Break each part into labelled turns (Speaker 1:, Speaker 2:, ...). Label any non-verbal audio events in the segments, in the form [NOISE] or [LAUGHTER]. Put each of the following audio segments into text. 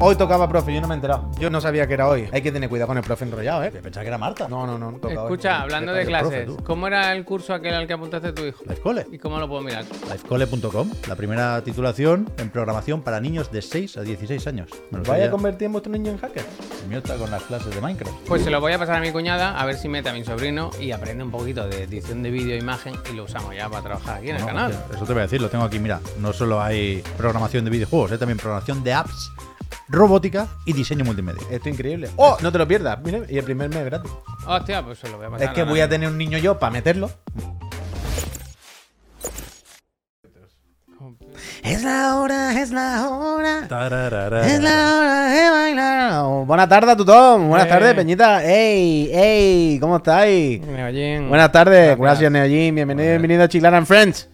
Speaker 1: Hoy tocaba profe, yo no me he enterado. Yo no sabía que era hoy. Hay que tener cuidado con el profe enrollado, ¿eh? Pensaba que era Marta. No, no, no. no toca hoy.
Speaker 2: Escucha, hablando de
Speaker 1: El profe,
Speaker 2: clases,
Speaker 1: tú.
Speaker 2: ¿cómo era el curso aquel al que apuntaste tu hijo?
Speaker 3: Life Cole.
Speaker 2: ¿Y cómo lo puedo mirar?
Speaker 3: Lifecole.com, la primera titulación en programación para niños de 6 a 16 años. Me lo
Speaker 1: Vaya a
Speaker 3: sabía.
Speaker 1: convertir a vuestro niño en hacker.
Speaker 3: El mío está con las clases de Minecraft.
Speaker 2: Pues se lo voy a pasar a mi cuñada, a ver si mete a mi sobrino y aprende un poquito de edición de vídeo, imagen y lo usamos ya para trabajar aquí en el
Speaker 3: No,
Speaker 2: canal.
Speaker 3: hostia, Eso te voy a decir, lo tengo aquí. Mira, no solo hay programación de videojuegos, hay también programación de apps, robótica y diseño multimedia.
Speaker 1: Esto es increíble. ¡Oh! No te lo pierdas. Mira, y el primer mes gratis.
Speaker 2: Hostia, pues se lo voy a pasar.
Speaker 1: Es que
Speaker 2: ahora
Speaker 1: voy a
Speaker 2: mismo.
Speaker 1: tener un niño yo para meterlo. Es la hora, es la hora. Es la hora de bailar. Buenas tardes, Tutón. Buenas
Speaker 2: Eh.
Speaker 1: tardes, Peñita. ¡Ey! ¡Ey! ¿Cómo estáis?
Speaker 2: Neoyin.
Speaker 1: Buenas tardes, gracias Neojin, bienvenido, bienvenido a Chiclana and Friends.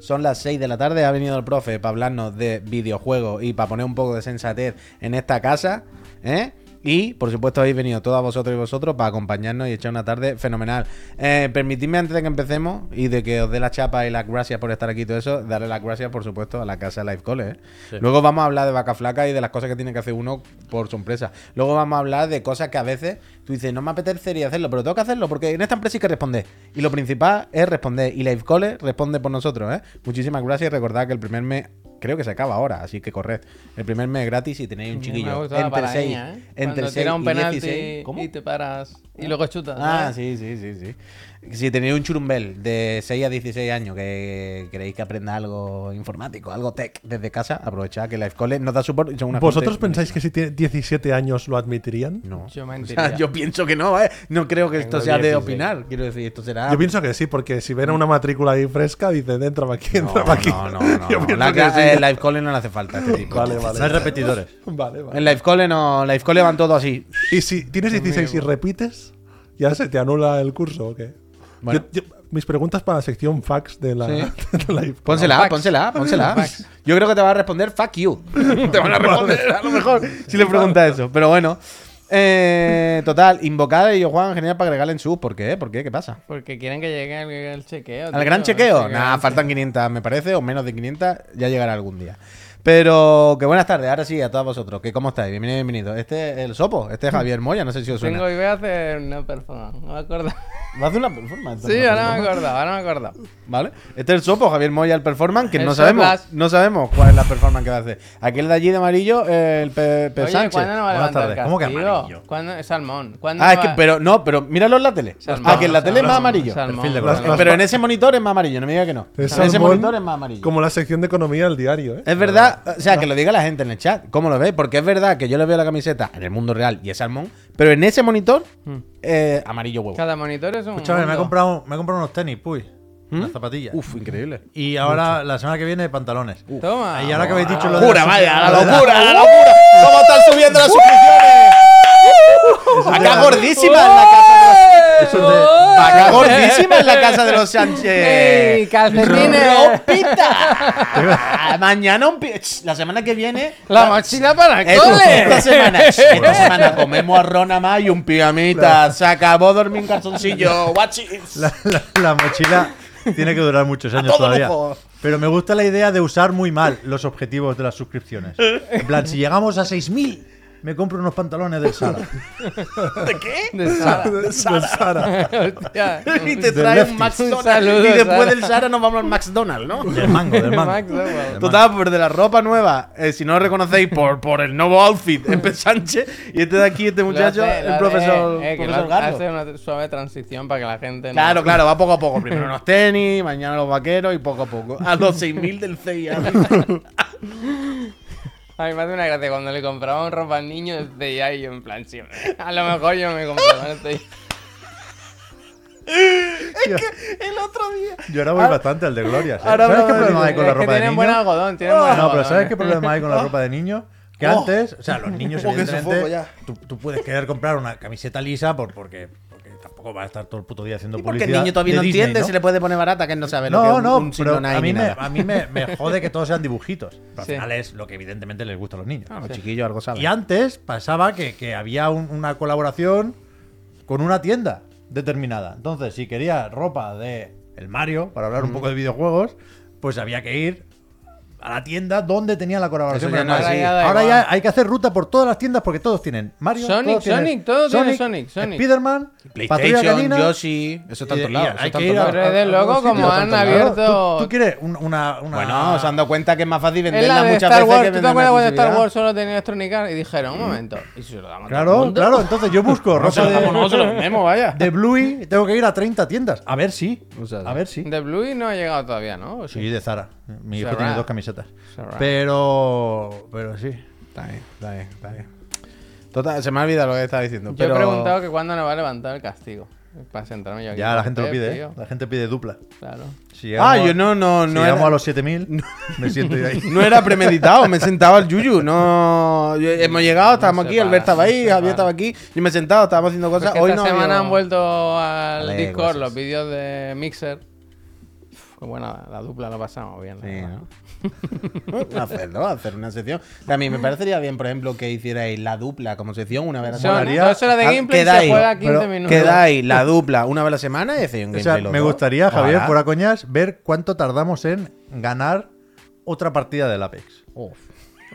Speaker 1: Son las 6 de la tarde, ha venido el profe para hablarnos de videojuegos y para poner un poco de sensatez en esta casa, ¿eh? Y, por supuesto, habéis venido todos vosotros y vosotros para acompañarnos y echar una tarde fenomenal. Eh, permitidme, antes de que empecemos y de que os dé la chapa y las gracias por estar aquí y todo eso, darle las gracias, por supuesto, a la casa Live Cole. ¿eh? Luego vamos a hablar de vaca flaca y de las cosas que tiene que hacer uno por su empresa. Luego vamos a hablar de cosas que a veces tú dices, no me apetecería hacerlo, pero tengo que hacerlo porque en esta empresa hay que responder. Y lo principal es responder. Y Live Cole responde por nosotros. ¿eh? Muchísimas gracias y recordad que el primer mes. Creo que se acaba ahora, así que corred. El primer mes gratis y tenéis un
Speaker 2: Me ha
Speaker 1: chiquillo.
Speaker 2: gustado la
Speaker 1: Entre
Speaker 2: paraña,
Speaker 1: 6
Speaker 2: ¿eh?
Speaker 1: entre
Speaker 2: Cuando
Speaker 1: seis
Speaker 2: tira un
Speaker 1: y
Speaker 2: penalti
Speaker 1: 16.
Speaker 2: y te paras y luego chutas.
Speaker 1: Ah,
Speaker 2: ¿sabes?
Speaker 1: sí, sí, sí, sí. Si tenéis un churumbel de 6 a 16 años que queréis que aprenda algo informático, algo tech desde casa, aprovechad que Life College nos da soporte y son unas
Speaker 4: ¿Vosotros
Speaker 1: fuentes-
Speaker 4: pensáis que si tiene 17 años lo admitirían?
Speaker 1: No.
Speaker 2: Yo
Speaker 1: O
Speaker 2: mentiría.
Speaker 1: sea, yo pienso que no, ¿eh? No creo que esto
Speaker 2: Tengo
Speaker 1: sea de
Speaker 2: 16.
Speaker 1: opinar. Quiero decir, esto será.
Speaker 4: Yo pienso que sí, porque si ven a una matrícula ahí fresca, dicen, entra pa' aquí,
Speaker 1: no,
Speaker 4: entra pa' aquí. [LAUGHS]
Speaker 1: no, no, no,
Speaker 4: Yo
Speaker 1: no.
Speaker 4: pienso
Speaker 1: La-
Speaker 4: que sí.
Speaker 1: eh, Life College no le hace falta a este tipo.
Speaker 4: Vale,
Speaker 3: No hay
Speaker 4: vale.
Speaker 3: repetidores.
Speaker 4: Vale, vale.
Speaker 1: En Life College no, Life College van todos así.
Speaker 4: Y si tienes 16 y repites, ¿ya se te anula el curso o qué?
Speaker 1: Bueno.
Speaker 4: Yo- yo- mis preguntas para la sección fax de la,
Speaker 1: Sí.
Speaker 4: [LAUGHS] de la IFCO.
Speaker 1: Pónsela, pónsela, pónsela. Yo creo que te va a responder fuck you. [LAUGHS] te van a responder a lo mejor si le preguntas eso. Pero bueno. Eh, total, invocada y yo, Juan, genial para agregarle en sub. ¿Por qué? ¿Por qué? ¿Qué pasa?
Speaker 2: Porque quieren que llegue al, al chequeo.
Speaker 1: ¿Al gran chequeo? Nah, faltan 500, me parece, o menos de 500, ya llegará algún día. Pero que buenas tardes, ahora sí, a todos vosotros. Que cómo estáis? Bienvenidos, bienvenidos. Este es el Sopo, este es Javier Moya, no sé si os suena.
Speaker 2: Tengo y voy a hacer una performance. No me acuerdo.
Speaker 1: Va a hacer una performance.
Speaker 2: sí, ahora me acuerdo, ahora me acuerdo.
Speaker 1: ¿Vale? Este es el Sopo, Javier Moya, el performance, que
Speaker 2: El
Speaker 1: no sabemos.
Speaker 2: Soplas.
Speaker 1: No sabemos cuál es la performance que va a hacer. Aquel de allí de amarillo, eh, el Pe, Pe
Speaker 2: Oye,
Speaker 1: Sánchez.
Speaker 2: ¿cuándo no va a
Speaker 3: Buenas
Speaker 2: levantar
Speaker 3: tardes. ¿Cómo que
Speaker 2: castigo?
Speaker 3: amarillo?
Speaker 2: ¿Cuándo- es Salmón. ¿Cuándo
Speaker 1: Ah, es
Speaker 2: va-
Speaker 1: que, pero no, pero míralo en la tele.
Speaker 2: Salmón,
Speaker 1: ah, que en la tele es más
Speaker 2: salmón,
Speaker 1: amarillo. Eh,
Speaker 2: salmón,
Speaker 3: Perfil de
Speaker 2: salmón.
Speaker 4: color.
Speaker 1: Pero en este- ese monitor es más amarillo, no me diga que no.
Speaker 4: Es
Speaker 1: en ese
Speaker 4: salmón
Speaker 1: monitor es más amarillo.
Speaker 4: Como la sección de economía del diario, ¿eh?
Speaker 1: Es verdad, o sea, que lo diga la gente en el chat, ¿cómo lo veis? Porque es verdad que yo le veo la camiseta en el mundo real y es salmón, pero en ese monitor, eh, amarillo huevo.
Speaker 2: Mm. Cada monitor es un.
Speaker 3: Escúchame, me ha
Speaker 2: mundo.
Speaker 3: comprado, me ha comprado unos tenis, puy. Las zapatillas.
Speaker 1: ¿Mm? Uf, increíble.
Speaker 3: Y ahora, la semana que viene, pantalones.
Speaker 2: Toma.
Speaker 3: Y ahora que habéis dicho lo de.
Speaker 1: ¡Locura,
Speaker 3: la-
Speaker 1: vaya! ¡La
Speaker 3: lo de la-
Speaker 1: locura, la locura! ¿Cómo están subiendo las suscripciones? Acá gordísima en la casa de los...
Speaker 3: Eso de-
Speaker 1: Acá gordísima en la casa
Speaker 2: [LAUGHS]
Speaker 1: de los
Speaker 2: ¡Ey,
Speaker 1: Sánchez.
Speaker 2: calcetines!
Speaker 1: ¡Ropita! Ah, Mañana un... pi- Ch, La semana que viene...
Speaker 2: ¡La mochila para el
Speaker 1: Esto, Esta
Speaker 2: cole!
Speaker 1: semana,
Speaker 2: [LAUGHS]
Speaker 3: [LAUGHS]
Speaker 1: esta semana comemos arrón a más y un pijamita. Se acabó dormir en calzoncillo. Guachis.
Speaker 3: La, la- la mochila tiene que
Speaker 1: [LAUGHS]
Speaker 3: durar muchos años
Speaker 1: todo
Speaker 3: todavía.
Speaker 1: lujo.
Speaker 3: Pero me gusta la idea de usar muy mal los objetivos de las suscripciones. En plan, si llegamos a 6.000, me compro unos pantalones del Sara.
Speaker 1: ¿De qué?
Speaker 2: De Sara.
Speaker 4: De Sara.
Speaker 2: Hostia.
Speaker 1: [LAUGHS] Y te trae un
Speaker 2: Un
Speaker 1: McDonald's.
Speaker 2: saludo,
Speaker 1: Y después
Speaker 2: Sara.
Speaker 1: del Sara nos vamos al McDonald's, ¿no?
Speaker 3: Del mango, del mango.
Speaker 2: Max Dowell.
Speaker 3: Del
Speaker 1: Total, pues de la ropa nueva, eh, si no lo reconocéis por, [LAUGHS] por el nuevo outfit, es Pe Sánchez. Y este de aquí, este muchacho,
Speaker 2: Lo hace- lo
Speaker 1: el
Speaker 2: hace-
Speaker 1: profesor,
Speaker 2: eh, que
Speaker 1: profesor
Speaker 2: lo hace-
Speaker 1: Gardo.
Speaker 2: Hace una suave transición para que la gente. no-
Speaker 1: Claro, claro, va poco a poco. Primero los tenis, mañana los vaqueros y poco a poco. A
Speaker 2: [LAUGHS]
Speaker 1: los 6.000 del CIA.
Speaker 2: A mí me hace una gracia cuando le compraban ropa al niño desde ya y yo en plan, sí, a lo mejor yo me compraba este.
Speaker 1: el otro día.
Speaker 3: Yo ahora voy bastante al de Gloria. ¿eh?
Speaker 1: ahora
Speaker 3: ¿Sabes
Speaker 1: me
Speaker 3: qué
Speaker 1: lo digo.
Speaker 3: problema hay con
Speaker 2: Es
Speaker 3: la
Speaker 2: que
Speaker 3: ropa de
Speaker 2: tienen buen
Speaker 3: niño?
Speaker 2: algodón, tienen buen
Speaker 3: No,
Speaker 2: algodón.
Speaker 3: pero ¿sabes
Speaker 2: eh.
Speaker 3: qué problema hay con la ropa de niño? Que
Speaker 1: Oh.
Speaker 3: antes, o sea,
Speaker 1: [LAUGHS]
Speaker 3: los niños,
Speaker 1: Oh, que se
Speaker 3: evidentemente,
Speaker 1: fuego ya.
Speaker 3: tú, tú puedes querer comprar una camiseta lisa por, porque, porque tampoco va a estar todo el puto día haciendo
Speaker 1: Y porque
Speaker 3: publicidad.
Speaker 1: el niño todavía
Speaker 3: de
Speaker 1: no
Speaker 3: Disney,
Speaker 1: entiende,
Speaker 3: ¿no?
Speaker 1: se le puede poner barata, que él no sabe lo que es
Speaker 3: No,
Speaker 1: un-
Speaker 3: no,
Speaker 1: un
Speaker 3: pero
Speaker 1: sino nada
Speaker 3: a
Speaker 1: y
Speaker 3: mí,
Speaker 1: ni
Speaker 3: me,
Speaker 1: nada.
Speaker 3: a mí me, me jode que todos sean dibujitos.
Speaker 1: [LAUGHS]
Speaker 3: Pero
Speaker 2: Sí.
Speaker 3: Al final es lo que evidentemente les gusta a los niños.
Speaker 1: Ah, los chiquillos algo saben.
Speaker 3: Y antes pasaba que, que había un- una colaboración con una tienda determinada. Entonces, si quería ropa de el Mario, para hablar un poco de videojuegos, pues había que ir a la tienda donde tenía la colaboración.
Speaker 1: Eso ya
Speaker 3: pero
Speaker 1: no
Speaker 3: ahora
Speaker 1: existe.
Speaker 3: ya, ahora ya hay que hacer ruta por todas las tiendas porque todos tienen Mario,
Speaker 2: Sonic,
Speaker 3: todos tienen
Speaker 2: Sonic, todo tiene Sonic, Sonic.
Speaker 3: Spider-Man, Patrulla
Speaker 1: PlayStation,
Speaker 3: Canina.
Speaker 1: Yoshi. Eso está en
Speaker 3: y-
Speaker 1: todos
Speaker 3: y
Speaker 1: lados. eso
Speaker 3: hay
Speaker 1: está
Speaker 3: que
Speaker 1: en
Speaker 3: ir
Speaker 1: todos
Speaker 3: a-
Speaker 1: lados.
Speaker 2: Pero es de
Speaker 3: a- a
Speaker 2: loco
Speaker 3: algún
Speaker 2: como
Speaker 3: sitio.
Speaker 2: han
Speaker 3: Claro,
Speaker 2: abierto-
Speaker 3: ¿Tú, tú quieres un- una, una-
Speaker 1: Bueno, se han dado cuenta que es más fácil
Speaker 2: Ah. Es
Speaker 1: venderla
Speaker 2: la de
Speaker 1: muchas
Speaker 2: Star
Speaker 1: veces
Speaker 2: Wars.
Speaker 1: que
Speaker 2: ¿Tú te
Speaker 1: vender
Speaker 2: acuerdas cuando Star
Speaker 1: exclusividad.
Speaker 2: Wars solo tenía Electronic Arts? Y dijeron, un momento. Y si se lo damos a todo el
Speaker 3: Claro,
Speaker 2: mundo?
Speaker 3: claro. Entonces yo busco ropa
Speaker 2: Se lo damos
Speaker 3: de,
Speaker 2: nosotros, lo
Speaker 3: [LAUGHS]
Speaker 2: mismo, vaya.
Speaker 3: de Bluey. Tengo que ir a 30 tiendas. A ver si.
Speaker 1: O sea,
Speaker 3: a ver si.
Speaker 2: De Bluey no ha llegado todavía, ¿no? ¿O
Speaker 3: Sí, de Zara. Mi hijo
Speaker 2: Zara.
Speaker 3: tiene dos camisetas.
Speaker 2: Zara.
Speaker 3: Pero. Pero sí.
Speaker 1: Está bien, está bien, está bien. Total, se me ha olvidado lo que estaba diciendo.
Speaker 2: Yo
Speaker 1: pero...
Speaker 2: he preguntado que cuándo nos va a levantar el castigo. Para sentarme yo aquí.
Speaker 3: Ya la gente lo
Speaker 2: Eh,
Speaker 3: pide, ¿eh?
Speaker 2: tío,
Speaker 3: La gente pide dupla.
Speaker 2: Claro.
Speaker 1: Ah,
Speaker 3: Si llegamos a-
Speaker 1: yo no, no,
Speaker 3: si
Speaker 1: no.
Speaker 3: llegamos
Speaker 1: era...
Speaker 3: a los [LAUGHS] 7000, me siento yo [LAUGHS] ahí.
Speaker 1: No era premeditado, me sentaba al Yuyu. No, yo- eh, hemos llegado, estábamos
Speaker 2: se
Speaker 1: aquí,
Speaker 2: para,
Speaker 1: Albert estaba
Speaker 2: no
Speaker 1: ahí,
Speaker 2: se
Speaker 1: Javier
Speaker 2: para.
Speaker 1: estaba aquí, yo me he sentado, estábamos haciendo
Speaker 2: Es
Speaker 1: cosas.
Speaker 2: que
Speaker 1: Hoy
Speaker 2: esta
Speaker 1: no ha
Speaker 2: semana
Speaker 1: habido-
Speaker 2: han vuelto al
Speaker 1: Vale,
Speaker 2: Discord
Speaker 1: gracias.
Speaker 2: los vídeos de Mixer. Uf, qué buena, la dupla lo pasamos bien. la
Speaker 1: Sí,
Speaker 2: verdad.
Speaker 1: ¿no? [LAUGHS] hacerlo, hacer una sección. A mí me parecería bien, por ejemplo, que hicierais la dupla como sección una vez a la
Speaker 2: Son
Speaker 1: semana.
Speaker 3: Molaría-
Speaker 2: dos horas de
Speaker 1: Ah,
Speaker 2: gameplay y
Speaker 1: quedáis,
Speaker 2: se juega 15
Speaker 3: pero
Speaker 2: minutos.
Speaker 1: Quedáis la dupla una vez a la semana y hacéis un
Speaker 3: O sea,
Speaker 1: gameplay los
Speaker 3: me
Speaker 1: dos.
Speaker 3: gustaría, Javier,
Speaker 1: Ojalá.
Speaker 3: fuera coñas, ver cuánto tardamos en ganar otra partida del Apex. O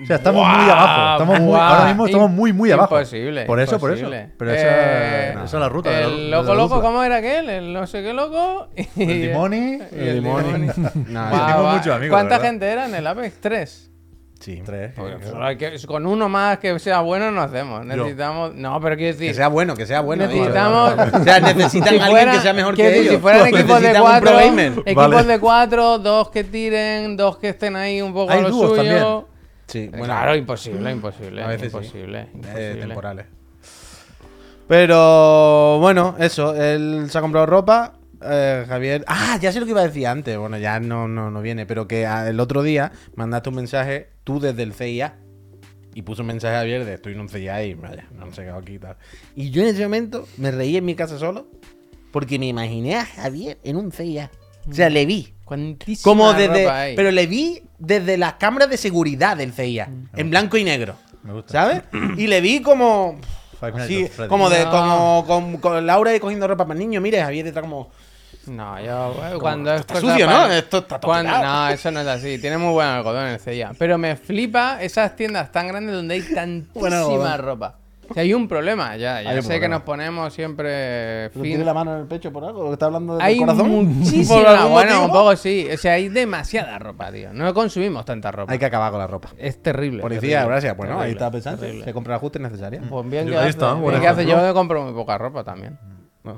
Speaker 3: sea, estamos muy
Speaker 2: Buah,
Speaker 3: abajo. Estamos muy-
Speaker 2: buah,
Speaker 3: ahora mismo estamos
Speaker 2: im-
Speaker 3: muy, muy abajo.
Speaker 2: imposible,
Speaker 3: Por eso, por
Speaker 2: imposible.
Speaker 3: eso. Pero esa,
Speaker 2: Eh,
Speaker 3: esa es la ruta. de la- de
Speaker 2: El
Speaker 3: la
Speaker 2: loco loco,
Speaker 3: dupla.
Speaker 2: ¿cómo era aquel? El no sé qué loco. y-
Speaker 3: El
Speaker 2: [LAUGHS]
Speaker 3: Dimoni.
Speaker 2: y el Dimoni.
Speaker 3: [LAUGHS]
Speaker 1: Nada,
Speaker 3: Guau.
Speaker 1: sí.
Speaker 3: tengo muchos amigos,
Speaker 2: ¿Cuánta
Speaker 3: la verdad.
Speaker 2: gente era en el Apex? Tres.
Speaker 1: Sí.
Speaker 3: Tres.
Speaker 2: Solo hay que- con uno más que sea bueno no hacemos. Necesitamos. No, pero quiero
Speaker 1: Que
Speaker 2: decir.
Speaker 1: sea bueno, que sea bueno. dicho.
Speaker 2: necesitamos.
Speaker 1: O sea, necesitan
Speaker 2: [LAUGHS] si
Speaker 1: alguien
Speaker 2: fuera-
Speaker 1: que sea mejor que
Speaker 2: quiero decir,
Speaker 1: ellos.
Speaker 2: Si fueran equipos de
Speaker 1: [LAUGHS] Necesitan un
Speaker 2: cuatro,
Speaker 1: pro gamer.
Speaker 2: equipos
Speaker 3: Vale.
Speaker 2: de cuatro, dos que tiren, dos que estén ahí un poco
Speaker 3: Hay
Speaker 2: a lo
Speaker 3: dúos
Speaker 2: suyo.
Speaker 3: también.
Speaker 1: Sí, bueno,
Speaker 2: claro, imposible, imposible.
Speaker 1: A veces sí.
Speaker 2: imposible,
Speaker 1: eh,
Speaker 2: imposible.
Speaker 1: temporales. Pero bueno, eso. Él se ha comprado ropa. eh, Javier. Ah, ya sé lo que iba a decir antes. Bueno, ya no, no, no viene. Pero que ah, el otro día mandaste un mensaje tú desde el CIA. Y puso un mensaje a Javier de estoy en un CIA y vaya, no sé qué aquí y tal. Y yo en ese momento me reí en mi casa solo. Porque me imaginé a Javier en un CIA. O sea, le vi.
Speaker 2: Cuantísima
Speaker 1: Como
Speaker 2: ropa
Speaker 1: desde.
Speaker 2: hay.
Speaker 1: Pero le vi desde las cámaras de seguridad del CIA, en blanco y negro.
Speaker 3: Me gusta.
Speaker 1: ¿Sabes? Y le vi como.
Speaker 3: Five Nights
Speaker 1: así,
Speaker 3: at Freddy's.
Speaker 1: como de.
Speaker 2: No.
Speaker 1: Como con, con Laura ahí cogiendo ropa para el niño. Mire, Javier está como.
Speaker 2: No, yo eh, cuando es
Speaker 1: Está
Speaker 2: cosa
Speaker 1: sucio,
Speaker 2: para-
Speaker 1: ¿no? Esto está todo
Speaker 2: cuando-
Speaker 1: tirado.
Speaker 2: No, eso no es así. Tiene muy buen algodón el Cella. Pero me flipa esas tiendas tan grandes donde hay tantísima
Speaker 1: algodón.
Speaker 2: ropa. Si hay un problema, ya, ya
Speaker 1: Hay un
Speaker 2: sé que
Speaker 1: problema.
Speaker 2: nos ponemos siempre
Speaker 1: ¿Pero
Speaker 2: fin-
Speaker 1: tiene la mano en el pecho por algo? ¿Está hablando del
Speaker 2: Hay
Speaker 1: corazón? ¿Por
Speaker 2: muchísima,
Speaker 1: algún
Speaker 2: bueno,
Speaker 1: motivo?
Speaker 2: un poco sí. O sea, hay demasiada ropa, tío. No consumimos tanta ropa.
Speaker 1: Hay que acabar con la ropa.
Speaker 2: Es terrible.
Speaker 1: Policía,
Speaker 2: terrible,
Speaker 1: gracias. Bueno, ahí
Speaker 2: terrible,
Speaker 1: está pensando.
Speaker 2: terrible.
Speaker 1: Se compra la justa y necesaria.
Speaker 2: Pues bien
Speaker 4: Ahí
Speaker 2: que hace,
Speaker 4: está,
Speaker 2: bien
Speaker 4: buen
Speaker 2: que hace. Yo
Speaker 4: ejemplo.
Speaker 2: me compro muy poca ropa también.
Speaker 1: No.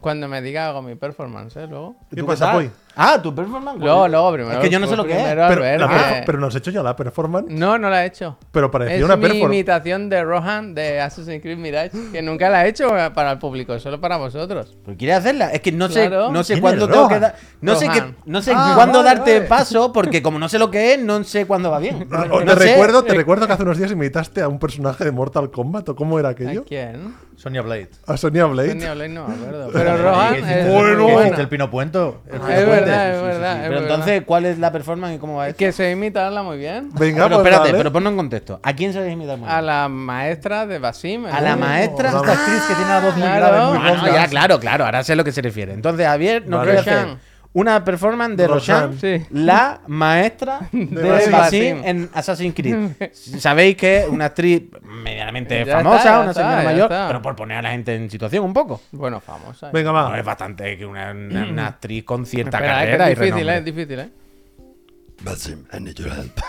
Speaker 2: Cuando me diga hago mi performance, ¿eh? Luego.
Speaker 4: ¿Qué pasa, Poy?
Speaker 1: Ah, tu performance.
Speaker 2: Luego, luego, primero.
Speaker 1: Es que yo no sé lo que es.
Speaker 2: primero
Speaker 4: Pero,
Speaker 2: Albert,
Speaker 4: la
Speaker 2: que-
Speaker 4: perfo- pero nos has hecho ya la performance.
Speaker 2: No, no la he hecho.
Speaker 4: Pero parecía
Speaker 2: es
Speaker 4: una
Speaker 2: mi
Speaker 4: performance.
Speaker 2: imitación de Rohan de Assassin's Creed Mirage, que nunca la he hecho para el público, solo para vosotros.
Speaker 1: Pero quiere hacerla. Es que no
Speaker 2: Claro.
Speaker 1: sé, no sé
Speaker 3: ¿Quién
Speaker 1: cuándo
Speaker 3: es
Speaker 1: tengo
Speaker 3: Rohan?
Speaker 1: que dar. No sé,
Speaker 2: Rohan.
Speaker 1: que, no sé
Speaker 3: Ah,
Speaker 1: cuándo
Speaker 3: vale,
Speaker 1: darte
Speaker 3: vale.
Speaker 1: paso, porque como no sé lo que es, no sé cuándo va bien.
Speaker 4: Ah,
Speaker 1: [LAUGHS] No
Speaker 4: te,
Speaker 1: sé.
Speaker 4: recuerdo, te recuerdo que hace unos días imitaste a un personaje de Mortal Kombat o cómo era
Speaker 2: ¿A
Speaker 4: aquello.
Speaker 2: quién?
Speaker 3: Sonia Blade.
Speaker 4: A Sonia Blade.
Speaker 2: Ni habléis, no me acuerdo. Pero Rohan es muy
Speaker 4: Bueno.
Speaker 2: buena.
Speaker 3: Hiciste el pino puento. el
Speaker 2: Es
Speaker 3: pino
Speaker 2: verdad, es
Speaker 3: puente.
Speaker 2: verdad.
Speaker 3: Sí, sí, sí.
Speaker 1: Pero
Speaker 2: es verdad.
Speaker 1: entonces, ¿cuál es la performance y cómo va esto?
Speaker 2: Que se imitarla muy bien.
Speaker 4: Venga,
Speaker 1: pero
Speaker 4: pues
Speaker 1: espérate,
Speaker 4: dale.
Speaker 1: pero ponlo en contexto. ¿A quién se le imitar muy
Speaker 2: A
Speaker 1: bien?
Speaker 2: la maestra de Basim. ¿eh?
Speaker 1: A la
Speaker 2: ¿no?
Speaker 1: maestra.
Speaker 3: Esta actriz que tiene la voz muy
Speaker 2: Claro.
Speaker 3: grave, muy
Speaker 1: Ah, No, no,
Speaker 3: ronca.
Speaker 1: ya, claro, claro, ahora sé a lo que se refiere. Entonces, Javier nos
Speaker 4: Vale.
Speaker 1: quiere hacer
Speaker 2: Roshan.
Speaker 1: una performance de Roshan,
Speaker 4: Roshan.
Speaker 2: Sí.
Speaker 1: la maestra de
Speaker 2: Basim.
Speaker 1: Basim en Assassin's Creed. Sabéis que es una actriz medianamente
Speaker 2: Ya
Speaker 1: famosa,
Speaker 2: está, ya
Speaker 1: una
Speaker 2: está,
Speaker 1: señora
Speaker 2: ya
Speaker 1: mayor,
Speaker 2: está.
Speaker 1: pero por poner a la gente en situación un poco.
Speaker 2: Bueno, famosa.
Speaker 4: Venga,
Speaker 1: No es
Speaker 4: va.
Speaker 1: bastante que una, una- una actriz con cierta
Speaker 2: Espera, es que
Speaker 1: carrera
Speaker 2: es
Speaker 1: y
Speaker 2: difícil,
Speaker 1: renombre.
Speaker 2: eh, es difícil, ¿eh?
Speaker 5: Basim, I need your help.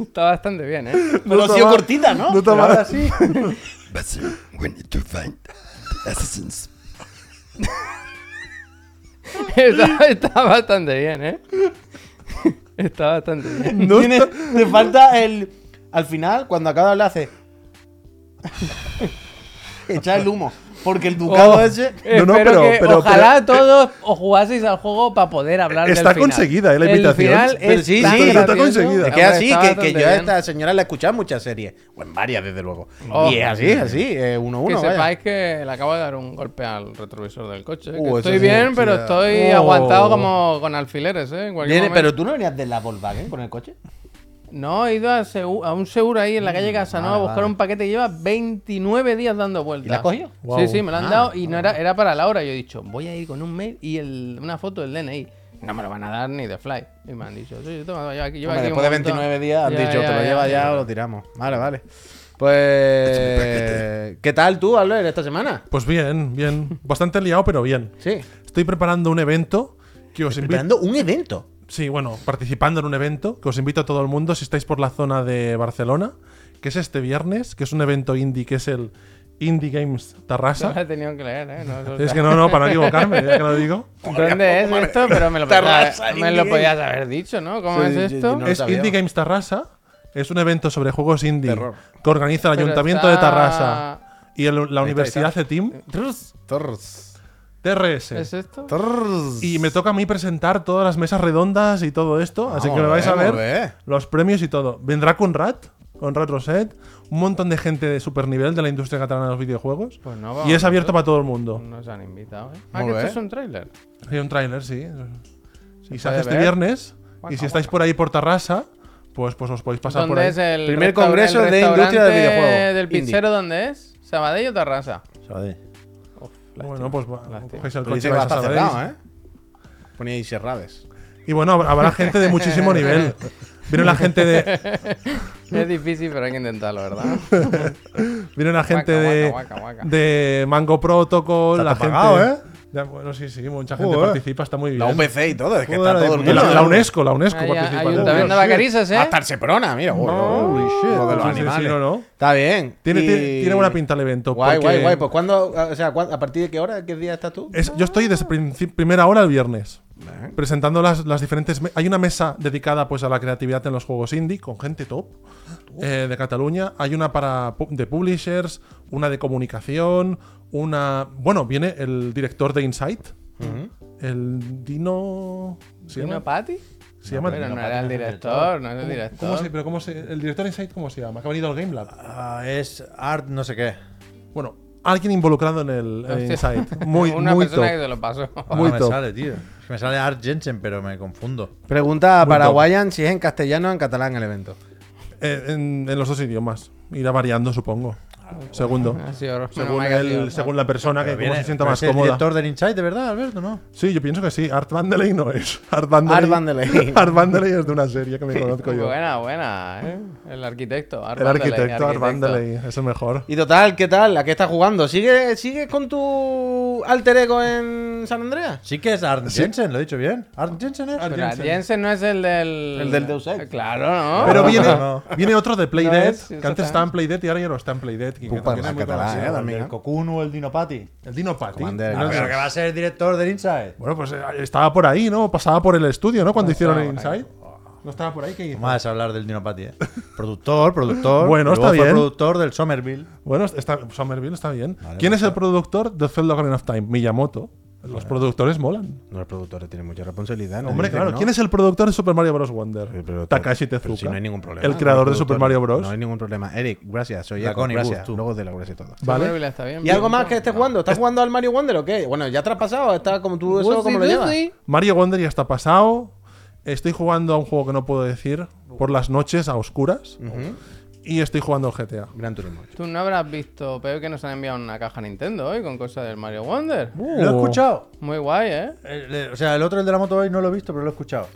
Speaker 2: Está bastante bien, ¿eh? [LAUGHS]
Speaker 1: Pero ha
Speaker 4: está
Speaker 1: sido
Speaker 4: mal.
Speaker 1: cortita, ¿no?
Speaker 4: No te
Speaker 1: Pero
Speaker 4: mal.
Speaker 1: ahora sí.
Speaker 5: Basim, we need to find the assassins.
Speaker 2: Está, está bastante bien, ¿eh? [LAUGHS] Está bastante bien.
Speaker 4: [LAUGHS] No
Speaker 1: Tiene-
Speaker 4: está-
Speaker 1: Te falta el. Al final, cuando acaba de hablar, [LAUGHS] hace. Echa el humo. Porque el ducado
Speaker 2: Oh.
Speaker 1: ese.
Speaker 4: No,
Speaker 2: Espero
Speaker 4: no, pero-
Speaker 2: que
Speaker 4: pero-
Speaker 2: ojalá
Speaker 4: pero-
Speaker 2: todos os jugaseis al juego para poder hablar
Speaker 4: Está
Speaker 2: del final.
Speaker 4: conseguida, ¿eh? la
Speaker 2: El
Speaker 4: invitación.
Speaker 2: final
Speaker 1: Pero
Speaker 2: es
Speaker 1: sí,
Speaker 2: tan
Speaker 1: sí, está
Speaker 2: gracioso.
Speaker 4: conseguida.
Speaker 1: Es que
Speaker 2: Hombre,
Speaker 1: es así,
Speaker 2: está
Speaker 1: que, que
Speaker 2: bastante
Speaker 1: yo a
Speaker 2: bien.
Speaker 1: esta señora la he escuchado en muchas series. O en varias, desde luego.
Speaker 2: Oh.
Speaker 1: y es así, es así, eh, uno a
Speaker 2: Que
Speaker 1: uno. vaya.
Speaker 2: sepáis que le acabo de dar un golpe al retrovisor del coche. que
Speaker 1: Uh, eso
Speaker 2: estoy
Speaker 1: sí,
Speaker 2: bien,
Speaker 1: sí,
Speaker 2: pero
Speaker 1: da.
Speaker 2: estoy
Speaker 4: Oh.
Speaker 2: aguantado como con alfileres, ¿eh? En cualquier
Speaker 1: Viene-
Speaker 2: momento.
Speaker 1: pero tú no venías de la Volkswagen con el coche.
Speaker 2: No, he ido a, Seu- a un seguro ahí en la calle Casanova a
Speaker 1: Mm, vale,
Speaker 2: buscar
Speaker 1: vale.
Speaker 2: un paquete que lleva 29 días dando vueltas.
Speaker 1: ¿Y la Ah, has cogido?
Speaker 4: Guau.
Speaker 2: Sí, sí, me lo han dado y no era, era para Laura. Yo he dicho, voy a ir con un mail y el- una foto del DNI. No me lo van a dar ni de fly. Y me han dicho, sí, toma, lleva aquí, lleva
Speaker 1: Hombre,
Speaker 2: aquí un
Speaker 1: después de
Speaker 2: montón.
Speaker 1: 29 días han
Speaker 2: Ya,
Speaker 1: dicho,
Speaker 2: ya,
Speaker 1: te lo
Speaker 2: ya,
Speaker 1: llevas ya,
Speaker 2: ya.
Speaker 1: o lo tiramos. Vale, vale. Pues. ¿Qué tal tú, Albert, esta semana?
Speaker 4: Pues bien, bien. Bastante liado, pero bien.
Speaker 1: Sí.
Speaker 4: Estoy preparando un evento que os invito.
Speaker 1: Preparando un evento.
Speaker 4: Sí, bueno, participando en un evento que os invito a todo el mundo si estáis por la zona de Barcelona, que es este viernes, que es un evento indie que es el Indie Games
Speaker 2: No
Speaker 1: [LAUGHS]
Speaker 2: lo
Speaker 4: Tarrasa.
Speaker 2: he tenido que leer, ¿eh? No, eso
Speaker 4: Es
Speaker 2: está-
Speaker 4: que no, no, para no equivocarme, ya que lo digo. [LAUGHS]
Speaker 2: ¿Dónde es esto? Pero me lo,
Speaker 1: Terraza,
Speaker 2: podías, me lo
Speaker 1: Indie
Speaker 2: podías haber dicho, ¿no? ¿Cómo
Speaker 1: Sí,
Speaker 2: es
Speaker 1: yo-
Speaker 2: esto?
Speaker 1: yo [LAUGHS] no lo
Speaker 4: es
Speaker 1: sabía.
Speaker 4: Indie Games Tarrasa. Es un evento sobre juegos indie
Speaker 1: Terror.
Speaker 4: que organiza el
Speaker 2: Pero
Speaker 4: Ayuntamiento de
Speaker 2: está-
Speaker 4: Tarrasa y el- la Universidad CETIM,
Speaker 1: Torres.
Speaker 2: ¿Es
Speaker 4: TRS.
Speaker 2: esto?
Speaker 1: Torres.
Speaker 4: Y me toca a mí presentar todas las mesas redondas y todo esto, así que me vais a ver. los premios y todo. Vendrá Conrad, Conrad Roset, un montón de gente de supernivel de la industria catalana de los videojuegos.
Speaker 2: Pues no, vamos
Speaker 4: y es
Speaker 2: nosotros.
Speaker 4: abierto para todo el mundo.
Speaker 2: Nos han invitado, ¿eh?
Speaker 1: Muy
Speaker 2: Ah, que esto
Speaker 1: bien.
Speaker 2: es un tráiler.
Speaker 4: Hay un tráiler, sí. Y se
Speaker 2: puede
Speaker 4: hace este
Speaker 2: ver.
Speaker 4: viernes.
Speaker 2: Guaca,
Speaker 4: y si estáis por ahí por Tarrasa, pues, pues os podéis pasar por
Speaker 2: ¿Dónde
Speaker 4: ahí.
Speaker 2: es el
Speaker 1: Primer
Speaker 2: restaura-
Speaker 1: congreso
Speaker 2: el
Speaker 1: de industria del
Speaker 2: restaurante
Speaker 1: videojuego.
Speaker 2: ¿Del
Speaker 1: Indie.
Speaker 2: pizzero dónde es? ¿Sabadell o Terrasa?
Speaker 4: Bueno, pues va,
Speaker 2: lástima.
Speaker 4: cogéis el
Speaker 1: Pero
Speaker 4: coche
Speaker 1: dice
Speaker 4: y
Speaker 1: que va
Speaker 4: vais
Speaker 1: a
Speaker 4: a
Speaker 1: estar
Speaker 4: Sabadell.
Speaker 1: cerrado, ¿eh? Ponía ahí cerrades.
Speaker 4: Y bueno, hab- habrá gente de
Speaker 2: [LAUGHS]
Speaker 4: muchísimo nivel. Viene la gente de,
Speaker 2: Es difícil, pero hay que intentarlo, ¿verdad?
Speaker 4: viene la gente de,
Speaker 2: guaca, guaca, guaca.
Speaker 4: de Mango Protocol,
Speaker 3: Está
Speaker 4: la
Speaker 3: todo
Speaker 4: gente.
Speaker 3: pagado, ¿eh?
Speaker 4: Ya, bueno, sí, sí, mucha gente
Speaker 3: Joder.
Speaker 4: participa, está muy bien.
Speaker 1: La UPC y todo, es que
Speaker 3: Joder,
Speaker 1: está todo el
Speaker 3: la
Speaker 4: Y
Speaker 1: mundo.
Speaker 4: la, la UNESCO, la UNESCO
Speaker 2: Ahí,
Speaker 4: participa. también.
Speaker 2: Ayuntamiento de Vacarizas, ¿eh?
Speaker 1: Hasta el Seprona, mira. uy, uy, uy, lo de los
Speaker 4: Sí, sí, sí,
Speaker 1: animales.
Speaker 4: no, no.
Speaker 1: Está bien.
Speaker 4: Tiene,
Speaker 1: y-
Speaker 4: tiene, tiene buena pinta el evento.
Speaker 1: Guay,
Speaker 4: porque
Speaker 1: guay, guay. Pues cuándo, o sea, cuán- ¿a partir de qué hora, qué día estás tú?
Speaker 4: es- yo estoy desde princip- primera hora el viernes. Presentando las, las diferentes. me- Hay una mesa dedicada pues, a la creatividad en los juegos indie con gente top eh, de Cataluña. Hay una para pu- de publishers, una de comunicación, una. Bueno, viene el director de Insight, el Dino. ¿Se
Speaker 2: ¿Dino
Speaker 4: llama?
Speaker 2: Pati?
Speaker 4: ¿Se llama
Speaker 2: Pero
Speaker 4: Dino
Speaker 2: no
Speaker 4: Pati?
Speaker 2: era el director, no era el director.
Speaker 4: ¿Cómo se, pero cómo se- ¿El director de Insight cómo se llama? Que ha venido al Game Lab.
Speaker 3: Ah, es art no sé qué.
Speaker 4: Bueno, alguien involucrado en el en
Speaker 2: Hostia. [LAUGHS]
Speaker 4: Inside. Muy,
Speaker 2: Una
Speaker 4: muy
Speaker 2: persona
Speaker 4: top.
Speaker 2: que se lo pasó. [LAUGHS]
Speaker 3: Ahora
Speaker 4: Muy
Speaker 3: me
Speaker 4: top.
Speaker 3: sale, tío. Es que Me sale Art Jensen, pero me confundo.
Speaker 1: Pregunta a
Speaker 4: Muy
Speaker 1: Paraguayan si es en castellano o en catalán el evento.
Speaker 4: Eh, en, en los dos idiomas. Irá variando, supongo.
Speaker 2: Ah,
Speaker 4: Segundo.
Speaker 2: Ha sido menos
Speaker 4: Según,
Speaker 2: mal que ha
Speaker 4: el-
Speaker 2: sido.
Speaker 4: según la persona Ah, que
Speaker 3: Pero
Speaker 4: cómo
Speaker 3: viene-
Speaker 4: se sienta
Speaker 3: pero es
Speaker 4: más
Speaker 3: el
Speaker 4: cómoda.
Speaker 3: director del Inside, de verdad, Alberto, no?
Speaker 4: Sí, yo pienso que sí. Art Vandeley no es. Art Vandeley.
Speaker 1: Art Vandeley.
Speaker 4: [LAUGHS] Art Vandeley es de una serie que me conozco yo.
Speaker 2: Buena, buena, ¿eh? El arquitecto. Art
Speaker 4: El
Speaker 2: Vandeley,
Speaker 4: arquitecto Art
Speaker 2: arquitecto.
Speaker 4: Vandeley. Es el mejor.
Speaker 1: Y total, ¿qué tal? ¿A qué estás jugando? ¿Sigues sigue con tu alter ego en San Andreas?
Speaker 3: Sí que es Art Jensen, lo he dicho bien. Art Jensen es.
Speaker 2: Pero Art Jensen no es el del.
Speaker 1: El del Deus Ex.
Speaker 2: Claro, ¿no?
Speaker 4: Pero viene,
Speaker 3: No.
Speaker 4: viene otro de
Speaker 2: No
Speaker 4: Playdead,
Speaker 2: es, sí,
Speaker 4: que antes
Speaker 2: exactamente.
Speaker 4: estaba en Playdead y ahora ya no está en Playdead. que
Speaker 1: Pupa,
Speaker 4: también
Speaker 1: la
Speaker 4: es muy
Speaker 1: catalana,
Speaker 4: conocido.
Speaker 1: ¿eh? también,
Speaker 3: el Cocuno, el Dinopati.
Speaker 4: El Dino Ah, Patty.
Speaker 1: Commander,
Speaker 4: No
Speaker 1: a
Speaker 4: es-
Speaker 1: ver.
Speaker 3: Pero que va a ser el director del Inside.
Speaker 4: Bueno, pues eh, estaba por ahí, ¿no? Pasaba por el estudio, ¿no? Cuando hicieron el
Speaker 2: estaba por
Speaker 4: Inside. No estaba por ahí, ¿qué hizo?
Speaker 3: Más hablar del Dinopati, eh. productor, productor.
Speaker 4: Bueno,
Speaker 3: y
Speaker 4: está
Speaker 3: luego fue
Speaker 4: bien.
Speaker 3: productor del Somerville.
Speaker 4: Bueno, está, Somerville está bien. ¿Quién es el productor de Fell Garden of Time? Miyamoto. Los productores molan.
Speaker 1: No, el productor tiene mucha responsabilidad. nadie
Speaker 4: Hombre,
Speaker 1: dice
Speaker 4: claro.
Speaker 1: que no.
Speaker 4: ¿Quién es el productor de Super Mario Bros. Wonder?
Speaker 1: Sí, pero-
Speaker 4: Takashi
Speaker 1: pero
Speaker 4: Tezuka.
Speaker 1: si no hay ningún problema.
Speaker 4: El creador de
Speaker 1: Productor,
Speaker 4: Super Mario Bros.
Speaker 1: No hay ningún problema. Eric, gracias. Soy
Speaker 3: La
Speaker 1: Jacob,
Speaker 3: Connie
Speaker 1: gracias.
Speaker 3: Booth, tú.
Speaker 1: Luego de la gracia y todo.
Speaker 4: ¿Vale?
Speaker 2: Está bien,
Speaker 1: ¿Y algo
Speaker 2: bien.
Speaker 1: más que este estés jugando? ¿Estás jugando al Mario Wonder o qué? Bueno, ya traspasado. ¿Está como tú eso? ¿Cómo lo llevas?
Speaker 2: Woozy,
Speaker 4: Mario Wonder ya está pasado. Estoy jugando a un juego que no puedo decir por las noches a oscuras. Y estoy jugando al GTA.
Speaker 1: Gran Turismo.
Speaker 2: Tú no habrás visto, pero que nos han enviado una caja Nintendo hoy con cosas del Mario Wonder.
Speaker 4: Uh.
Speaker 3: Lo he escuchado.
Speaker 2: Muy guay, ¿eh?
Speaker 3: El- el- o sea, el otro, el de la moto hoy, no lo he visto, pero lo he escuchado.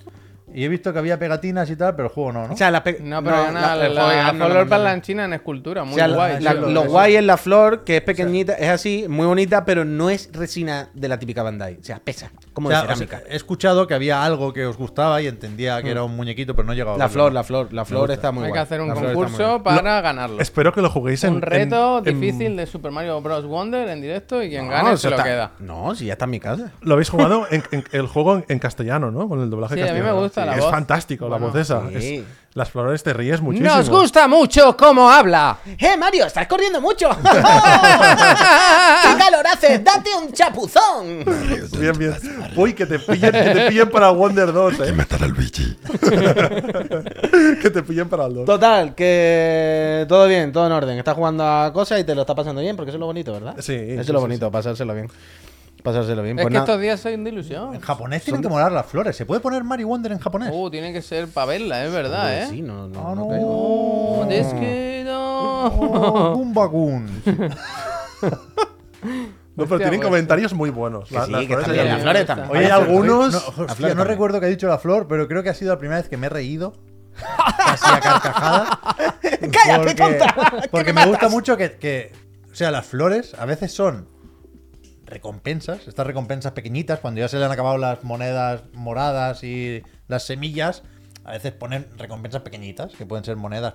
Speaker 3: Y he visto que había pegatinas y tal, pero el juego no, ¿no?
Speaker 1: O sea, la pe-
Speaker 2: No, pero nada, la,
Speaker 1: el juego ya
Speaker 2: la
Speaker 1: no lo
Speaker 2: color
Speaker 1: mandan.
Speaker 2: parlanchina en escultura, muy
Speaker 1: O sea, la-
Speaker 2: guay.
Speaker 1: la-
Speaker 2: tío.
Speaker 1: lo guay es la flor, que es pequeñita, es así, muy bonita, pero no es resina de la típica Bandai. O sea, pesa, como
Speaker 3: O sea,
Speaker 1: de cerámica. Mm.
Speaker 3: o sea, he escuchado que había algo que os gustaba y entendía que era un muñequito, pero no llegaba.
Speaker 1: la flor, la flor, la flor está muy
Speaker 2: Hay que
Speaker 1: guay.
Speaker 2: hacer un
Speaker 1: La flor está muy guay.
Speaker 2: concurso para ganarlo.
Speaker 4: Espero que lo juguéis en.
Speaker 2: un reto
Speaker 4: en- en-
Speaker 2: difícil de Super Mario Bros. Wonder en directo y quien
Speaker 1: No,
Speaker 2: gane
Speaker 1: eso
Speaker 2: se lo
Speaker 1: está-
Speaker 2: queda.
Speaker 1: No, si ya está en mi casa.
Speaker 4: Lo habéis jugado en, en- el juego en, en castellano, ¿no? Con el doblaje
Speaker 2: Sí, a mí
Speaker 4: castellano.
Speaker 2: me gusta la
Speaker 4: es
Speaker 2: voz.
Speaker 4: fantástico la
Speaker 2: Bueno,
Speaker 4: voz esa.
Speaker 1: sí.
Speaker 4: Es- las flores te ríes muchísimo.
Speaker 2: ¡Nos gusta mucho cómo
Speaker 1: [LAUGHS]
Speaker 2: habla!
Speaker 6: ¡Eh, Mario! ¡Estás corriendo mucho! ¡Qué calor hace! ¡Date un chapuzón!
Speaker 5: Mario, don't
Speaker 4: Bien, bien.
Speaker 5: ask Mario.
Speaker 4: Uy, que te pillen, que te pillen para Wonder 2,
Speaker 5: Hay que
Speaker 4: eh.
Speaker 5: matar a Luigi.
Speaker 4: Que te pillen para el 2.
Speaker 1: Total, que todo bien, todo en orden. Estás jugando a cosas y te lo está pasando bien, porque eso es lo bonito, ¿verdad?
Speaker 4: Sí,
Speaker 1: Eso
Speaker 4: sí,
Speaker 1: es lo
Speaker 4: sí,
Speaker 1: bonito, pasárselo bien. Pasárselo bien.
Speaker 2: es
Speaker 1: Pues
Speaker 2: que
Speaker 1: nada.
Speaker 2: estos días soy de ilusión.
Speaker 1: [LAUGHS]
Speaker 3: En japonés tienen que molar las flores. ¿Se puede poner Mary Wonder en japonés?
Speaker 1: Oh,
Speaker 2: Uh, tiene que ser para verla, es verdad, ¿eh?
Speaker 1: Sí, no, no,
Speaker 3: Ah,
Speaker 1: no
Speaker 3: no.
Speaker 1: caigo.
Speaker 2: Oh, es que no.
Speaker 3: Oh, [LAUGHS] Goomba Goon.
Speaker 4: No, pero tienen
Speaker 2: pues.
Speaker 4: comentarios muy buenos. La-
Speaker 1: sí,
Speaker 4: las
Speaker 1: eh. que
Speaker 4: flores
Speaker 1: también,
Speaker 4: de-
Speaker 1: las flores también.
Speaker 3: Oye, hay
Speaker 4: Parece-
Speaker 3: algunos.
Speaker 1: No,
Speaker 3: hostia,
Speaker 1: la flor
Speaker 3: no
Speaker 1: también.
Speaker 3: recuerdo que ha dicho la flor, pero creo que ha sido la primera vez que me he reído. Casi a carcajada.
Speaker 6: [LAUGHS] ¡Cállate, tonta! [LAUGHS] ¡Que
Speaker 3: Porque
Speaker 6: me
Speaker 3: me
Speaker 6: matas!
Speaker 3: gusta mucho que, que- O sea, las flores a veces son recompensas, estas recompensas pequeñitas, cuando ya se le han acabado las monedas moradas y las semillas, a veces ponen recompensas pequeñitas, que pueden ser monedas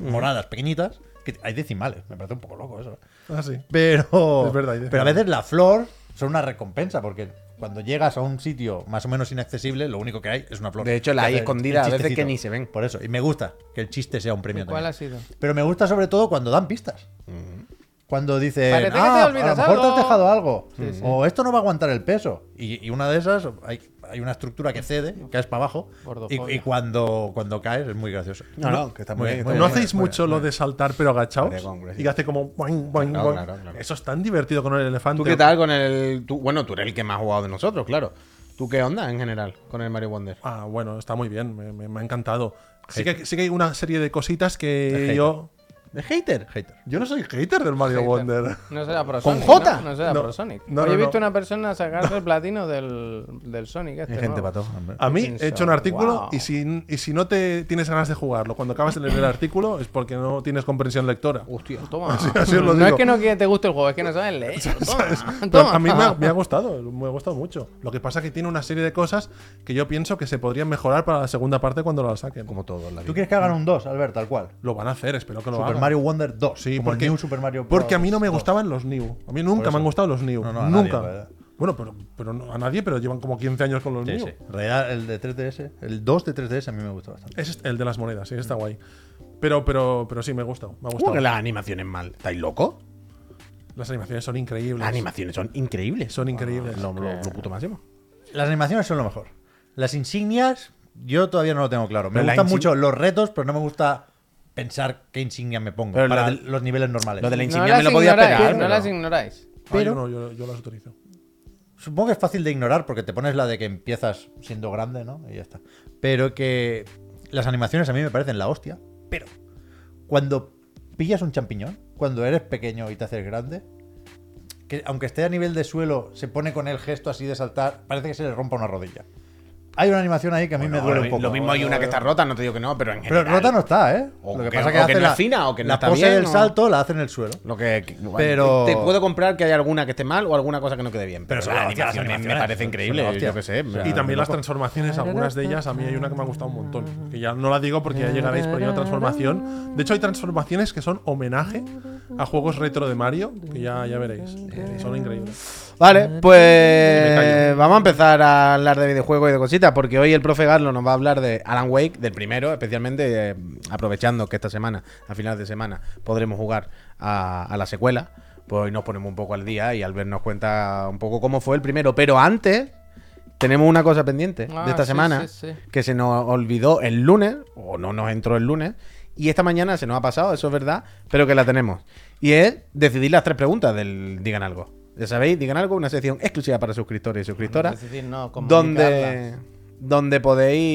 Speaker 6: Mm.
Speaker 3: moradas pequeñitas, que hay decimales, me parece un poco loco eso.
Speaker 4: Ah, sí.
Speaker 3: Pero,
Speaker 4: Es verdad, hay de-
Speaker 3: pero a veces la flor son una recompensa, porque cuando llegas a un sitio más o menos inaccesible, lo único que hay es una flor.
Speaker 1: De hecho, la
Speaker 3: Que
Speaker 1: hay
Speaker 3: hace el
Speaker 1: escondida, a veces
Speaker 3: chistecito.
Speaker 1: que ni se ven.
Speaker 3: Por eso, y me gusta que el chiste sea un premio.
Speaker 2: ¿Cuál
Speaker 3: también.
Speaker 2: ha sido?
Speaker 3: Pero me gusta sobre todo cuando dan pistas.
Speaker 1: Mm.
Speaker 3: Cuando dicen,
Speaker 2: Parece que te
Speaker 3: "Ah, a lo
Speaker 2: olvidas
Speaker 3: mejor te
Speaker 2: algo".
Speaker 3: has dejado algo. O esto no va a aguantar el peso. Y, y una de esas, hay, hay una estructura que cede, caes para abajo. Y,
Speaker 2: Gordofobia.
Speaker 3: y cuando, cuando caes es muy gracioso.
Speaker 1: No, no, que está muy bien, está
Speaker 4: ¿No
Speaker 1: Bueno,
Speaker 4: hacéis mucho lo de saltar pero agachados?
Speaker 1: Vale, con gracia.
Speaker 4: Y que hace como... boing, boing,
Speaker 1: Claro,
Speaker 4: boing.
Speaker 1: claro, claro.
Speaker 4: Eso es tan divertido con el elefante.
Speaker 1: ¿Tú qué tal con el.? tú- bueno, tú eres el que más ha jugado de nosotros, claro. ¿Tú qué onda en general con el Mario Wonder?
Speaker 4: Ah, bueno, está muy bien. Me, me- me ha encantado. Sí que, sí que hay una serie de cositas que
Speaker 3: hater.
Speaker 4: yo...
Speaker 1: ¿De hater?
Speaker 3: Hater.
Speaker 4: Yo no soy hater del Mario Wonder.
Speaker 2: No será Pro
Speaker 1: ¿Con
Speaker 2: Sonic,
Speaker 1: J?
Speaker 2: ¿no? No será
Speaker 4: No.
Speaker 2: Pro Sonic.
Speaker 4: No,
Speaker 2: Oye,
Speaker 4: no,
Speaker 2: he visto
Speaker 4: no.
Speaker 2: una persona sacarse el platino del, del Sonic. Este
Speaker 1: Hay gente
Speaker 2: nuevo.
Speaker 1: pato.
Speaker 4: A mí
Speaker 2: Fucking
Speaker 4: he hecho un
Speaker 2: show.
Speaker 4: artículo
Speaker 2: Wow.
Speaker 4: y, si, y si no te tienes ganas de jugarlo, cuando acabas de leer el artículo es porque no tienes comprensión lectora.
Speaker 1: Hostia.
Speaker 2: Toma.
Speaker 4: [LAUGHS] así os lo
Speaker 2: no
Speaker 4: digo.
Speaker 2: es que no que te guste el juego, es que no sabes
Speaker 4: [LAUGHS]
Speaker 2: leer. Toma.
Speaker 4: Pero
Speaker 2: Toma.
Speaker 4: a mí
Speaker 2: [LAUGHS]
Speaker 4: me ha, me ha gustado, me ha gustado mucho. Lo que pasa es que tiene una serie de cosas que yo pienso que se podrían mejorar para la segunda parte cuando la saquen.
Speaker 1: Como todo en la
Speaker 3: ¿Tú
Speaker 1: vida.
Speaker 3: quieres que hagan un 2, Albert, tal cual?
Speaker 4: Lo van a hacer, espero que lo
Speaker 3: Super
Speaker 4: hagan.
Speaker 3: Mario Wonder 2.
Speaker 4: Sí,
Speaker 3: como el
Speaker 4: porque,
Speaker 3: New Super Mario Bros.
Speaker 4: porque a mí no me
Speaker 3: 2.
Speaker 4: gustaban los New. A
Speaker 3: Por
Speaker 4: mí nunca
Speaker 3: eso.
Speaker 4: me han gustado los New.
Speaker 3: No, no, a nadie,
Speaker 4: nunca.
Speaker 3: la verdad.
Speaker 4: bueno, pero, pero no- a nadie, pero llevan como 15 años con los
Speaker 3: Sí,
Speaker 4: New.
Speaker 3: sí. En realidad, el de 3DS, el 2 de 3DS a mí me gusta bastante.
Speaker 4: Ese Es este, el de las monedas, sí, está guay. Pero, pero, pero sí, me gusta. Me ha
Speaker 1: ¿Cómo
Speaker 4: gustado.
Speaker 1: que las animaciones mal? ¿Estáis locos?
Speaker 4: Las animaciones son increíbles.
Speaker 3: Pues
Speaker 1: Las animaciones son increíbles.
Speaker 4: Son increíbles.
Speaker 3: Ah,
Speaker 1: Lo, lo- lo puto máximo.
Speaker 3: Las animaciones son lo mejor. Las insignias, yo todavía no lo tengo claro. Me
Speaker 1: Pero la
Speaker 3: gustan
Speaker 1: insi-
Speaker 3: mucho los retos, pero no me gusta pensar qué insignia me pongo
Speaker 1: Pero
Speaker 3: para
Speaker 1: la-
Speaker 3: de- los niveles normales.
Speaker 1: lo de la
Speaker 2: No
Speaker 1: insignia
Speaker 2: las
Speaker 1: me lo podía
Speaker 2: ignoráis, ¿eh?
Speaker 1: esperar.
Speaker 2: No
Speaker 1: pero-
Speaker 2: las ignoráis.
Speaker 4: Ah,
Speaker 3: pero-
Speaker 4: yo no, yo, yo las utilizo.
Speaker 3: Supongo que es fácil de ignorar porque te pones la de que empiezas siendo grande, ¿no? Y ya está. Pero que las animaciones a mí me parecen la hostia. Pero cuando pillas un champiñón, cuando eres pequeño y te haces grande, que aunque esté a nivel de suelo, se pone con el gesto así de saltar, parece que se le rompa una rodilla. Hay una animación ahí que a mí me
Speaker 1: Bueno,
Speaker 3: duele
Speaker 1: lo
Speaker 3: un
Speaker 1: mi-
Speaker 3: poco.
Speaker 1: Lo mismo hay una que está rota, no te digo que no, pero en
Speaker 3: Pero
Speaker 1: general.
Speaker 3: rota no está, ¿eh?
Speaker 1: O
Speaker 3: lo que,
Speaker 1: que-
Speaker 3: pasa es que
Speaker 1: o que
Speaker 3: hace
Speaker 1: no
Speaker 3: la,
Speaker 1: es fina, o que no
Speaker 3: la
Speaker 1: está
Speaker 3: pose
Speaker 1: bien,
Speaker 3: del
Speaker 1: o-
Speaker 3: salto la hace en el suelo.
Speaker 1: Lo que, que- bueno,
Speaker 3: Pero-
Speaker 1: Te puedo comprar que hay alguna que esté mal o alguna cosa que no quede bien. Pero,
Speaker 3: Pero son
Speaker 1: las
Speaker 3: hostias, las
Speaker 1: animaciones, me
Speaker 3: animaciones.
Speaker 1: parece
Speaker 3: Son- son
Speaker 1: increíble.
Speaker 3: hostias.
Speaker 1: Yo qué sé. me-
Speaker 4: Y también las transformaciones, algunas de ellas, a mí hay una que me ha gustado un montón. Que ya no la digo porque ya llegaréis, pero hay una transformación. De hecho, hay transformaciones que son homenaje a juegos retro de Mario, que ya, ya veréis.
Speaker 2: Eh.
Speaker 4: Son increíbles.
Speaker 1: Vale, pues
Speaker 4: callo.
Speaker 1: vamos a empezar a hablar de videojuegos y de cositas, porque hoy el profe Garlo nos va a hablar de Alan Wake, del primero, especialmente eh, aprovechando que esta semana, a final de semana, podremos jugar a, a la secuela. Pues hoy nos ponemos un poco al día y Albert nos cuenta un poco cómo fue el primero. Pero antes, tenemos una cosa pendiente
Speaker 2: Ah,
Speaker 1: de esta
Speaker 2: sí,
Speaker 1: semana
Speaker 2: sí, sí.
Speaker 1: que se nos olvidó el lunes, o no nos entró el lunes, y esta mañana se nos ha pasado, eso es verdad, pero que la tenemos. Y es decidir las tres preguntas del Digan Algo. Ya sabéis, Digan Algo, una sección exclusiva para suscriptores y suscriptoras,
Speaker 2: Es decir, no,
Speaker 1: donde,
Speaker 2: comunicarlas.
Speaker 1: donde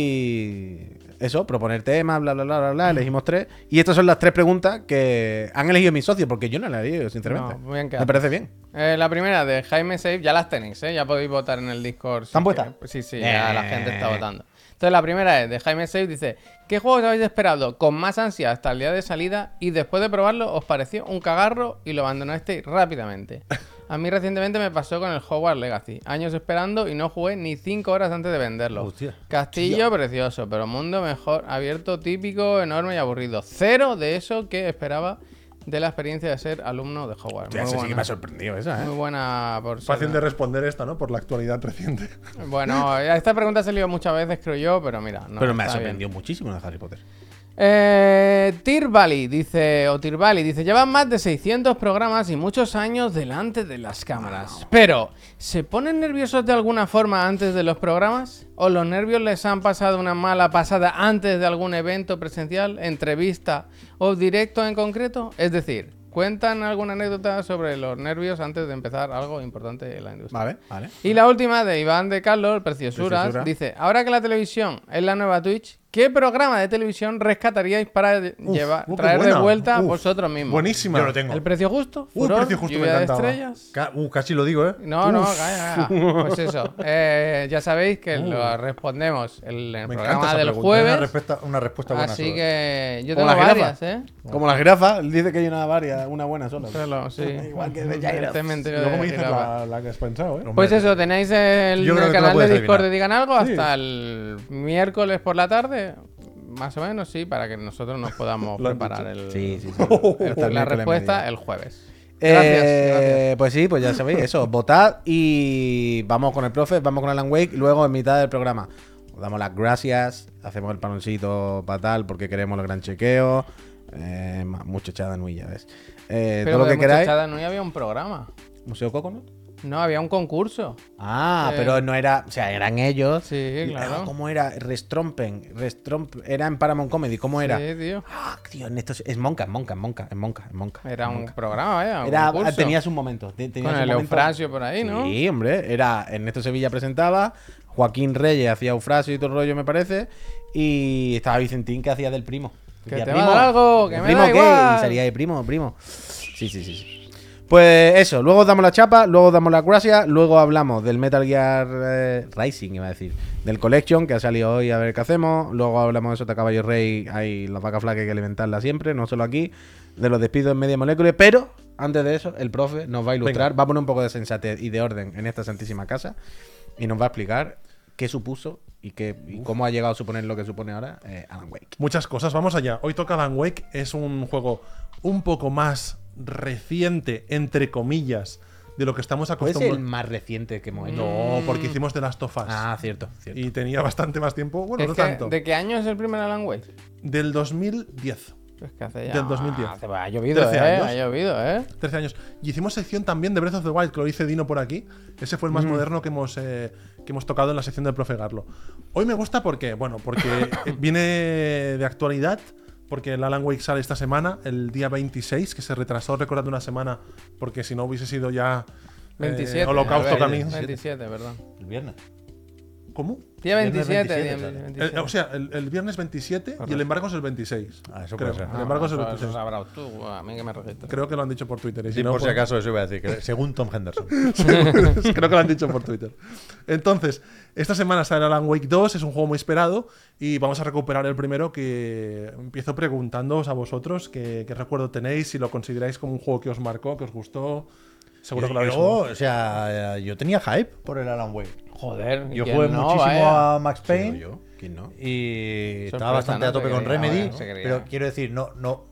Speaker 1: podéis, eso, proponer temas, bla, bla, bla, bla, bla, elegimos tres. Y estas son las tres preguntas que han elegido mis socios, porque yo no las he elegido, sinceramente.
Speaker 2: No, muy bien que
Speaker 1: Me
Speaker 2: hagas.
Speaker 1: parece bien.
Speaker 2: Eh, la primera de Jaime Save, ya las tenéis, ¿eh? Ya podéis votar en el Discord. si
Speaker 1: ¿Están puestas?
Speaker 2: queréis. Sí, sí, ya
Speaker 1: Eh.
Speaker 2: la gente está votando. Entonces, la primera es de Jaime Save, dice: ¿Qué juegos habéis esperado con más ansia hasta el día de salida y después de probarlo os pareció un cagarro y lo abandonasteis rápidamente? A mí recientemente me pasó con el Hogwarts Legacy. Años esperando y no jugué ni 5 horas antes de venderlo.
Speaker 3: Hostia.
Speaker 2: Castillo precioso, pero mundo mejor, abierto, típico, enorme y aburrido. Cero de eso que esperaba de la experiencia de ser alumno de Hogwarts.
Speaker 1: Hostia, esa
Speaker 2: Muy
Speaker 1: sí que
Speaker 2: buena.
Speaker 1: me ha sorprendido esa,
Speaker 2: Muy
Speaker 1: ¿eh?
Speaker 2: buena por ser-
Speaker 4: Fácil de responder esta, ¿no? Por la actualidad [LAUGHS] reciente.
Speaker 2: Bueno, esta pregunta se lió muchas veces, creo yo, pero mira. No,
Speaker 1: Pero me ha
Speaker 2: está bien.
Speaker 1: sorprendido muchísimo la de Harry Potter.
Speaker 2: Eh, Tirbali dice, o Tirbali dice, llevan más de 600 programas y muchos años delante de las cámaras. Pero, ¿se ponen nerviosos de alguna forma antes de los programas? ¿O los nervios les han pasado una mala pasada antes de algún evento presencial, entrevista o directo en concreto? Es decir, ¿Cuentan alguna anécdota sobre los nervios antes de empezar algo importante en la industria?
Speaker 1: Vale, vale.
Speaker 2: Y la última de Iván de Carlos, el Preciosuras,
Speaker 1: Preciosura.
Speaker 2: dice: Ahora que la televisión es la nueva Twitch, ¿qué programa de televisión rescataríais para llevar,
Speaker 4: uh, qué
Speaker 2: traer de
Speaker 4: buena.
Speaker 2: vuelta
Speaker 4: Uf,
Speaker 2: vosotros mismos?
Speaker 4: Buenísima.
Speaker 3: Yo lo tengo.
Speaker 2: ¿El precio justo?
Speaker 4: Uh, El
Speaker 2: ¿Furor?
Speaker 4: Precio Justo me
Speaker 2: ¿Lluvia de
Speaker 4: encantaba.
Speaker 2: estrellas?
Speaker 3: Ca- uh, casi lo digo, ¿eh?
Speaker 2: No, no, calla, calla. Pues eso. Eh, ya sabéis que
Speaker 4: Uh.
Speaker 2: lo respondemos en el,
Speaker 3: Me encanta
Speaker 2: programa
Speaker 3: esa
Speaker 2: del
Speaker 3: pregunta. Es Una
Speaker 2: jueves.
Speaker 3: respuesta, una respuesta buena.
Speaker 2: Así
Speaker 3: sobre-
Speaker 2: que yo
Speaker 1: Como
Speaker 2: tengo
Speaker 1: la jirafa.
Speaker 2: varias, ¿eh?
Speaker 1: Como las grafas, él dice que hay una varias, una buena sola.
Speaker 2: Solo, sí.
Speaker 1: Igual que de
Speaker 2: El
Speaker 1: Jairo.
Speaker 2: cementerio
Speaker 4: Luego
Speaker 2: de
Speaker 4: me dices
Speaker 2: jirafa.
Speaker 4: la, la que has pensado, ¿eh?
Speaker 2: Pues eso, tenéis el,
Speaker 3: Yo creo
Speaker 2: el
Speaker 3: que tú
Speaker 2: canal
Speaker 3: la
Speaker 2: de
Speaker 3: puedes
Speaker 2: Discord de
Speaker 3: adivinar.
Speaker 2: Digan Algo hasta el miércoles por la tarde, más o menos, sí, para que nosotros nos [LAUGHS] podamos
Speaker 4: Lo han
Speaker 2: preparar el,
Speaker 1: Sí, [LAUGHS] Eh, sí, sí.
Speaker 2: el-
Speaker 1: Hasta el
Speaker 2: la
Speaker 1: miércoles
Speaker 2: respuesta
Speaker 1: mediodía.
Speaker 2: el jueves. Gracias,
Speaker 1: Eh, Pues sí, pues ya sabéis,
Speaker 2: [LAUGHS]
Speaker 1: eso, votad y vamos con el profe, vamos con Alan Wake, y luego en mitad del programa. Os damos las gracias, hacemos el panoncito para tal porque queremos el gran chequeo. Eh, ma- mucho chada nuilla, ¿ves? Eh,
Speaker 2: Pero
Speaker 1: todo lo
Speaker 2: de
Speaker 1: que queráis.
Speaker 2: Muchachada no había un programa.
Speaker 1: Museo Coco, ¿no?
Speaker 2: No, había un concurso.
Speaker 1: Ah,
Speaker 2: Eh.
Speaker 1: pero no era. O sea, eran ellos.
Speaker 2: Sí,
Speaker 1: Y-
Speaker 2: claro.
Speaker 1: ah, ¿Cómo era? Restrompen. Restromp, era en Paramount Comedy. ¿Cómo era?
Speaker 2: Sí, tío.
Speaker 1: Ah, tío, en estos, es Monca, es Monca, es Monca, es Monca, es Monca.
Speaker 2: Era
Speaker 1: es
Speaker 2: un
Speaker 1: Monca.
Speaker 2: programa, vaya. un
Speaker 1: Era-
Speaker 2: concurso.
Speaker 1: tenías un momento. te- tenías
Speaker 2: Con
Speaker 1: un
Speaker 2: el
Speaker 1: momento-
Speaker 2: Eufrasio por ahí, ¿no?
Speaker 1: Sí, hombre. Era Ernesto Sevilla presentaba, Joaquín Reyes hacía Eufrasio y todo el rollo, me parece. Y estaba Vicentín que hacía del primo.
Speaker 2: Que
Speaker 1: Decía,
Speaker 2: te va a dar algo, que me
Speaker 1: ¿primo
Speaker 2: da
Speaker 1: qué?".
Speaker 2: igual.
Speaker 1: Y salía de primo, primo. Sí, sí, sí, sí. Pues eso, luego os damos la chapa, luego os damos las gracias, luego hablamos del Metal Gear eh, Rising, iba a decir, del Collection que ha salido hoy a ver qué hacemos, luego hablamos de Sota Caballo Rey, hay la vaca flaca que hay que alimentarla siempre, no solo aquí, de los despidos en media molécula, pero antes de eso, el profe nos va a ilustrar, va a poner un poco de sensatez y de orden en esta santísima casa y nos va a explicar qué supuso y, qué, y cómo ha llegado a suponer lo que supone ahora eh, Alan Wake.
Speaker 4: Muchas cosas, vamos allá. Hoy toca Alan Wake, es un juego un poco más reciente, entre comillas, de lo que estamos
Speaker 1: ¿Cuál es Pues Mm. el
Speaker 4: acostumbrados.
Speaker 1: más reciente que hemos hecho?
Speaker 4: No, porque hicimos de las tofas.
Speaker 1: Ah, cierto, cierto.
Speaker 4: y tenía bastante más tiempo. Bueno,
Speaker 2: Es
Speaker 4: no
Speaker 2: que-
Speaker 4: tanto.
Speaker 2: ¿De qué año es el primer Alan Wake?
Speaker 4: Del 2010.
Speaker 2: Pues que hace ya.
Speaker 4: Del 2010.
Speaker 2: hace- ha llovido,
Speaker 4: 13
Speaker 2: ¿eh?
Speaker 4: años.
Speaker 2: Ha llovido, ¿eh?
Speaker 4: 13 años. Y hicimos sección también de Breath of the Wild, que lo dice Dino por aquí. Ese fue el
Speaker 3: Mm.
Speaker 4: más moderno que hemos, eh, que hemos tocado en la sección del Profe Garlo. Hoy me gusta porque, bueno,
Speaker 3: [COUGHS]
Speaker 4: porque eh, viene de actualidad, porque el Alan Wake sale esta semana, el día 26, que se retrasó, recordad, una semana, porque si no hubiese sido ya eh,
Speaker 2: 27.
Speaker 4: Holocausto
Speaker 2: a ver,
Speaker 4: también.
Speaker 2: 27, perdón.
Speaker 3: El viernes.
Speaker 4: ¿Cómo?
Speaker 2: Día
Speaker 3: Viernes
Speaker 2: 27,
Speaker 3: 27,
Speaker 2: día
Speaker 3: claro.
Speaker 2: 27.
Speaker 4: El- o sea, el, el viernes 27 y el embargo es el 26.
Speaker 3: Ah, eso
Speaker 4: creo.
Speaker 3: puede ser.
Speaker 4: El embargo es el
Speaker 2: eso- eso
Speaker 4: 26.
Speaker 2: sabrás tú, a mí que me registro.
Speaker 4: Creo que lo han dicho por Twitter. y si
Speaker 3: Sí,
Speaker 4: no,
Speaker 3: por si
Speaker 4: pues-
Speaker 3: acaso, eso iba a decir. que- según Tom Henderson.
Speaker 4: [LAUGHS] Creo que lo han dicho por Twitter. Entonces, esta semana sale Alan Wake 2, es un juego muy esperado y vamos a recuperar el primero que empiezo preguntándoos a vosotros qué, qué recuerdo tenéis, si lo consideráis como un juego que os marcó, que os gustó. Seguro que lo habéis
Speaker 3: Yo, o sea, yo tenía hype por el Alan Wake.
Speaker 2: Joder,
Speaker 3: Yo
Speaker 2: ¿quién
Speaker 3: jugué
Speaker 2: no,
Speaker 3: muchísimo
Speaker 2: vaya?
Speaker 3: a Max Payne.
Speaker 1: ¿Quién no?
Speaker 3: Y
Speaker 2: Sorpresa,
Speaker 3: estaba bastante
Speaker 2: ¿no?
Speaker 3: a tope
Speaker 2: Se
Speaker 3: con
Speaker 2: creía,
Speaker 3: Remedy,
Speaker 2: ¿no? Se creía.
Speaker 3: pero quiero decir, no, no,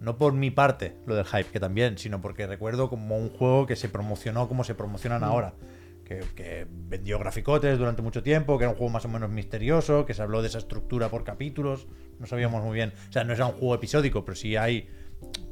Speaker 3: no por mi parte lo del hype, que también, sino porque recuerdo como un juego que se promocionó como se
Speaker 2: Mm.
Speaker 3: promocionan ahora. Que, que vendió graficotes durante mucho tiempo, que era un juego más o menos misterioso, que se habló de esa estructura por capítulos, no sabíamos muy bien. O sea, no era un juego episódico, pero sí hay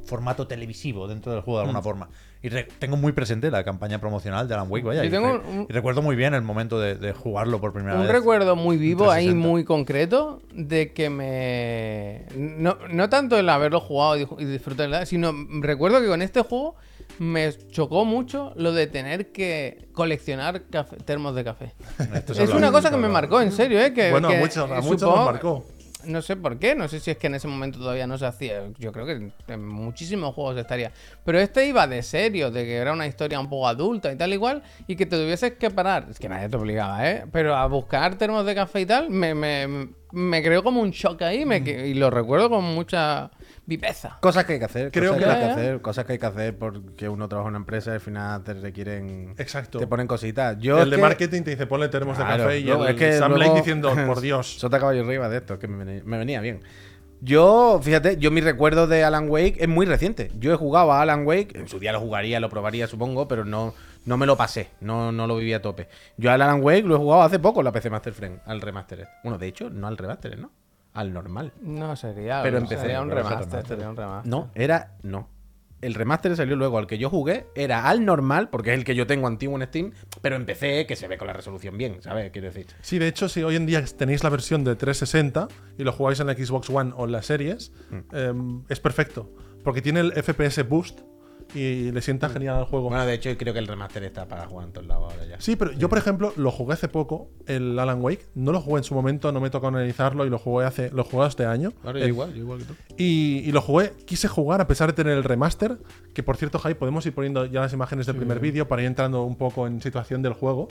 Speaker 3: formato televisivo dentro del juego de
Speaker 2: Mm.
Speaker 3: alguna forma. Y re- tengo muy presente la campaña promocional de Alan Wake, vaya.
Speaker 2: Yo
Speaker 3: y,
Speaker 2: tengo
Speaker 3: re-
Speaker 2: un-
Speaker 3: y recuerdo muy bien el momento de, de jugarlo por primera
Speaker 2: Un
Speaker 3: vez.
Speaker 2: recuerdo muy vivo ahí,
Speaker 3: 360.
Speaker 2: muy concreto, de que me... No, no tanto el haberlo jugado y y disfrutarlo, sino recuerdo que con este juego me chocó mucho lo de tener que coleccionar café- termos de café.
Speaker 3: Esto se
Speaker 2: Es
Speaker 3: hablaba
Speaker 2: una cosa que
Speaker 3: mucho,
Speaker 2: me
Speaker 3: hablaba.
Speaker 2: marcó, en serio, ¿eh? Que,
Speaker 4: Bueno, a
Speaker 2: que
Speaker 4: muchos- a
Speaker 2: eh,
Speaker 4: muchos nos
Speaker 2: supongo-
Speaker 4: marcó.
Speaker 2: No sé por qué, no sé si es que en ese momento todavía no se hacía. Yo creo que en muchísimos juegos estaría. Pero este iba de serio, de que era una historia un poco adulta y tal igual, y que te tuvieses que parar. Es que nadie te obligaba, ¿eh? Pero a buscar termos de café y tal, me, me, me creó como un shock ahí me, que- y lo recuerdo con mucha viveza.
Speaker 1: Cosas que hay que hacer.
Speaker 4: Creo
Speaker 1: cosas
Speaker 4: que-
Speaker 1: hay que
Speaker 2: Ya, ya.
Speaker 1: hacer. Cosas que hay que hacer porque uno trabaja en una empresa y al final te requieren.
Speaker 4: Exacto.
Speaker 1: Te ponen cositas. Yo
Speaker 4: El
Speaker 1: es
Speaker 4: de
Speaker 1: que-
Speaker 4: marketing te dice ponle termos de
Speaker 1: Claro,
Speaker 4: café y
Speaker 1: luego
Speaker 4: el
Speaker 1: es que
Speaker 4: Sam
Speaker 1: luego-
Speaker 4: Blake
Speaker 1: [LAUGHS]
Speaker 4: diciendo, por Dios.
Speaker 1: Sota caballo arriba de esto, que me venía, me venía bien. Yo, fíjate, yo mi recuerdo de Alan Wake es muy reciente. Yo he jugado a Alan Wake, en su día lo jugaría, lo probaría, supongo, pero no, no me lo pasé, no, no lo viví a tope. Yo al Alan Wake lo he jugado hace poco, en la PC Master Friend, al remastered. Bueno, de hecho, no al remastered, ¿no? Al normal.
Speaker 2: No sería.
Speaker 1: Pero
Speaker 2: no,
Speaker 1: empecé,
Speaker 2: Sería un
Speaker 1: pero
Speaker 2: remaster. Sería un remaster.
Speaker 1: No, era. No. El remaster salió luego. Al que yo jugué era al normal, porque es el que yo tengo antiguo en Steam, pero empecé que se ve con la resolución bien, ¿sabes? Quiero decir.
Speaker 4: Sí, de hecho, si hoy en día tenéis la
Speaker 1: Mm.
Speaker 4: versión de 360 y lo jugáis en la Xbox One o en las series, eh, em, es perfecto. porque tiene el FPS Boost y le
Speaker 1: Mm.
Speaker 4: sienta genial al juego.
Speaker 1: Bueno, de hecho, creo que el remaster está para jugar en todos lados ahora ya.
Speaker 4: Sí, pero yo, por ejemplo, lo jugué hace poco, el Alan Wake. No lo jugué en su momento, no me tocó analizarlo y lo jugué hace, lo jugué este año.
Speaker 1: Claro,
Speaker 4: Eh,
Speaker 1: yo igual, yo igual que tú.
Speaker 4: y, y lo jugué, quise jugar a pesar de tener el remaster, que por cierto, Jai, podemos ir poniendo ya las imágenes del primer vídeo para ir entrando un poco en situación del juego.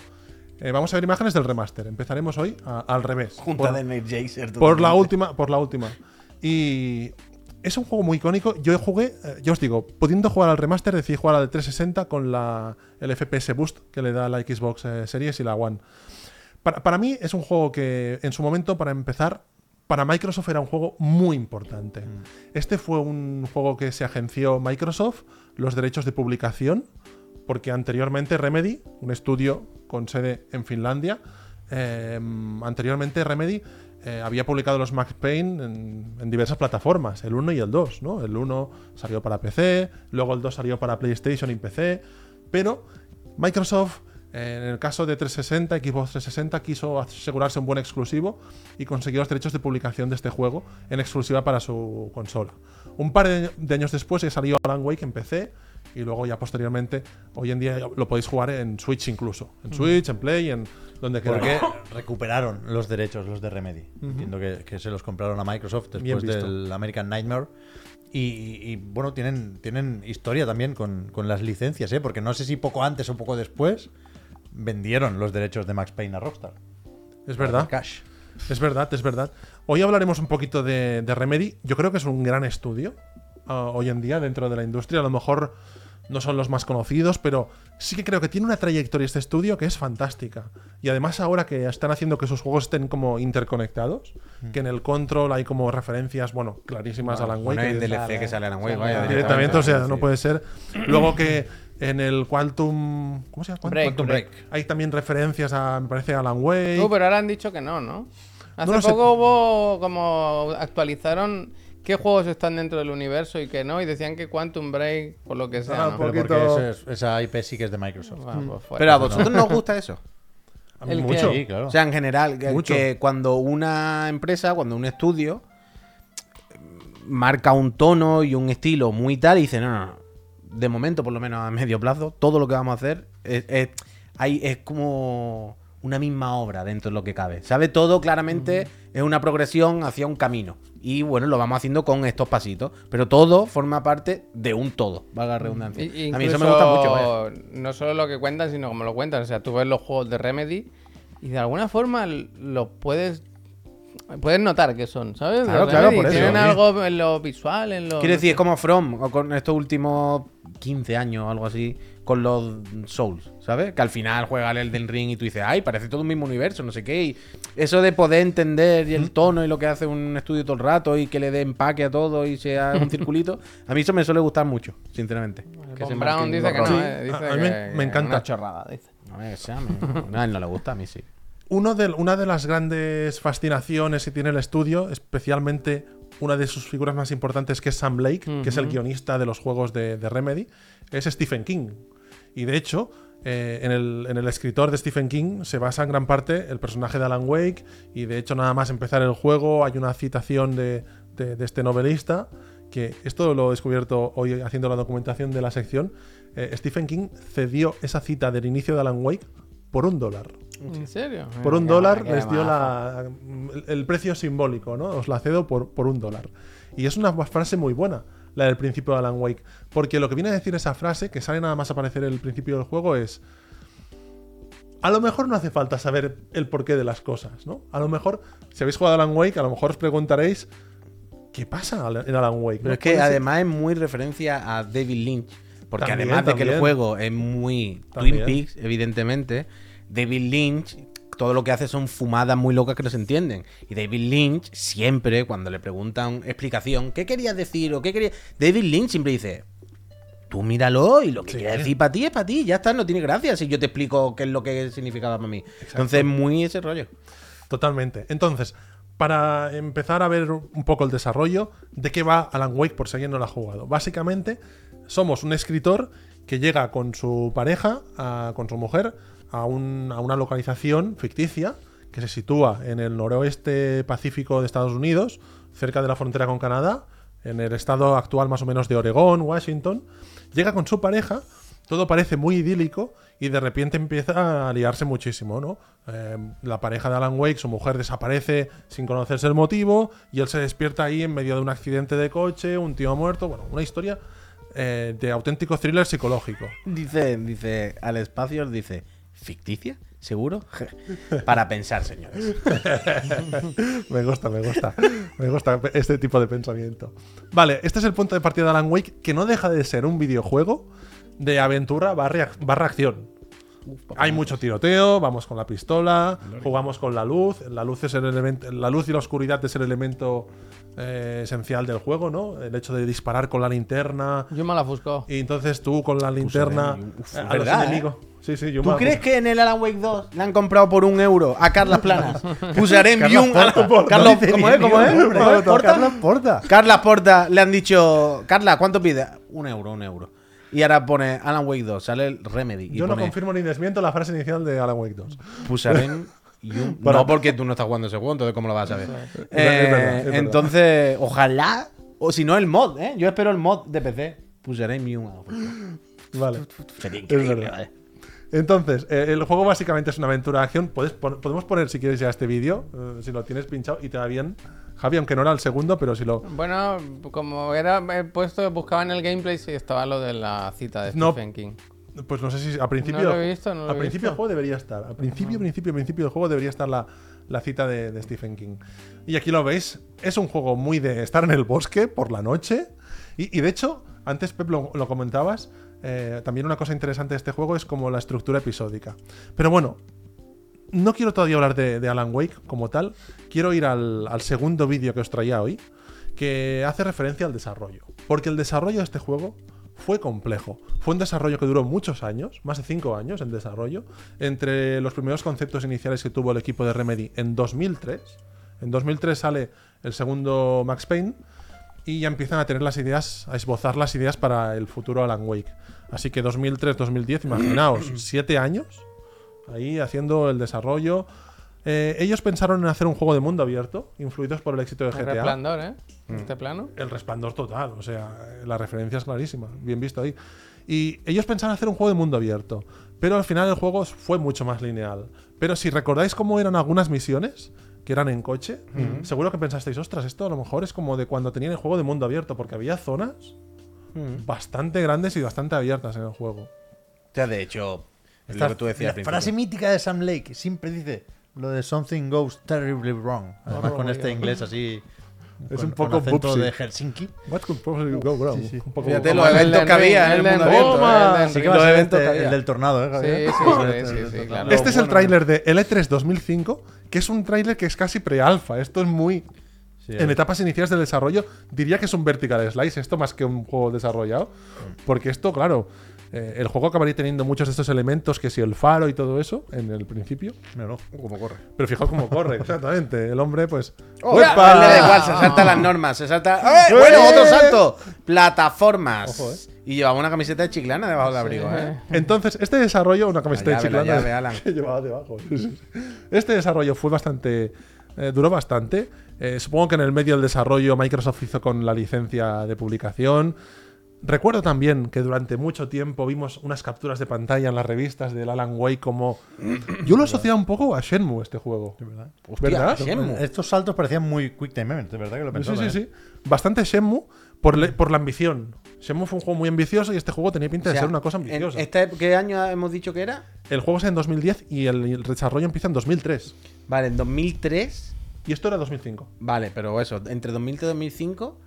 Speaker 4: Eh, vamos a ver imágenes del remaster. Empezaremos hoy a- al revés.
Speaker 1: Junta
Speaker 4: Por-
Speaker 1: de Jacer.
Speaker 4: por la última, por la última. Y es un juego muy icónico. Yo jugué, eh, yo os digo, pudiendo jugar al remaster, decidí jugar al de 360 con la, el FPS Boost que le da la Xbox eh, Series y la One. Para, para mí es un juego que en su momento, para empezar, para Microsoft era un juego muy importante. Este fue un juego que se agenció Microsoft, los derechos de publicación, porque anteriormente Remedy, un estudio con sede en Finlandia, eh, anteriormente Remedy eh, había publicado los Max Payne en, en diversas plataformas, el 1 y el 2, ¿no? El 1 salió para PC, luego el 2 salió para PlayStation y PC, pero Microsoft, eh, en el caso de 360, Xbox 360, quiso asegurarse un buen exclusivo y consiguió los derechos de publicación de este juego en exclusiva para su consola. Un par de, de años después que salió Alan Wake en PC y luego ya posteriormente, hoy en día lo podéis jugar en Switch incluso. En Switch, en Play, en donde queráis.
Speaker 3: Porque recuperaron los derechos, los de Remedy. Entiendo que, que se los compraron a Microsoft
Speaker 4: Bien
Speaker 3: después
Speaker 4: visto.
Speaker 3: del American Nightmare. Y, y- y, bueno, tienen, tienen historia también con, con las licencias, ¿eh? porque no sé si poco antes o poco después vendieron los derechos de Max Payne a Rockstar.
Speaker 4: Es verdad.
Speaker 3: Cash.
Speaker 4: Es verdad, es verdad. Hoy hablaremos un poquito de, de Remedy. Yo creo que es un gran estudio ah, hoy en día dentro de la industria. A lo mejor no son los más conocidos, pero sí que creo que tiene una trayectoria este estudio que es fantástica. Y además ahora que están haciendo que sus juegos estén como interconectados,
Speaker 1: Mm.
Speaker 4: que en el control hay como referencias, bueno, clarísimas a Alan Wake.
Speaker 1: Bueno,
Speaker 4: que
Speaker 1: el
Speaker 4: es-
Speaker 1: DLC que sale Alan Wake, vaya.
Speaker 4: directamente, o sea, no puede ser. Luego que en el Quantum... ¿Cómo se llama? Quantum-
Speaker 2: Break,
Speaker 4: Quantum
Speaker 2: break.
Speaker 4: Hay también referencias a, me parece, Alan Wake.
Speaker 2: Uh, pero ahora han dicho que no, ¿no? Hace
Speaker 4: lo sé.
Speaker 2: poco hubo como actualizaron qué juegos están dentro del universo y qué no, y decían que Quantum Break, por lo que sea,
Speaker 4: Ah,
Speaker 2: ¿no?
Speaker 3: Pero
Speaker 4: Poquito-
Speaker 3: porque ese es- esa IP sí que es de Microsoft.
Speaker 2: Bueno, pues fuera.
Speaker 1: pues, mm. Pero a vosotros no os gusta eso.
Speaker 4: A mí
Speaker 2: el que-
Speaker 4: mucho.
Speaker 3: Sí, claro.
Speaker 1: O sea, en general, que,
Speaker 4: Mucho.
Speaker 1: que cuando una empresa, cuando un estudio eh, marca un tono y un estilo muy tal y dice, no, no, no, de momento, por lo menos a medio plazo, todo lo que vamos a hacer es, es- hay- es como una misma obra dentro de lo que cabe. ¿Sabe? Todo claramente es una progresión hacia un camino. Y bueno, lo vamos haciendo con estos pasitos. Pero todo forma parte de un todo, valga la redundancia.
Speaker 2: Y- y
Speaker 1: a mí eso me
Speaker 2: incluso
Speaker 1: gusta mucho. vaya.
Speaker 2: No solo lo que cuentan, sino como lo cuentan. O sea, tú ves los juegos de Remedy y de alguna forma l- los puedes. Puedes notar que son, ¿sabes?
Speaker 1: Claro,
Speaker 2: Los
Speaker 1: claro,
Speaker 2: Remedy
Speaker 1: por eso.
Speaker 2: Tienen
Speaker 1: Sí.
Speaker 2: algo en lo visual, en lo.
Speaker 1: Quiero decir, es como From, o con estos últimos 15 años o algo así, con los Souls, ¿sabes? Que al final juega el Elden Ring y tú dices, ay, parece todo un mismo universo, no sé qué. Y eso de poder entender y el tono y lo que hace un estudio todo el rato y que le dé empaque a todo y sea
Speaker 2: [LAUGHS]
Speaker 1: un circulito, a mí eso me suele gustar mucho, sinceramente. Que se
Speaker 2: Von
Speaker 1: marquen
Speaker 2: Brown dice que no,
Speaker 1: los roles.
Speaker 2: eh, dice
Speaker 4: a- a mí
Speaker 2: que-
Speaker 4: me-
Speaker 2: que
Speaker 4: me encanta.
Speaker 2: Una chorrada, dice.
Speaker 1: A ver, o sea, me- a él no le gusta, a mí sí.
Speaker 4: Uno de, una de las grandes fascinaciones que tiene el estudio, especialmente una de sus figuras más importantes, que es Sam Blake, que es el guionista de los juegos de, de Remedy, es Stephen King. Y de hecho, eh, en, el, en el escritor de Stephen King se basa en gran parte el personaje de Alan Wake, y de hecho, nada más empezar el juego, hay una citación de, de- de este novelista, que esto lo he descubierto hoy haciendo la documentación de la sección. Eh, Stephen King cedió esa cita del inicio de Alan Wake por un dólar.
Speaker 2: ¿En serio?
Speaker 4: Por un
Speaker 2: Qué
Speaker 4: dólar
Speaker 2: ma- qué
Speaker 4: les dio
Speaker 2: maja.
Speaker 4: la, el, el precio simbólico, ¿no? Os la cedo por, por un dólar. Y es una frase muy buena, la del principio de Alan Wake. Porque lo que viene a decir esa frase, que sale nada más aparecer en el principio del juego, es. A lo mejor no hace falta saber el porqué de las cosas, ¿no? A lo mejor, si habéis jugado a Alan Wake, a lo mejor os preguntaréis. ¿Qué pasa en Alan Wake?
Speaker 1: Pero
Speaker 4: ¿no?
Speaker 1: es que
Speaker 4: ¿Cuál el-
Speaker 1: además es muy referencia a David Lynch. Porque
Speaker 4: También,
Speaker 1: además de que
Speaker 4: también.
Speaker 1: el juego es muy
Speaker 4: También.
Speaker 1: Twin Peaks, evidentemente, David Lynch todo lo que hace son fumadas muy locas que no se entienden. Y David Lynch siempre, cuando le preguntan explicación, ¿qué querías decir o qué querías...? David Lynch siempre dice, tú míralo y lo que quieras decir para ti es para ti, ya está, no tiene gracia si yo te explico qué es lo que significaba para mí. Entonces, muy ese rollo.
Speaker 4: Totalmente. Entonces, para empezar a ver un poco el desarrollo, ¿de qué va Alan Wake por si alguien no lo ha jugado? Básicamente, somos un escritor que llega con su pareja, a- con su mujer, a, un- a una localización ficticia que se sitúa en el noroeste pacífico de Estados Unidos, cerca de la frontera con Canadá, en el estado actual más o menos de Oregón, Washington. Llega con su pareja, todo parece muy idílico y de repente empieza a liarse muchísimo, ¿no? Eh, la pareja de Alan Wake, su mujer desaparece sin conocerse el motivo y él se despierta ahí en medio de un accidente de coche, un tío muerto, bueno, una historia eh, de auténtico thriller psicológico.
Speaker 1: Dice, dice, al espacio dice, ¿ficticia? ¿Seguro? [LAUGHS] Para pensar, señores.
Speaker 4: me gusta, me gusta. Me gusta este tipo de pensamiento. Vale, este es el punto de partida de Alan Wake, que no deja de ser un videojuego de aventura barra, barra acción. Hay mucho tiroteo, vamos con la pistola, jugamos con la luz. La luz, es el elemento, la luz y la oscuridad es el elemento eh, esencial del juego, ¿no? El hecho de disparar con la linterna.
Speaker 2: Yo me la busco.
Speaker 4: Y entonces tú con la linterna
Speaker 1: Uf,
Speaker 4: a los
Speaker 1: ¿verdad, eh?
Speaker 4: enemigos. Sí, sí, yo
Speaker 1: ¿Tú
Speaker 4: me la
Speaker 1: crees
Speaker 4: busco.
Speaker 1: que en el Alan Wake 2 le han comprado por un euro a Carlas
Speaker 3: [LAUGHS]
Speaker 1: Planas? Pusarem
Speaker 3: Carlos
Speaker 1: Jung. a-
Speaker 3: Porta.
Speaker 1: Carlos,
Speaker 3: No dice
Speaker 1: ¿Cómo
Speaker 3: ni
Speaker 1: es? ¿Cómo
Speaker 3: un
Speaker 1: es?
Speaker 3: nombre,
Speaker 1: ¿Carlos
Speaker 3: Carlos
Speaker 1: Porta?
Speaker 3: Porta.
Speaker 1: Carlas Porta le han dicho, Carla, ¿cuánto pide? Un euro, un euro. Y ahora pone Alan Wake 2, sale el Remedy. Y
Speaker 4: Yo no
Speaker 1: pone,
Speaker 4: confirmo ni desmiento la frase inicial de Alan Wake 2.
Speaker 1: Pusarem
Speaker 3: [LAUGHS]
Speaker 1: Jung.
Speaker 4: Para-
Speaker 1: No, porque tú no estás jugando ese juego, entonces ¿cómo lo vas a ver?
Speaker 4: es verdad, es verdad.
Speaker 1: Eh, entonces, ojalá, o si no, el mod, ¿eh? Yo espero el mod de PC. Pusarem Jung.
Speaker 4: Vale.
Speaker 1: Sería
Speaker 4: Es
Speaker 1: increíble,
Speaker 4: verdad.
Speaker 1: ¿vale?
Speaker 4: Entonces, eh, el juego básicamente es una aventura de acción. Puedes pon- podemos poner, si quieres, ya este vídeo, eh, si lo tienes pinchado y te va bien. Javi, aunque no era el segundo, pero si lo.
Speaker 2: Bueno, como era he puesto, buscaba en el gameplay si estaba lo de la cita de
Speaker 4: No.
Speaker 2: Stephen King.
Speaker 4: Pues no sé si a principio.
Speaker 2: No lo he visto, no lo
Speaker 4: a
Speaker 2: he visto.
Speaker 4: principio del juego debería estar. A principio, principio, principio del juego debería estar la, la cita de, de Stephen King. Y aquí lo veis. Es un juego muy de estar en el bosque por la noche. Y, y de hecho, antes Pep lo, lo comentabas. eh, también una cosa interesante de este juego es como la estructura episódica. Pero bueno, no quiero todavía hablar de, de Alan Wake como tal. Quiero ir al, al segundo vídeo que os traía hoy, que hace referencia al desarrollo. Porque el desarrollo de este juego fue complejo. Fue un desarrollo que duró muchos años, más de 5 años en desarrollo, entre los primeros conceptos iniciales que tuvo el equipo de Remedy en 2003. En 2003 sale el segundo Max Payne y ya empiezan a tener las ideas, a esbozar las ideas para el futuro Alan Wake. Así que 2003-2010, imaginaos, 7 años ahí haciendo el desarrollo. Eh, ellos pensaron en hacer un juego de mundo abierto, influidos por el éxito de
Speaker 2: El
Speaker 4: GTA.
Speaker 2: resplandor, ¿eh?
Speaker 1: Mm.
Speaker 2: Este plano.
Speaker 4: El resplandor total, o sea, la referencia es clarísima, bien visto ahí. Y ellos pensaban hacer un juego de mundo abierto, pero al final el juego fue mucho más lineal. Pero si recordáis cómo eran algunas misiones, que eran en coche, seguro que pensasteis, ostras, esto a lo mejor es como de cuando tenían el juego de mundo abierto, porque había zonas bastante grandes y bastante abiertas en el juego.
Speaker 1: O sea, de hecho, es
Speaker 3: Esta
Speaker 1: lo que tú decías al
Speaker 3: la
Speaker 1: principio.
Speaker 3: frase mítica de Sam Lake siempre dice lo de something goes terribly wrong. Además con este inglés así.
Speaker 4: Es
Speaker 3: con-
Speaker 4: un poco
Speaker 3: con acento
Speaker 4: Bubsy.
Speaker 3: de Helsinki.
Speaker 4: What could possibly go wrong? Un poco-
Speaker 1: Fíjate
Speaker 2: Como
Speaker 1: los eventos
Speaker 2: el
Speaker 1: que
Speaker 2: Elden Ring,
Speaker 1: había en el
Speaker 2: Elden
Speaker 1: mundo
Speaker 2: Ring,
Speaker 1: abierto,
Speaker 2: Toma.
Speaker 1: ¿eh?
Speaker 3: Así que
Speaker 1: Los
Speaker 3: va a ser
Speaker 1: eventos que
Speaker 3: este-
Speaker 1: había.
Speaker 3: el del tornado, ¿eh? [LAUGHS]
Speaker 2: Sí, sí, sí,
Speaker 3: Javier? El del
Speaker 2: sí, sí,
Speaker 3: tornado.
Speaker 2: claro.
Speaker 4: Este es el
Speaker 2: bueno.
Speaker 4: tráiler de L3 2005, que es un tráiler que es casi pre-alfa. Esto es muy... en etapas iniciales del desarrollo, diría que es un vertical slice, esto más que un juego desarrollado. Porque esto, claro, eh, el juego acabaría teniendo muchos de estos elementos, que si el faro y todo eso, en el principio.
Speaker 3: Míralo.
Speaker 1: Como corre.
Speaker 4: Pero fijaos cómo corre, exactamente. El hombre, pues...
Speaker 1: ¡Uepa! Le da igual, se salta las normas, se salta. ¡Eh! Bueno, otro salto. Plataformas.
Speaker 4: Ojo,
Speaker 1: Y llevaba una camiseta de chiclana debajo del abrigo, ¿eh?
Speaker 4: [LAUGHS] Entonces, este desarrollo, una camiseta
Speaker 1: La llave, la
Speaker 4: chiclana
Speaker 1: llave, Alan.
Speaker 4: [LAUGHS] que llevaba debajo. Sí, sí, sí. Este desarrollo fue bastante. eh, duró bastante. Eh, supongo que en el medio del desarrollo Microsoft hizo con la licencia de publicación. Recuerdo también que durante mucho tiempo vimos unas capturas de pantalla en las revistas del Alan
Speaker 1: [CLEARS THROAT]
Speaker 4: Way como. Yo lo asociaba un poco a Shenmue este juego. ¿Verdad?
Speaker 1: Hostia, Shenmue.
Speaker 3: Estos saltos parecían muy quick time event, de verdad que lo
Speaker 4: Sí,
Speaker 3: pensaba.
Speaker 4: sí,
Speaker 3: ¿eh?
Speaker 4: sí. Bastante Shenmue por, le- por la ambición. Shenmue fue un juego muy ambicioso y este juego tenía pinta
Speaker 1: O
Speaker 4: de
Speaker 1: sea,
Speaker 4: ser una cosa
Speaker 1: en
Speaker 4: ambiciosa.
Speaker 1: esta- ¿Qué año hemos dicho que era?
Speaker 4: El juego es en 2010 y el, el desarrollo empieza en 2003.
Speaker 1: Vale, en 2003.
Speaker 4: Y esto era 2005.
Speaker 1: Vale, pero eso, entre 2003 y 2005.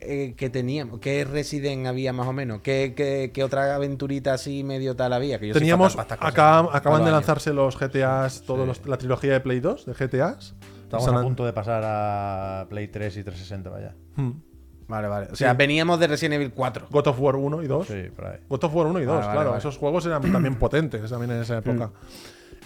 Speaker 1: eh, ¿Qué teníamos? ¿Qué Resident había más o menos? ¿Qué, qué, qué otra aventurita así medio tal había? Que yo soy
Speaker 4: Teníamos,
Speaker 1: fatal para estas
Speaker 4: acá-
Speaker 1: cosas. Todos
Speaker 4: acaban de
Speaker 1: los años.
Speaker 4: lanzarse los GTAs, todos los- la trilogía de Play 2 de GTAs.
Speaker 3: Estamos
Speaker 4: San
Speaker 3: a
Speaker 4: An-
Speaker 3: punto de pasar a Play 3 y 360, vaya.
Speaker 4: Hmm.
Speaker 1: Vale, vale. O sea,
Speaker 4: Sí.
Speaker 1: veníamos de Resident Evil 4.
Speaker 4: God of War 1 y 2.
Speaker 3: Sí, por ahí.
Speaker 4: God of War 1 y 2,
Speaker 1: Vale, vale,
Speaker 4: claro.
Speaker 1: vale. Mm.
Speaker 4: Esos juegos eran
Speaker 1: [CLEARS THROAT]
Speaker 4: también potentes también en esa época.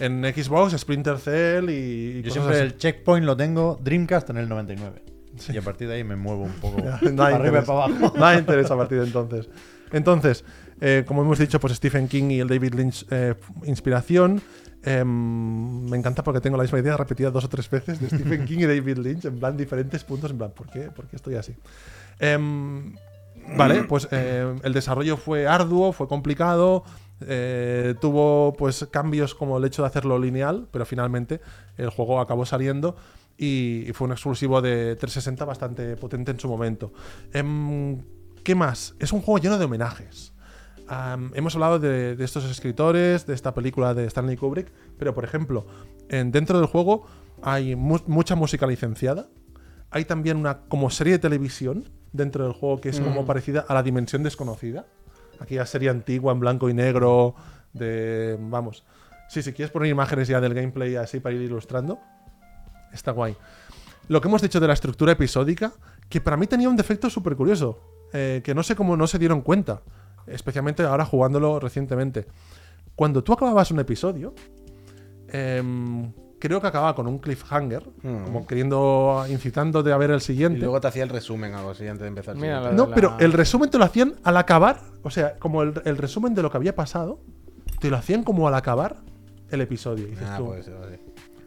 Speaker 4: En Xbox, Splinter Cell y, y
Speaker 3: Yo
Speaker 4: cosas
Speaker 3: siempre
Speaker 4: así.
Speaker 3: el checkpoint lo tengo Dreamcast en el 99. Y a partir de ahí me muevo un poco
Speaker 4: [LAUGHS] Nada
Speaker 3: para arriba y
Speaker 4: interesa.
Speaker 3: para
Speaker 4: [LAUGHS]
Speaker 3: abajo.
Speaker 4: Nada interesa a partir de entonces. Entonces, eh, como hemos dicho, pues Stephen King y el David Lynch, eh, inspiración. Em, me encanta porque tengo la misma idea
Speaker 3: [LAUGHS]
Speaker 4: repetida dos o tres veces de Stephen King y David Lynch en plan diferentes puntos, en plan, ¿por qué? ¿Por qué estoy así? Em, vale, pues eh, el desarrollo fue arduo, fue complicado. eh, tuvo pues cambios como el hecho de hacerlo lineal, pero finalmente el juego acabó saliendo y, y fue un exclusivo de 360 bastante potente en su momento. Em, ¿Qué más? Es un juego lleno de homenajes. Am, hemos hablado de, de estos escritores, de esta película de Stanley Kubrick, pero por ejemplo, en- dentro del juego hay mu- mucha música licenciada. Hay también una como serie de televisión dentro del juego que es como parecida a la Dimensión Desconocida. Aquella serie antigua en blanco y negro de... Vamos. Sí, si quieres poner imágenes ya del gameplay así para ir ilustrando. Está guay. Lo que hemos dicho de la estructura episódica, que para mí tenía un defecto súper curioso, eh, que no sé cómo no se dieron cuenta, especialmente ahora jugándolo recientemente. Cuando tú acababas un episodio, em, creo que acababa con un cliffhanger, como queriendo, incitándote a ver el
Speaker 1: Y
Speaker 4: siguiente.
Speaker 1: luego te hacía el resumen algo así antes de empezar. el
Speaker 2: Mira,
Speaker 1: siguiente.
Speaker 2: la-
Speaker 4: No, pero el resumen te lo hacían al acabar. O sea, como el, el resumen de lo que había pasado, te lo hacían como al acabar el episodio. Y dices
Speaker 1: Ah,
Speaker 4: tú,
Speaker 1: pues eso, sí.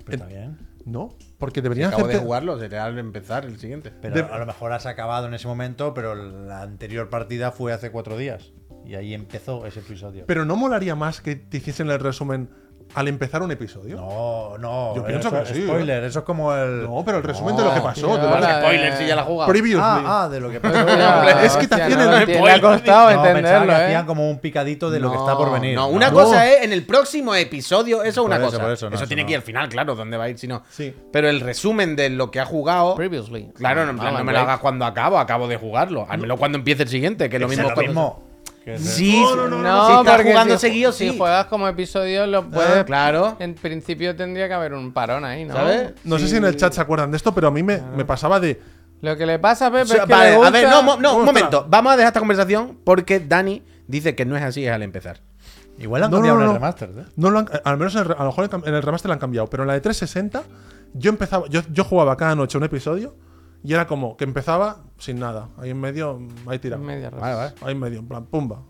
Speaker 3: Pero está bien.
Speaker 4: no, porque deberían
Speaker 1: Acabo de
Speaker 4: hacerte-
Speaker 1: jugarlo, sería al empezar el siguiente.
Speaker 3: Pero a lo mejor has acabado en ese momento, pero la anterior partida fue hace cuatro días. Y ahí empezó ese episodio.
Speaker 4: Pero no molaría más que te hiciesen el resumen al empezar un episodio.
Speaker 3: no, no.
Speaker 4: Yo pienso
Speaker 3: eso-
Speaker 4: que sí,
Speaker 3: Spoiler, eso es como el.
Speaker 4: No, pero el resumen de lo que pasó.
Speaker 2: tío,
Speaker 4: de lo
Speaker 2: ahora-
Speaker 4: que-
Speaker 2: Spoiler, si ya la
Speaker 1: jugaba.
Speaker 4: Previously.
Speaker 3: Ah, ah, de
Speaker 1: [LAUGHS]
Speaker 3: lo que pasó.
Speaker 2: Hostia,
Speaker 4: es que te
Speaker 2: hostia,
Speaker 4: hacían
Speaker 2: no
Speaker 4: el
Speaker 2: lo entiendo, Le ha costado
Speaker 3: No, pensaba
Speaker 2: entenderlo,
Speaker 3: que
Speaker 2: ¿eh?
Speaker 3: hacían como un picadito de lo que está por venir.
Speaker 1: No, una
Speaker 3: No.
Speaker 1: cosa es en el próximo episodio, eso es una
Speaker 3: eso,
Speaker 1: cosa.
Speaker 3: por
Speaker 1: eso
Speaker 3: eso, no, eso
Speaker 1: tiene
Speaker 3: no.
Speaker 1: que ir al final, claro, dónde va a ir, si no.
Speaker 4: Sí.
Speaker 1: Pero el resumen de lo que ha jugado.
Speaker 2: Previously.
Speaker 1: Claro, no, en plan,
Speaker 2: Alan
Speaker 1: no me lo
Speaker 2: Wake.
Speaker 1: hagas cuando acabo, acabo de jugarlo. Házmelo cuando empiece el siguiente, que es lo mismo.
Speaker 3: Es lo
Speaker 1: cuando-
Speaker 3: mismo. Que es-
Speaker 1: Sí,
Speaker 4: no, no,
Speaker 2: No,
Speaker 1: si estás
Speaker 2: porque
Speaker 1: jugando
Speaker 2: si,
Speaker 1: seguido,
Speaker 2: si
Speaker 1: sí.
Speaker 2: juegas como episodio, lo puedes.
Speaker 1: Ah, claro.
Speaker 2: En principio tendría que haber un parón ahí, ¿no?
Speaker 1: ¿Sabes?
Speaker 4: No sé si en el chat se acuerdan de esto, pero a mí me, me pasaba de.
Speaker 2: Lo que le pasa a Pepe
Speaker 1: Sí,
Speaker 2: es que.
Speaker 1: vale,
Speaker 2: le gusta-
Speaker 1: a ver, no, mo- no, un
Speaker 4: Ostras.
Speaker 1: momento. Vamos a dejar esta conversación porque Dani dice que no es así, es al empezar.
Speaker 3: Igual han
Speaker 4: No,
Speaker 3: cambiado
Speaker 4: no,
Speaker 3: en el
Speaker 4: no.
Speaker 3: remaster, ¿eh?
Speaker 4: No lo han- al menos en el re- a lo mejor en cam- en el remaster lo han cambiado, pero en la de 360 yo empezaba, yo, yo jugaba cada noche un episodio y era como que empezaba sin nada, ahí en medio, mm, ahí tirado.
Speaker 2: Media raza.
Speaker 4: Ahí en medio, en plan, pumba.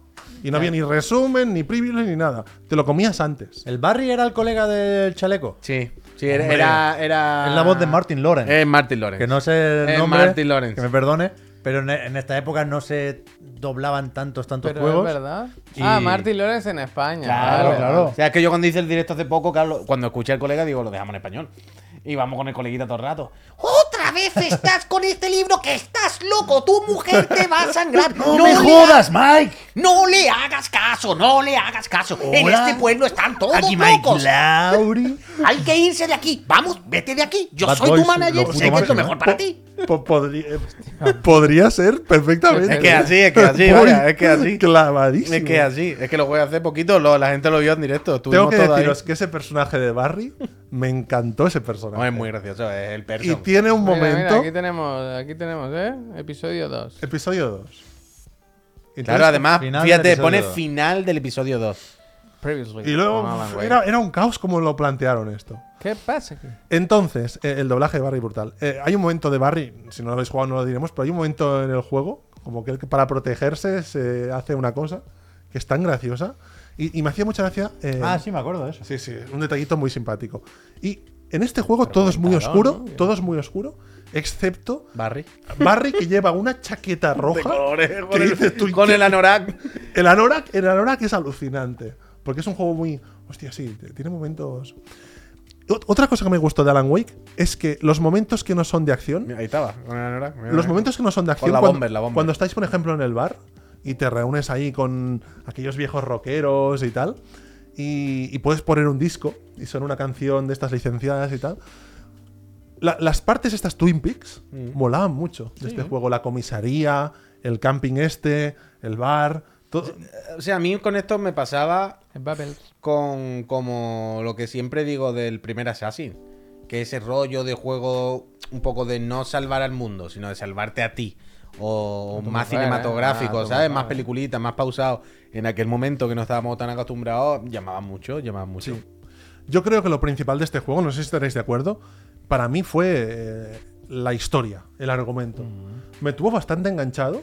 Speaker 4: Y no había ni resumen, ni preview, ni nada. Te lo comías antes.
Speaker 3: ¿El Barry era el colega del chaleco?
Speaker 1: Sí, sí, era, era, era-
Speaker 3: Es la voz de Martin Lawrence.
Speaker 1: Es Martin Lawrence.
Speaker 3: Que no sé el
Speaker 1: Es
Speaker 3: nombre.
Speaker 1: Ah. Eh, Martin Lawrence.
Speaker 3: Que me perdone. Pero en, en esta época no se doblaban tantos, tantos
Speaker 2: Pero
Speaker 3: juegos.
Speaker 2: es verdad.
Speaker 3: Y-
Speaker 2: Ah, Martin Lawrence en España.
Speaker 1: Claro,
Speaker 2: vale.
Speaker 1: claro. O sea, es que yo cuando hice el directo hace poco, Carlos, cuando escuché al colega, digo, lo dejamos en español. Y vamos con el coleguita todo el rato.
Speaker 6: Otra vez estás con este libro que estás loco. Tu mujer te va a sangrar.
Speaker 3: [LAUGHS] ¡No,
Speaker 6: le
Speaker 3: me
Speaker 6: ha-
Speaker 3: jodas, Mike!
Speaker 6: No le hagas caso, no le hagas caso. En
Speaker 3: Hola.
Speaker 6: este pueblo están todos
Speaker 3: Aquí Mike
Speaker 6: locos.
Speaker 3: Lauri.
Speaker 6: Hay que irse de aquí. Vamos, vete de aquí. Yo
Speaker 3: Bad
Speaker 6: soy
Speaker 3: Boys,
Speaker 6: tu manager.
Speaker 3: lo
Speaker 6: Sé que
Speaker 3: puto
Speaker 6: es lo
Speaker 3: máximo.
Speaker 6: mejor para ti.
Speaker 4: Po- podría, podría ser perfectamente.
Speaker 2: Es que
Speaker 1: así, es que así,
Speaker 4: Voy
Speaker 1: vaya, es que así.
Speaker 4: Clavadísimo.
Speaker 1: Es que así, es que lo voy a hacer poquito, lo- la gente lo vio en directo.
Speaker 4: Tengo
Speaker 1: Estuvimos
Speaker 4: que
Speaker 1: todos ahí.
Speaker 4: deciros que ese personaje de Barry me encantó ese personaje.
Speaker 1: No, es muy gracioso, es el
Speaker 4: y
Speaker 1: perso.
Speaker 4: tiene un
Speaker 2: Mira, mira,
Speaker 4: momento.
Speaker 2: aquí tenemos, aquí tenemos, ¿eh? Episodio 2.
Speaker 4: Episodio 2.
Speaker 1: Claro, además,
Speaker 3: final del
Speaker 1: fíjate,
Speaker 3: episodio
Speaker 1: pone
Speaker 3: dos.
Speaker 1: final del episodio 2.
Speaker 2: Previously.
Speaker 4: Y luego
Speaker 2: con Alan Wake.
Speaker 4: era, era un caos como lo plantearon esto.
Speaker 2: ¿Qué pasa aquí?
Speaker 4: Entonces, eh, el doblaje de Barry brutal. Eh, hay un momento de Barry, si no lo habéis jugado no lo diremos, pero hay un momento en el juego, como que él para protegerse se hace una cosa que es tan graciosa. Y, y me hacía mucha gracia. eh,
Speaker 3: Ah, sí, me acuerdo de eso.
Speaker 4: Sí, sí, un detallito muy simpático. Y en este juego todo es muy oscuro, todo es muy oscuro, excepto
Speaker 3: [LAUGHS]
Speaker 1: Barry.
Speaker 4: Barry que lleva una chaqueta roja. que dices tú,
Speaker 1: Con
Speaker 4: ¿qué?
Speaker 1: el anorak.
Speaker 4: El anorak, el anorak es alucinante. Porque es un juego muy. Hostia, sí, t- tiene momentos. Ot- Otra cosa que me gustó de Alan Wake es que los momentos que no son de acción.
Speaker 1: Ahí estaba, con el anorak. Mira,
Speaker 4: Los
Speaker 1: mira.
Speaker 4: momentos que no son de acción.
Speaker 1: la
Speaker 4: cuando,
Speaker 1: bomber, la bomber.
Speaker 4: cuando estáis, por ejemplo, en el bar y te reúnes ahí con aquellos viejos rockeros y tal, y, y puedes poner un disco y son una canción de estas licenciadas y tal. la- las partes estas Twin Peaks
Speaker 1: Mm.
Speaker 4: molaban mucho de este juego. La comisaría, el camping este, el bar. todo-
Speaker 1: O sea, a mí con esto me pasaba
Speaker 2: Es Babel.
Speaker 1: con como lo que siempre digo del primer Assassin, que ese rollo de juego un poco de no salvar al mundo, sino de salvarte a ti. O
Speaker 2: tu
Speaker 1: más
Speaker 2: mujer, ¿eh?
Speaker 1: cinematográfico,
Speaker 2: Ah, tu
Speaker 1: ¿sabes? Más
Speaker 2: mujer.
Speaker 1: peliculita, más pausado. En aquel momento que no estábamos tan acostumbrados, llamaba mucho, llamaba mucho.
Speaker 4: Sí. Yo creo que lo principal de este juego, no sé si estaréis de acuerdo, para mí fue eh, la historia, el argumento. Me tuvo bastante enganchado.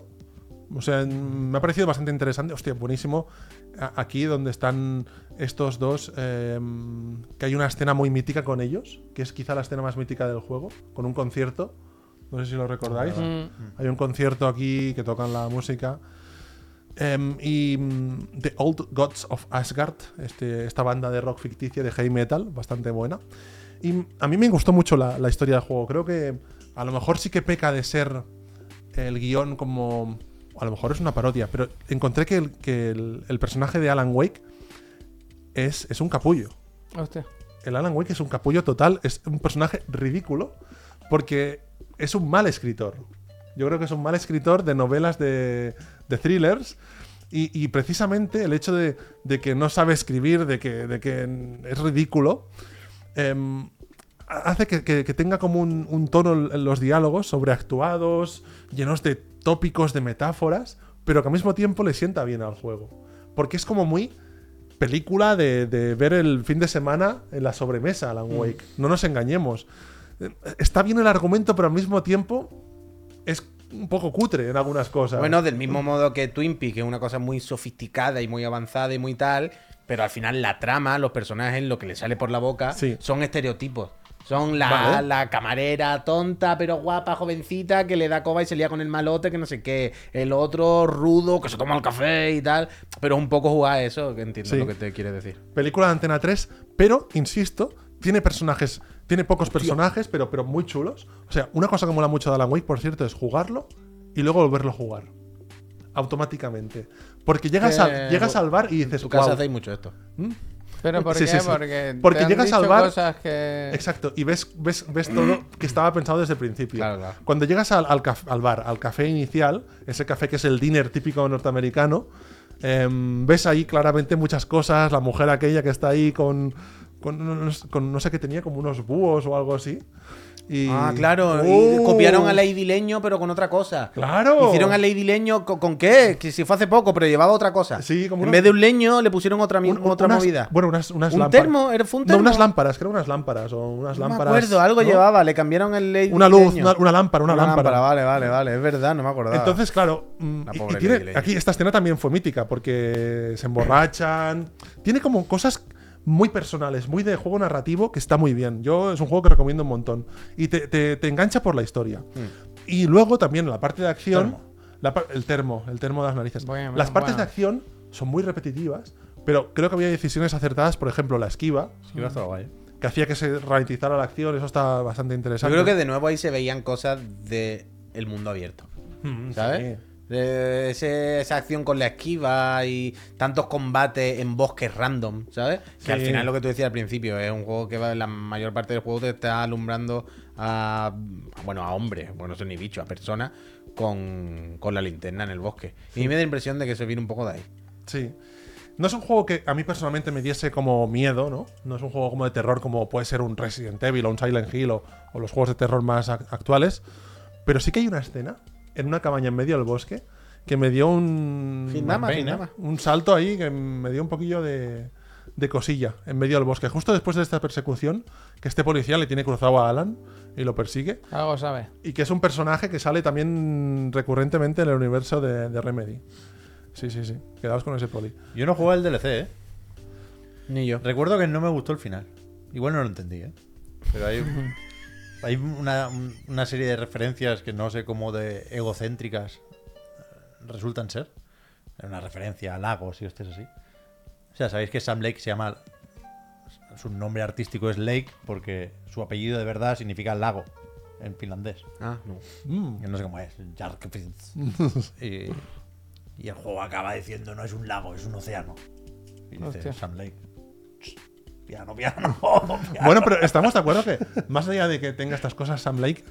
Speaker 4: O sea, en- me ha parecido bastante interesante. Hostia, buenísimo. A- Aquí donde están estos dos, eh, que hay una escena muy mítica con ellos, que es quizá la escena más mítica del juego, con un concierto No sé si lo recordáis.
Speaker 2: Mm.
Speaker 4: Hay un concierto aquí que tocan la música. Em, y mm, The Old Gods of Asgard, este- esta banda de rock ficticia de heavy metal, bastante buena. Y mm, a mí me gustó mucho la, la historia del juego. Creo que a lo mejor sí que peca de ser el guión como. A lo mejor es una parodia, pero encontré que el, que el- el personaje de Alan Wake es, es un capullo.
Speaker 2: Hostia.
Speaker 4: El Alan Wake es un capullo total, es un personaje ridículo, porque es un mal escritor. Yo creo que es un mal escritor de novelas de, de thrillers. Y, y precisamente el hecho de, de que no sabe escribir, de que, de que es ridículo, em, hace que, que- que tenga como un, un tono en los diálogos sobreactuados, llenos de tópicos, de metáforas, pero que al mismo tiempo le sienta bien al juego. Porque es como muy película de, de ver el fin de semana en la sobremesa, Alan Wake. No nos engañemos. Eh, Está bien el argumento, pero al mismo tiempo es un poco cutre en algunas cosas.
Speaker 1: Bueno, del mismo modo que Twin Peaks, que es una cosa muy sofisticada y muy avanzada y muy tal, pero al final la trama, los personajes, lo que le sale por la boca,
Speaker 4: Sí.
Speaker 1: son estereotipos. Son la,
Speaker 4: Vale.
Speaker 1: la camarera tonta pero guapa, jovencita, que le da coba y se lía con el malote, que no sé qué. El otro rudo, que se toma el café y tal. Pero un poco jugar a eso, que entiendo
Speaker 4: Sí.
Speaker 1: lo que te quiere decir.
Speaker 4: película de Antena 3, pero, insisto, tiene personajes, tiene pocos personajes, pero, pero muy chulos. O sea, una cosa que mola mucho de Alan Wake, por cierto, es jugarlo y luego volverlo a jugar. Automáticamente. Porque llegas,
Speaker 1: Eh,
Speaker 4: a, llegas al bar y dices,
Speaker 1: En tu casa
Speaker 4: "Guau".
Speaker 1: hacéis mucho esto.
Speaker 2: ¿Pero por
Speaker 4: Sí,
Speaker 2: qué?
Speaker 4: sí, sí.
Speaker 2: Porque, te
Speaker 4: Porque
Speaker 2: han
Speaker 4: llegas al
Speaker 2: dicho
Speaker 4: bar-
Speaker 2: cosas que...
Speaker 4: Exacto, y ves, ves, ves todo que estaba pensado desde el principio.
Speaker 1: Claro, claro.
Speaker 4: Cuando llegas al, al caf- al bar, al café inicial, ese café que es el dinner típico norteamericano, em, ves ahí claramente muchas cosas, la mujer aquella que está ahí con, con, unos- con no sé qué tenía, como unos búhos o algo así. Y,
Speaker 1: Ah, claro. Y
Speaker 4: ¡Oh!
Speaker 1: copiaron a Lady Leño, pero con otra cosa.
Speaker 4: Claro.
Speaker 1: Hicieron a Lady Leño co- con, qué? Que si fue hace poco, pero llevaba otra cosa.
Speaker 4: Sí, como
Speaker 1: en
Speaker 4: una-
Speaker 1: vez de un leño, le pusieron otra, mi-
Speaker 4: Un-
Speaker 1: otra
Speaker 4: unas-
Speaker 1: movida.
Speaker 4: Bueno, unas, unas
Speaker 1: ¿Un
Speaker 4: lámparas.
Speaker 1: termo? ¿Era- fue un
Speaker 4: No,
Speaker 1: termo?
Speaker 4: unas lámparas, creo unas lámparas o unas
Speaker 1: no me
Speaker 4: lámparas.
Speaker 1: acuerdo, algo
Speaker 4: ¿no?
Speaker 1: llevaba, le cambiaron el Lady
Speaker 4: Una luz,
Speaker 1: Leño.
Speaker 4: una, una lámpara, una, lámpara.
Speaker 1: Vale, vale, vale. Es verdad, no me acordaba.
Speaker 4: Entonces, claro, mm,
Speaker 1: La
Speaker 4: y- y
Speaker 1: pobre
Speaker 4: tiene-
Speaker 1: Lady Leña.
Speaker 4: aquí esta escena también fue mítica porque se emborrachan. Tiene como cosas muy personales, muy de juego narrativo que está muy bien. Yo es un juego que recomiendo un montón y te, te- te engancha por la historia.
Speaker 1: Mm.
Speaker 4: Y luego también la parte de acción, la par- el termo, el termo de las narices.
Speaker 2: Bueno,
Speaker 4: las partes de
Speaker 2: bueno.
Speaker 4: acción son muy repetitivas, pero creo que había decisiones acertadas, por ejemplo, la esquiva,
Speaker 3: Sí, no estaba guay.
Speaker 4: que hacía que se ralentizara la acción, eso está bastante
Speaker 1: Yo
Speaker 4: interesante.
Speaker 1: creo que de nuevo ahí se veían cosas de el mundo abierto. ¿Sabes? Eh, ese- esa acción con la esquiva y tantos combates en bosques random, ¿sabes? Que al
Speaker 4: Sí.
Speaker 1: final lo que tú decías al principio, es un juego que va- la mayor parte del juego te está alumbrando a, bueno, a hombres, bueno, no son ni bichos, a personas con, con la linterna en el bosque. Y me da la impresión de que se viene un poco de ahí.
Speaker 4: Sí. No es un juego que a mí personalmente me diese como miedo, ¿no? No es un juego como de terror como puede ser un Resident Evil o un Silent Hill o, o los juegos de terror más ac- actuales. Pero sí que hay una escena en una cabaña en medio del bosque que me dio un...
Speaker 1: Gindama,
Speaker 4: un-
Speaker 1: Gindama.
Speaker 4: Un salto ahí que me dio un poquillo de, de cosilla en medio del bosque. Justo después de esta persecución que este policía le tiene cruzado a Alan y lo persigue.
Speaker 2: Algo sabes.
Speaker 4: Y que es un personaje que sale también recurrentemente en el universo de, de Remedy. Sí, sí, sí. Quedaos con ese poli.
Speaker 3: [LAUGHS] Yo no jugaba el DLC, ¿eh?
Speaker 1: Ni yo.
Speaker 3: Recuerdo que no me gustó el final. Igual no lo entendí, ¿eh? Pero hay, hay una, un- una serie de referencias que no sé cómo de egocéntricas eh, resultan ser. Una referencia a Lagos y hostias así. O sea, sabéis que Sam Lake se llama. Su nombre artístico es Lake porque su apellido de verdad significa lago en finlandés.
Speaker 1: Ah, no.
Speaker 3: Yo no sé cómo es.
Speaker 4: [LAUGHS]
Speaker 3: Jarkfins. y, y el juego acaba diciendo no es un lago, es un océano. Y dice
Speaker 2: Hostia.
Speaker 3: Sam Lake. "Ch, Piano, piano, [LAUGHS] piano".
Speaker 4: Bueno, pero estamos de acuerdo que, más allá de que tenga estas cosas, Sam Lake,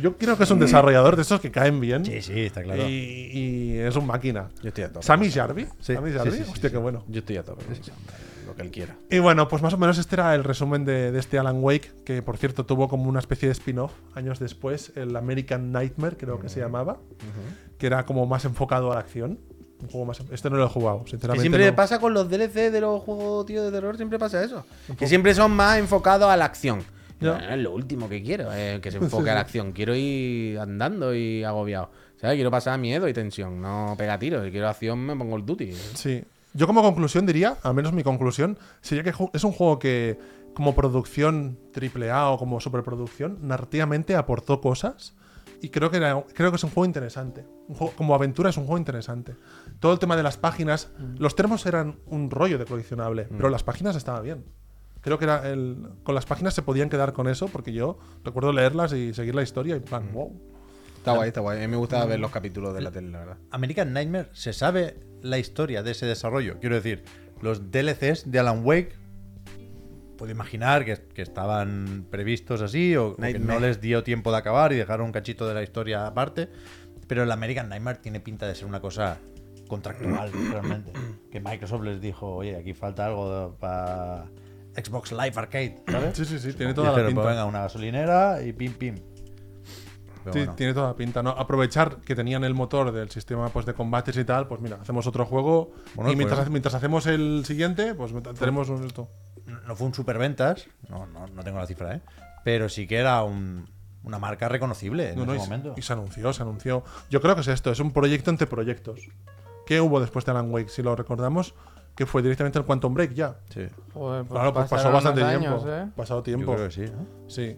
Speaker 4: yo creo que es un desarrollador de esos que caen bien.
Speaker 3: Mm. Sí, sí, está claro.
Speaker 4: Y, y es un máquina.
Speaker 1: Yo estoy a tope.
Speaker 4: Sammy Jarvis. Sammy
Speaker 3: sí,
Speaker 4: Jarvis.
Speaker 3: sí, sí,
Speaker 4: Hostia,
Speaker 3: sí.
Speaker 4: qué bueno.
Speaker 1: Yo estoy a tope. con eso, hombre, Lo que él quiera.
Speaker 4: Y bueno, pues más o menos este era el resumen de, de este Alan Wake, que por cierto tuvo como una especie de spin-off años después, el American Nightmare, creo que se llamaba, que era como más enfocado a la acción. Un juego más. Este no lo he jugado,
Speaker 1: Que
Speaker 4: sinceramente.
Speaker 1: siempre
Speaker 4: no.
Speaker 1: pasa con los DLC de los juegos tío, de terror, siempre pasa eso. Que siempre son más enfocados a la acción.
Speaker 4: Ya.
Speaker 1: No, es lo último que quiero, eh, que se enfoque [LAUGHS] a la acción. Quiero ir andando y agobiado. ¿Sabes? Quiero pasar miedo y tensión, no pega tiros. Si quiero acción, me pongo el duty.
Speaker 4: Sí. Yo como conclusión diría, al menos mi conclusión, sería que ju- es un juego que como producción triple A o como superproducción, narrativamente aportó cosas y creo que, era- creo que es un juego interesante. Un juego- como aventura es un juego interesante. Todo el tema de las páginas, los termos eran un rollo de coleccionable, pero las páginas estaban bien. Creo que era el, con las páginas se podían quedar con eso, porque yo recuerdo leerlas y seguir la historia y en plan, wow.
Speaker 1: Está guay, está guay. A mí me gusta ver los capítulos de la tele, la verdad.
Speaker 3: American Nightmare se sabe la historia de ese desarrollo. Quiero decir, los DLCs de Alan Wake, puedo imaginar que, que estaban previstos así o, o que
Speaker 1: Nightmare.
Speaker 3: no les dio tiempo de acabar y dejaron un cachito de la historia aparte. Pero el American Nightmare tiene pinta de ser una cosa contractual,
Speaker 4: [COUGHS]
Speaker 3: realmente. Que Microsoft les dijo, oye, aquí falta algo para Xbox Live Arcade, ¿sabes?
Speaker 4: Sí, sí, sí, tiene
Speaker 3: Y
Speaker 4: toda la
Speaker 3: dijeron,
Speaker 4: pinta.
Speaker 3: "Pues venga, una gasolinera y pim, pim. Pero
Speaker 4: Sí,
Speaker 3: bueno.
Speaker 4: tiene toda la pinta, ¿no? Aprovechar que tenían el motor del sistema pues, de combates y tal, pues mira, hacemos otro juego
Speaker 3: Bueno,
Speaker 4: y mientras,
Speaker 3: pues-
Speaker 4: mientras hacemos el siguiente, pues tenemos un esto.
Speaker 3: no fue un superventas, no, no, no tengo la cifra, ¿eh? pero sí que era un- una marca reconocible en
Speaker 4: No, no,
Speaker 3: ese
Speaker 4: y,
Speaker 3: momento.
Speaker 4: y se anunció, se anunció. Yo creo que es esto, es un proyecto entre proyectos. ¿Qué hubo después de Alan Wake, si lo recordamos? Que fue directamente el Quantum Break ya.
Speaker 3: Sí,
Speaker 2: Joder, pues
Speaker 4: Claro, pues pasó
Speaker 2: pasaron
Speaker 4: bastante
Speaker 2: unos
Speaker 4: tiempo.
Speaker 2: años, ¿eh?
Speaker 4: Pasado
Speaker 3: yo
Speaker 4: tiempo.
Speaker 3: creo que sí. ¿no?
Speaker 4: Sí.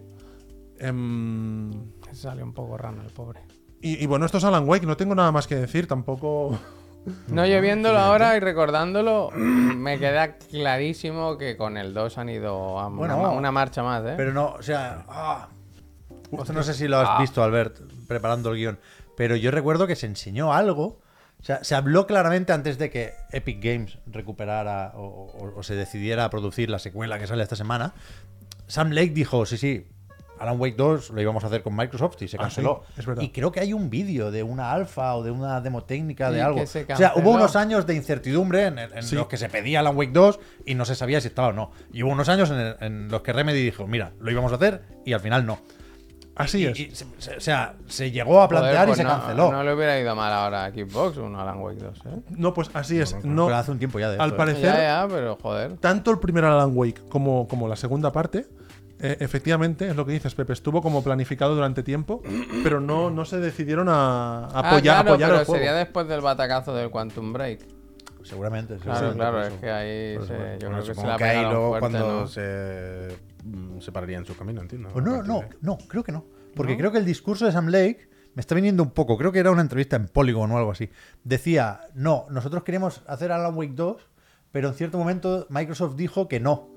Speaker 4: Em,
Speaker 2: Salió un poco rano el pobre.
Speaker 4: y, y bueno, esto es Alan Wake, no tengo nada más que
Speaker 3: [LAUGHS]
Speaker 4: decir, tampoco.
Speaker 2: No, yo viéndolo ahora y recordándolo, me queda clarísimo que con el 2 han ido a una-
Speaker 3: Bueno,
Speaker 2: una marcha más, ¿eh?
Speaker 3: Pero no, o sea, ah, esto no sé si lo has
Speaker 2: Ah.
Speaker 3: visto, Albert, preparando el guión, pero yo recuerdo que se enseñó algo. O sea, se habló claramente antes de que Epic Games recuperara o, o- o se decidiera a producir la secuela que sale esta semana. Sam Lake dijo, sí, sí, Alan Wake 2 lo íbamos a hacer con Microsoft y se
Speaker 4: Ah,
Speaker 3: canceló.
Speaker 4: sí, es verdad.
Speaker 3: Y creo que hay un vídeo de una alfa o de una demo técnica
Speaker 2: Sí,
Speaker 3: de
Speaker 2: que
Speaker 3: algo.
Speaker 2: se
Speaker 3: o sea, hubo
Speaker 2: canceló.
Speaker 3: unos años de incertidumbre en, en
Speaker 4: Sí.
Speaker 3: los que se pedía Alan Wake 2 y no se sabía si estaba o no. Y hubo unos años en, en los que Remedy dijo, mira, lo íbamos a hacer y al final no.
Speaker 4: Así
Speaker 3: Y-
Speaker 4: es.
Speaker 3: y se- se- o sea, se llegó a
Speaker 2: Joder,
Speaker 3: plantear
Speaker 2: pues
Speaker 3: y se
Speaker 2: no-
Speaker 3: canceló.
Speaker 2: No le hubiera ido mal ahora a Xbox uno Alan Wake 2, ¿eh?
Speaker 4: no, pues así es. No,
Speaker 3: Pero hace un tiempo ya de
Speaker 4: al
Speaker 3: esto, ¿eh?
Speaker 4: parecer.
Speaker 2: Ya, ya, pero joder.
Speaker 4: tanto el primer Alan Wake como, como la segunda parte, eh, efectivamente, es lo que dices, Pepe, estuvo como planificado durante tiempo, pero no, no se decidieron a, a
Speaker 2: Ah,
Speaker 4: apoyar,
Speaker 2: claro,
Speaker 4: apoyar
Speaker 2: pero
Speaker 4: el juego.
Speaker 2: sería después del batacazo del Quantum Break.
Speaker 3: Seguramente.
Speaker 2: Claro,
Speaker 3: seguramente,
Speaker 2: claro,
Speaker 3: por
Speaker 2: es
Speaker 3: eso.
Speaker 2: que ahí
Speaker 3: Por
Speaker 2: se-
Speaker 3: supuesto.
Speaker 2: yo
Speaker 1: Bueno,
Speaker 2: creo que se
Speaker 1: supongo
Speaker 2: la
Speaker 1: que ahí
Speaker 2: pegaron
Speaker 1: luego
Speaker 2: fuerte,
Speaker 1: cuando
Speaker 2: ¿no?
Speaker 1: se mm, separarían sus caminos, entiendo.
Speaker 3: Pues
Speaker 1: a
Speaker 3: no,
Speaker 1: partir
Speaker 3: no,
Speaker 1: de-
Speaker 3: no, creo que no. Porque creo que el discurso de Sam Lake me está viniendo un poco. Creo que era una entrevista en Polygon o algo así. Decía, no, nosotros queremos hacer Alan Wake 2, pero en cierto momento Microsoft dijo que no,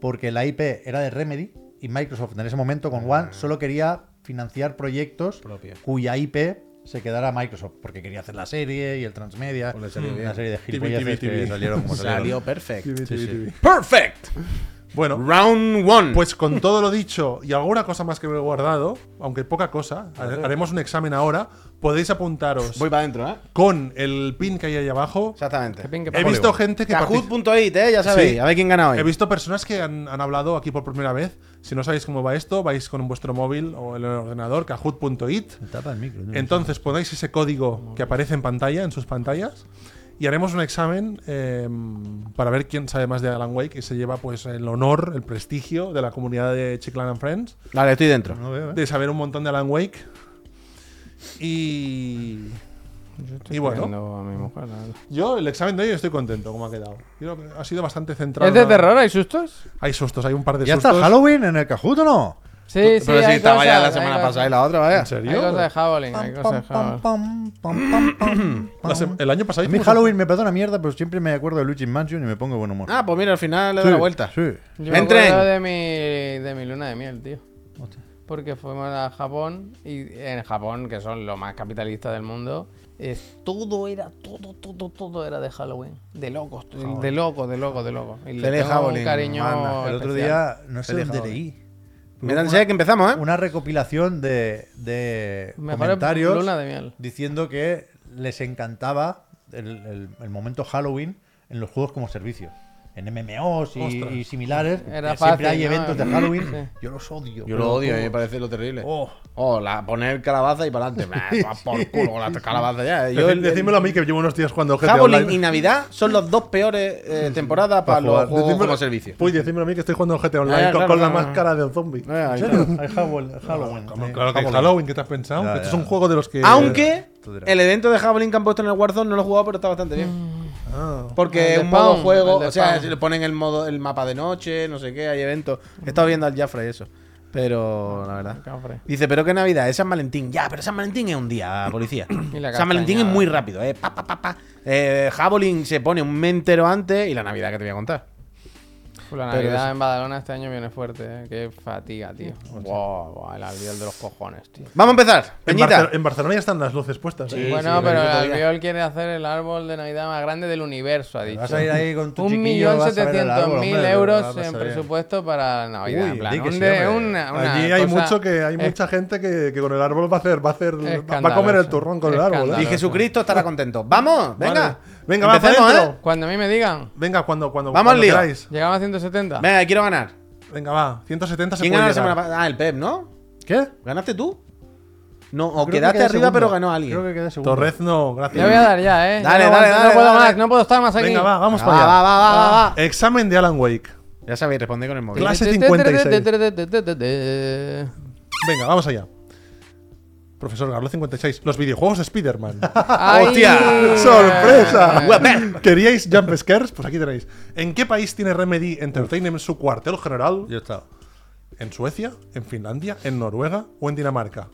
Speaker 3: porque la IP era de Remedy y Microsoft en ese momento con
Speaker 1: Ah.
Speaker 3: One solo quería financiar proyectos
Speaker 1: Propio.
Speaker 3: cuya IP se quedara Microsoft, porque quería hacer la serie y el transmedia,
Speaker 1: Pues le salió bien.
Speaker 3: una serie de
Speaker 4: TV,
Speaker 3: gilipolleces
Speaker 4: TV.
Speaker 3: que salieron como
Speaker 1: Salió
Speaker 3: salieron.
Speaker 1: perfect.
Speaker 4: Sí, sí, sí.
Speaker 1: Perfect.
Speaker 4: Bueno,
Speaker 1: Round one.
Speaker 4: pues con todo lo dicho y alguna cosa más que me he guardado, aunque poca cosa, ha- haremos un examen ahora, podéis apuntaros
Speaker 1: Voy para adentro, ¿eh?
Speaker 4: con el pin que hay ahí abajo.
Speaker 2: Qué
Speaker 1: Exactamente.
Speaker 2: pin, qué
Speaker 4: He
Speaker 2: pam.
Speaker 4: visto gente que partici-
Speaker 1: Kahoot.it, ¿eh? Ya sabéis.
Speaker 4: Sí.
Speaker 1: A ver quién gana hoy.
Speaker 4: He visto personas que han, han hablado aquí por primera vez. Si no sabéis cómo va esto, vais con vuestro móvil o el ordenador, kahoot.it.
Speaker 3: Me tapa el micro, tío.
Speaker 4: Entonces ponéis ese código que aparece en pantalla, en sus pantallas, y haremos un examen eh, para ver quién sabe más de Alan Wake y se lleva pues el honor, el prestigio de la comunidad de Chiclan and Friends
Speaker 1: Vale, estoy dentro.
Speaker 3: No veo, ¿eh?
Speaker 4: de saber un montón de Alan Wake. Y
Speaker 2: Yo estoy
Speaker 4: Y bueno.
Speaker 2: cuidando a mi mujer, la verdad.
Speaker 4: yo el examen de hoy estoy contento como ha quedado. Creo que ha sido bastante centrado.
Speaker 2: ¿Es de
Speaker 4: en-
Speaker 2: terror? ¿Hay sustos?
Speaker 4: Hay sustos, hay un par de
Speaker 3: ¿Ya está
Speaker 4: sustos.
Speaker 3: el Halloween en el Kahoot o no?
Speaker 2: Sí, sí.
Speaker 1: Pero si
Speaker 2: hay
Speaker 1: estaba ya la
Speaker 2: cosas,
Speaker 1: semana
Speaker 2: hay
Speaker 1: pasada y
Speaker 2: cosas.
Speaker 1: la otra, vaya.
Speaker 4: ¿En serio?
Speaker 2: Hay cosas de Howling, hay cosas de Howling.
Speaker 1: [CLEARS THROAT]
Speaker 4: La sem- el año pasado
Speaker 3: A mí
Speaker 4: hicimos-
Speaker 3: Halloween me parece una mierda, pero siempre me acuerdo de Luigi's Mansion y me pongo de buen humor.
Speaker 1: Ah, pues mira, al final le doy
Speaker 3: Sí,
Speaker 1: la vuelta.
Speaker 3: Sí.
Speaker 2: Yo me
Speaker 1: Entren.
Speaker 2: acuerdo de mi, de mi luna de miel, tío. Porque fuimos a Japón y en Japón, que son lo más capitalistas del mundo, es, todo era, todo, todo, todo era de Halloween. De locos, de- de locos, de locos, de locos. Y le
Speaker 1: Tele
Speaker 2: tengo
Speaker 1: Halloween,
Speaker 2: un cariño
Speaker 1: manda.
Speaker 3: El
Speaker 2: especial.
Speaker 3: otro día, no sé
Speaker 1: Feliz
Speaker 3: dónde
Speaker 1: Halloween.
Speaker 3: leí.
Speaker 1: Me da ansiedad que empezamos, ¿eh?
Speaker 3: Una recopilación de, de
Speaker 2: Mejor
Speaker 3: comentarios
Speaker 2: luna de miel.
Speaker 3: diciendo que les encantaba el, el- el momento Halloween en los juegos como servicio. En MMOs y,
Speaker 4: Ostras.
Speaker 3: y similares.
Speaker 2: Era
Speaker 3: que
Speaker 2: fácil,
Speaker 3: siempre hay
Speaker 2: ¿no?
Speaker 3: eventos de Halloween.
Speaker 2: Sí.
Speaker 3: Yo los odio.
Speaker 1: Yo
Speaker 3: pero
Speaker 1: lo odio,
Speaker 3: como-
Speaker 1: eh, me parece lo terrible.
Speaker 3: Oh.
Speaker 1: Oh, la, poner calabaza y para adelante. por culo con la calabaza ya. eh. Yo
Speaker 4: Decí-
Speaker 1: el- el-
Speaker 4: decídmelo a mí que llevo unos días jugando GTA
Speaker 1: Javelin
Speaker 4: Online.
Speaker 1: y Navidad son los dos peores eh, temporadas para los
Speaker 4: jugar.
Speaker 1: juegos
Speaker 4: Decídmelo-
Speaker 1: como servicio.
Speaker 4: Uy, decídmelo a mí que estoy jugando GTA Online
Speaker 1: ya,
Speaker 4: con,
Speaker 1: claro,
Speaker 4: con la
Speaker 1: no, no, no.
Speaker 4: máscara de un zombie.
Speaker 1: Ah, ahí
Speaker 3: ¿En serio? Hay Halloween. Halloween, sí.
Speaker 4: Claro que hay Halloween, ¿qué te has pensado?
Speaker 3: Ya,
Speaker 4: Este
Speaker 3: ya.
Speaker 4: es un juego de los que.
Speaker 1: Aunque
Speaker 3: Tú dirás.
Speaker 1: el evento de Javelin que han puesto en el Warzone no lo he jugado, pero está bastante bien.
Speaker 4: Ah.
Speaker 2: El
Speaker 1: Porque
Speaker 2: de
Speaker 1: es un modo
Speaker 2: Spawn,
Speaker 1: juego,
Speaker 2: el de
Speaker 1: o sea,
Speaker 2: Spawn.
Speaker 1: si le ponen el modo el mapa de noche, no sé qué, hay eventos. He estado viendo al Jafra y eso. Pero la verdad.
Speaker 2: Cafre.
Speaker 1: Dice, pero qué Navidad, es San Valentín. Ya, pero San Valentín es un
Speaker 2: [COUGHS]
Speaker 1: día, policía.
Speaker 2: la
Speaker 1: San Valentín es
Speaker 2: castañada.
Speaker 1: muy rápido, eh. Pa, pa, pa, pa. Eh, Javelin se pone un mentero antes y la Navidad que te voy a contar.
Speaker 2: Pues la
Speaker 1: Pero
Speaker 2: Navidad
Speaker 1: es-
Speaker 2: en Badalona este año viene fuerte, ¿eh? Qué fatiga, tío. Wow, wow, el albiol de los cojones, tío.
Speaker 1: Vamos a empezar,
Speaker 4: En,
Speaker 1: Peñita.
Speaker 4: Barce- en Barcelona ya están las luces puestas. ¿eh?
Speaker 2: bueno,
Speaker 1: sí,
Speaker 2: pero
Speaker 1: lo
Speaker 2: el
Speaker 1: he visto todavía.
Speaker 2: albiol quiere hacer el árbol de Navidad más grande del universo, ha dicho.
Speaker 3: Vas a ir ahí con tu
Speaker 2: Un
Speaker 3: chiquillo,
Speaker 2: millón
Speaker 3: vas a ver el
Speaker 2: setecientos
Speaker 3: árbol,
Speaker 2: mil
Speaker 3: hombre,
Speaker 2: euros
Speaker 3: vas a
Speaker 2: en
Speaker 3: ver.
Speaker 2: presupuesto para Navidad.
Speaker 3: Uy,
Speaker 2: en plan,
Speaker 3: di que sí,
Speaker 2: un de-
Speaker 3: hombre.
Speaker 2: una, una
Speaker 4: Allí hay
Speaker 2: cosa
Speaker 4: mucho que hay
Speaker 2: es-
Speaker 4: mucha gente que, que con el árbol va a hacer, va a hacer, va a comer
Speaker 2: Escandaloso.
Speaker 4: el turrón con el árbol. ¿eh?
Speaker 1: Y
Speaker 2: Escandaloso.
Speaker 1: Jesucristo estará contento. ¡Vamos!
Speaker 4: Vale.
Speaker 1: ¡Venga!
Speaker 4: venga, va,
Speaker 1: Empecemos,
Speaker 4: pa'
Speaker 1: ¿eh?
Speaker 4: dentro.
Speaker 2: Cuando a mí me digan,
Speaker 4: Venga, cuando, cuando,
Speaker 1: Vamos al
Speaker 4: cuando
Speaker 1: lío.
Speaker 4: queráis.
Speaker 2: llegamos a 170.
Speaker 1: Venga, quiero ganar.
Speaker 4: Venga, va. 170 se
Speaker 1: ¿Quién
Speaker 4: puede
Speaker 1: ganó la
Speaker 4: llegar.
Speaker 1: semana pasada? Ah, el Pep, ¿no?
Speaker 3: ¿Qué?
Speaker 1: ¿Ganaste tú? No, o
Speaker 3: Creo que
Speaker 1: quedaste
Speaker 3: quedé
Speaker 1: arriba
Speaker 3: segundo.
Speaker 1: pero ganó alguien.
Speaker 3: Creo que quedé segundo.
Speaker 4: Torrezno,
Speaker 2: Le voy a
Speaker 4: gracias.
Speaker 2: dar ya, eh. Ya
Speaker 1: Dale,
Speaker 2: no
Speaker 1: dale,
Speaker 2: aguanto,
Speaker 1: dale,
Speaker 2: No puedo
Speaker 1: dale.
Speaker 2: más, no puedo estar más aquí.
Speaker 4: Venga, va, vamos
Speaker 1: Va,
Speaker 4: para allá.
Speaker 1: va, va, va, va, va.
Speaker 4: Examen de Alan Wake.
Speaker 1: Eh, Ya sabéis, responde con el móvil. [LAUGHS]
Speaker 4: Clase
Speaker 2: 56.
Speaker 4: Venga, vamos allá. Profesor Garlo 56. Los videojuegos
Speaker 1: [LAUGHS]
Speaker 4: de Spider-Man.
Speaker 1: ¡Hostia!
Speaker 4: ¡Sorpresa! ¿Queríais jump scares? Pues aquí tenéis. ¿En qué país tiene Remedy Entertainment su cuartel general?
Speaker 3: Yo estaba.
Speaker 4: ¿En Suecia? ¿En Finlandia? ¿En Noruega? ¿O en Dinamarca?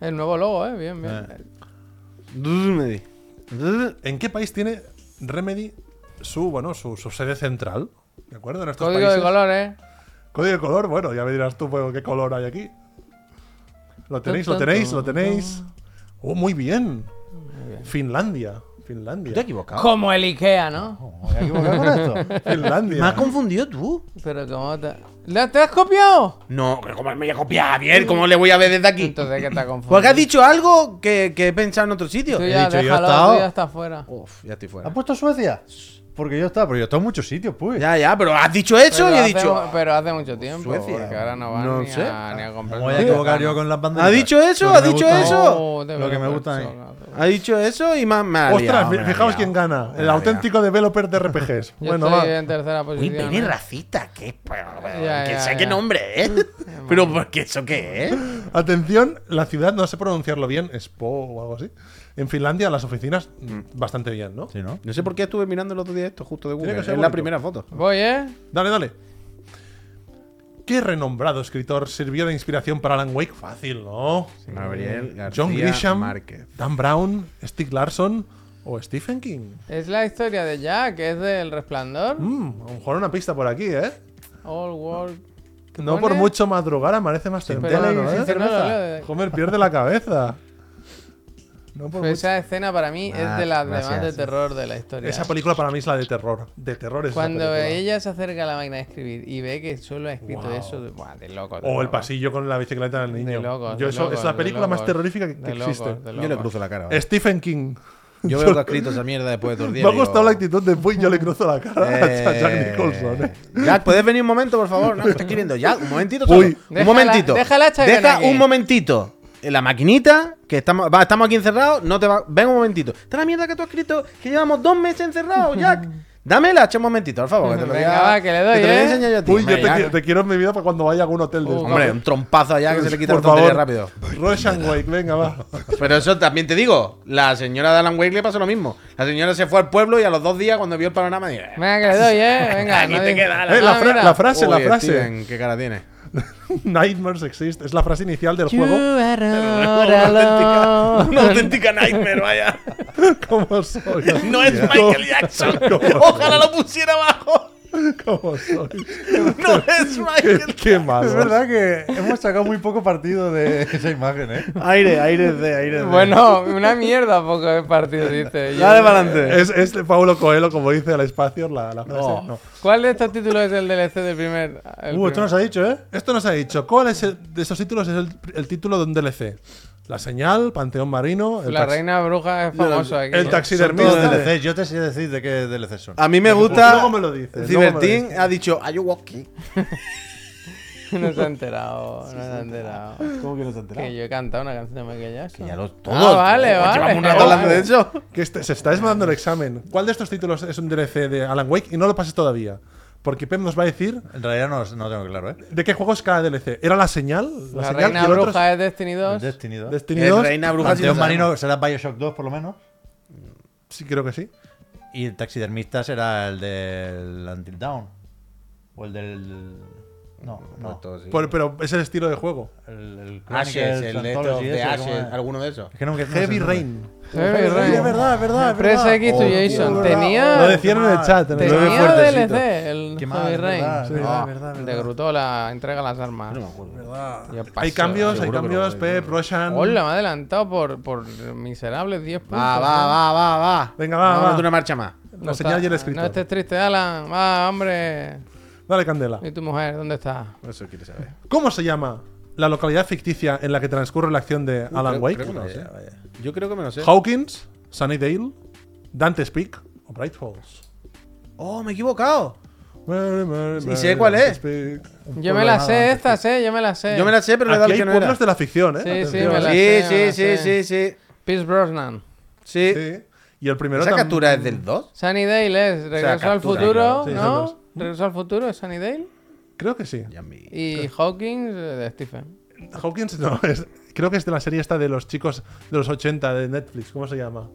Speaker 2: El nuevo logo, eh. Bien, bien.
Speaker 1: Me di.
Speaker 4: ¿En qué país tiene Remedy su, bueno, su, su sede central? ¿De acuerdo? En estos
Speaker 2: Código
Speaker 4: países.
Speaker 2: de color, eh.
Speaker 4: Código de color, bueno, ya me dirás tú pues, qué color hay aquí. Lo tenéis, lo tenéis, lo tenéis. Oh, muy bien. Finlandia. Finlandia.
Speaker 1: ¿Te has equivocado?
Speaker 2: Como el Ikea, ¿no?
Speaker 3: ¿Me he equivocado con
Speaker 4: [LAUGHS]
Speaker 3: esto?
Speaker 1: ¿Me has
Speaker 4: Finlandia.
Speaker 1: confundido tú?
Speaker 2: Pero como te. ¿La- ¿Te has copiado?
Speaker 1: No, pero ¿cómo me voy a copiar, Javier? ¿Cómo le voy a ver desde aquí?
Speaker 2: Entonces, ¿qué te ha confundido?
Speaker 1: Porque has dicho algo que, que he pensado en otro sitio.
Speaker 2: Tú
Speaker 3: He
Speaker 2: ya
Speaker 3: dicho, yo he
Speaker 2: déjalo,
Speaker 3: estado-
Speaker 2: tú ya estás fuera.
Speaker 1: Uf, ya estoy fuera.
Speaker 4: Ah,
Speaker 3: ¿Has puesto Suecia? Porque yo estaba, pero yo he estado en muchos sitios, pues.
Speaker 1: Ya, ya, pero has dicho eso
Speaker 2: Pero
Speaker 1: y he
Speaker 2: hace
Speaker 1: dicho.
Speaker 2: mu- Pero hace mucho tiempo.
Speaker 1: Suecia.
Speaker 2: Porque ahora no van
Speaker 1: No
Speaker 2: ni,
Speaker 1: sé.
Speaker 2: a, ni a
Speaker 3: Me
Speaker 2: comprar.
Speaker 3: voy a equivocar yo con las Pues banderas.
Speaker 1: eh, ¿Ha dicho eso? ¿Ha dicho eso?
Speaker 3: Lo que me gusta a mí.
Speaker 1: Ha dicho eso y más mal.
Speaker 4: Ostras, fi- fijaos quién gana. El auténtico developer
Speaker 3: [LAUGHS]
Speaker 4: de RPGs.
Speaker 2: Yo
Speaker 4: bueno, va.
Speaker 2: estoy en tercera
Speaker 1: Uy,
Speaker 2: posición.
Speaker 1: Penny
Speaker 2: ¿eh?
Speaker 1: racista, qué.
Speaker 2: Ya,
Speaker 1: Que
Speaker 2: ya,
Speaker 1: sé qué
Speaker 2: ya.
Speaker 1: nombre, ¿eh? Pero ¿por qué eso qué es?
Speaker 4: Atención, la ciudad, no sé pronunciarlo bien, Spo o algo así. En Finlandia las oficinas, bastante bien, ¿no?
Speaker 3: Mm. Sí, ¿no?
Speaker 1: No sé por qué estuve mirando el otro día esto, justo de
Speaker 4: Tiene
Speaker 1: Google.
Speaker 4: que
Speaker 1: Es
Speaker 4: ser
Speaker 1: la
Speaker 4: bonito.
Speaker 1: primera foto.
Speaker 2: Voy, ¿eh?
Speaker 4: Dale, dale. ¿Qué renombrado escritor sirvió de inspiración para Alan Wake? Fácil, ¿no?
Speaker 1: Gabriel García
Speaker 4: John Grisham,
Speaker 1: Márquez.
Speaker 4: Dan Brown, Stig Larsson o Stephen King.
Speaker 2: Es la historia de Jack, es del resplandor.
Speaker 4: Mm, a lo mejor una pista por aquí, ¿eh?
Speaker 2: All World. ¿Qué
Speaker 4: No
Speaker 2: pone?
Speaker 4: por mucho madrugar, amanece más
Speaker 2: Pero
Speaker 4: temprano,
Speaker 2: no,
Speaker 4: ¿eh?
Speaker 2: no,
Speaker 3: cerveza.
Speaker 2: no, no, no.
Speaker 4: Homer pierde la cabeza. No
Speaker 2: Pero
Speaker 4: por Pues mucho.
Speaker 2: Pues esa escena para mí es de las
Speaker 1: Gracias.
Speaker 2: demás de terror de la historia.
Speaker 4: Esa película para mí es la de terror. De terror es esa
Speaker 2: Cuando
Speaker 4: película.
Speaker 2: ella se acerca a la máquina de escribir y ve que solo ha escrito
Speaker 4: Wow.
Speaker 2: eso, de, buah, de loco. de
Speaker 4: O el
Speaker 2: loco.
Speaker 4: pasillo con la bicicleta del niño.
Speaker 2: De locos,
Speaker 4: Yo
Speaker 2: de
Speaker 4: eso- es
Speaker 2: locos,
Speaker 4: la
Speaker 2: de
Speaker 4: película más
Speaker 2: locos,
Speaker 4: terrorífica que, que
Speaker 2: de locos,
Speaker 4: existe.
Speaker 2: de
Speaker 1: Yo le
Speaker 2: locos.
Speaker 1: cruzo la cara. ¿vale?
Speaker 4: Stephen King. [LAUGHS]
Speaker 1: Yo veo que ha escrito esa mierda después de todo el día.
Speaker 4: Este Me ha
Speaker 1: y digo,
Speaker 4: gustado la actitud [LAUGHS] de Puy, yo le cruzo la cara a Jack
Speaker 1: eh,
Speaker 4: Nicholson. ¿eh?
Speaker 1: Jack, ¿puedes venir un momento, por favor? No, me está escribiendo. Jack, un momentito.
Speaker 4: Uy.
Speaker 1: solo.
Speaker 2: Déjala-
Speaker 1: un momentito.
Speaker 2: déjala, Chay, ven
Speaker 1: Deja
Speaker 2: aquí.
Speaker 1: un momentito. En La maquinita, que estamos, va, estamos aquí encerrados, no te va. Ven un momentito. Esta es la mierda que tú has escrito, que llevamos dos meses encerrados,
Speaker 2: [LAUGHS]
Speaker 1: Jack. Dámela, echa un momentito, por favor. Que te lo voy
Speaker 2: Venga,
Speaker 1: a-
Speaker 2: va, que le doy,
Speaker 1: te lo voy a
Speaker 2: ¿eh?
Speaker 1: enseñar yo a ti.
Speaker 4: Puy, yo te,
Speaker 1: Venga,
Speaker 4: qui- te quiero en mi vida para cuando vaya a algún hotel. De
Speaker 2: Uh,
Speaker 4: estos.
Speaker 1: Hombre, un trompazo allá que se le quita el
Speaker 4: Por
Speaker 1: tontería
Speaker 4: favor.
Speaker 1: rápido.
Speaker 4: Roshan Wake, venga,
Speaker 2: [LAUGHS]
Speaker 4: va.
Speaker 2: Ah,
Speaker 1: Pero eso también te digo, la señora de Alan Wake le pasó lo mismo. La señora se fue al pueblo y a los dos días, cuando vio el panorama, dijo: "Eh,
Speaker 2: Venga, que le doy, ¿eh? Venga.
Speaker 1: Aquí te
Speaker 2: digo-
Speaker 1: queda
Speaker 4: Eh, la,
Speaker 2: Ah,
Speaker 4: fra-
Speaker 2: mira.
Speaker 4: la frase, la
Speaker 1: uy,
Speaker 4: frase.
Speaker 1: Steven, ¿Qué cara tiene?
Speaker 4: Nightmares exist. Es la frase inicial del
Speaker 2: You
Speaker 4: juego.
Speaker 2: are
Speaker 1: Una auténtica,
Speaker 2: alone.
Speaker 1: una auténtica nightmare, vaya.
Speaker 4: [LAUGHS] ¿Cómo soy?
Speaker 1: [LAUGHS] No
Speaker 4: [LAUGHS]
Speaker 1: es Michael Jackson. Ojalá lo pusiera abajo.
Speaker 4: ¿Cómo soy?
Speaker 1: [LAUGHS] No
Speaker 4: [LAUGHS]
Speaker 1: es Michael.
Speaker 4: Qué malo.
Speaker 3: Es verdad que hemos sacado muy poco partido de [LAUGHS] esa imagen, ¿eh?
Speaker 1: Aire, aire de, aire
Speaker 4: [LAUGHS]
Speaker 1: de.
Speaker 2: Bueno, una mierda poco de partido, dice. Yo-
Speaker 1: Dale para adelante.
Speaker 4: Es, es de Paulo Coelho, como dice al espacio, la, la frase. No.
Speaker 2: ¿Cuál de estos títulos es el DLC del primer? el
Speaker 3: Uh, esto
Speaker 2: primer?
Speaker 3: nos ha dicho, ¿eh?
Speaker 4: Esto nos ha dicho. ¿Cuál es el- de esos títulos es el, el título de un DLC? La señal, Panteón Marino, el,
Speaker 2: La
Speaker 4: taxi-
Speaker 2: reina bruja es famoso aquí.
Speaker 4: el
Speaker 2: ¿no?
Speaker 3: Todos
Speaker 4: taxidermista.
Speaker 3: DLC, yo te sé decir de qué DLC son.
Speaker 1: A mí me
Speaker 4: gusta-
Speaker 1: gusta.
Speaker 4: Luego me lo dices, luego me lo
Speaker 1: Cibertín
Speaker 4: dices.
Speaker 1: ha dicho, ¿Are you walking?
Speaker 2: [LAUGHS] No se ha enterado, no se ha
Speaker 4: Ah,
Speaker 2: enterado.
Speaker 1: ¿Cómo que no se ha enterado?
Speaker 2: Que yo he cantado una canción de Michael Jackson.
Speaker 1: Ya los todos.
Speaker 2: Ah, vale, Oh, vale.
Speaker 1: Llevamos
Speaker 2: [LAUGHS]
Speaker 1: un rato hablando de eso.
Speaker 4: Que este- se está desmadando el examen. ¿Cuál de estos títulos es un DLC de Alan Wake? Y no lo pases todavía. Porque Pep nos va a decir
Speaker 3: En realidad no, no tengo claro, ¿eh?
Speaker 4: de qué juego es cada DLC. ¿Era la señal?
Speaker 2: La,
Speaker 4: señal
Speaker 2: reina
Speaker 4: y el otro
Speaker 2: bruja es Destiny 2.
Speaker 3: Destiny 2.
Speaker 4: es Destiny
Speaker 1: Es
Speaker 4: 2.
Speaker 1: Reina Bruja. sí lo
Speaker 3: Panteón
Speaker 1: sabemos.
Speaker 3: Marino será Bioshock 2 por lo menos.
Speaker 4: Sí, creo que sí.
Speaker 3: Y el taxidermista será el del Until Down. O el del No,
Speaker 1: Pues
Speaker 3: no.
Speaker 1: todo sí.
Speaker 4: Por- pero es el estilo de juego.
Speaker 3: El, el
Speaker 1: Ashes,
Speaker 3: Chronicles,
Speaker 1: el de estos
Speaker 3: Anthology
Speaker 1: de
Speaker 3: ese, ¿cómo
Speaker 1: Ashes,
Speaker 3: es?
Speaker 1: alguno de esos.
Speaker 3: Es que no me- no sé
Speaker 4: Heavy
Speaker 3: el nombre.
Speaker 4: Rain.
Speaker 2: Heavy
Speaker 3: Sí,
Speaker 2: Rain.
Speaker 3: es verdad, es verdad. es
Speaker 2: Press
Speaker 3: verdad.
Speaker 2: X to
Speaker 3: Oh, tío,
Speaker 2: Jason.
Speaker 3: es verdad.
Speaker 2: Tenía-
Speaker 4: Lo decían en el chat. en el chat.
Speaker 2: Tenía
Speaker 3: fuertecito.
Speaker 2: DLC, el
Speaker 3: Qué mal,
Speaker 2: Heavy
Speaker 3: es
Speaker 2: Rain.
Speaker 3: verdad, es
Speaker 4: Ah,
Speaker 3: verdad, es verdad, es
Speaker 2: de
Speaker 3: verdad.
Speaker 2: Grutola entrega las armas. Ya
Speaker 4: Hay
Speaker 2: pasó.
Speaker 4: cambios, hay
Speaker 1: Seguro que
Speaker 4: cambios,
Speaker 1: lo-
Speaker 4: Pep, Roshan.
Speaker 2: Hola, me he adelantado por, por miserables 10 puntos.
Speaker 1: Va, va, va, va, va.
Speaker 4: Venga, va,
Speaker 1: Vámonos
Speaker 4: va.
Speaker 1: de una marcha más.
Speaker 4: La señal y el escritor.
Speaker 2: No estés triste, Alan. Va, hombre.
Speaker 4: Dale candela.
Speaker 2: ¿Y tu mujer? ¿Dónde está?
Speaker 1: Eso quiere saber.
Speaker 4: ¿Cómo se llama la localidad ficticia en la que transcurre la acción de Alan Wake?
Speaker 1: Creo que ¿eh? me lo sé. Yo creo que me lo sé.
Speaker 4: Hawkins, Sunnydale, Dante's Peak o Bright Falls.
Speaker 1: Oh, me he equivocado.
Speaker 4: Mary, Mary,
Speaker 1: Sí,
Speaker 4: Mary,
Speaker 1: sé cuál ¿eh?
Speaker 4: Dante's
Speaker 1: es.
Speaker 4: Peak.
Speaker 2: Yo me la sé, esta sé, yo me la sé.
Speaker 1: Yo me la sé, pero le he
Speaker 4: Aquí
Speaker 1: dado
Speaker 4: hay
Speaker 1: que no era.
Speaker 4: pueblos de la ficción, ¿eh?
Speaker 2: Sí, sí,
Speaker 4: Atención.
Speaker 2: me la
Speaker 1: Sí,
Speaker 2: sé. me
Speaker 1: sí,
Speaker 2: la
Speaker 1: sí,
Speaker 2: sé.
Speaker 1: sí, sí.
Speaker 2: Pierce Brosnan.
Speaker 1: Sí.
Speaker 4: Sí. Y el primero
Speaker 1: ¿Esa
Speaker 4: tam-
Speaker 1: captura es del 2?
Speaker 2: Sunnydale es Regreso al
Speaker 1: captura,
Speaker 2: Futuro,
Speaker 1: claro.
Speaker 4: Sí, son
Speaker 2: ¿no?
Speaker 4: dos.
Speaker 2: Regreso al Futuro es Sunnydale.
Speaker 4: Creo que sí.
Speaker 2: Y Hawkins eh, de Stephen.
Speaker 4: Hawkins no, es- creo que es de la serie esta de los chicos de los 80 de Netflix, ¿cómo se llama?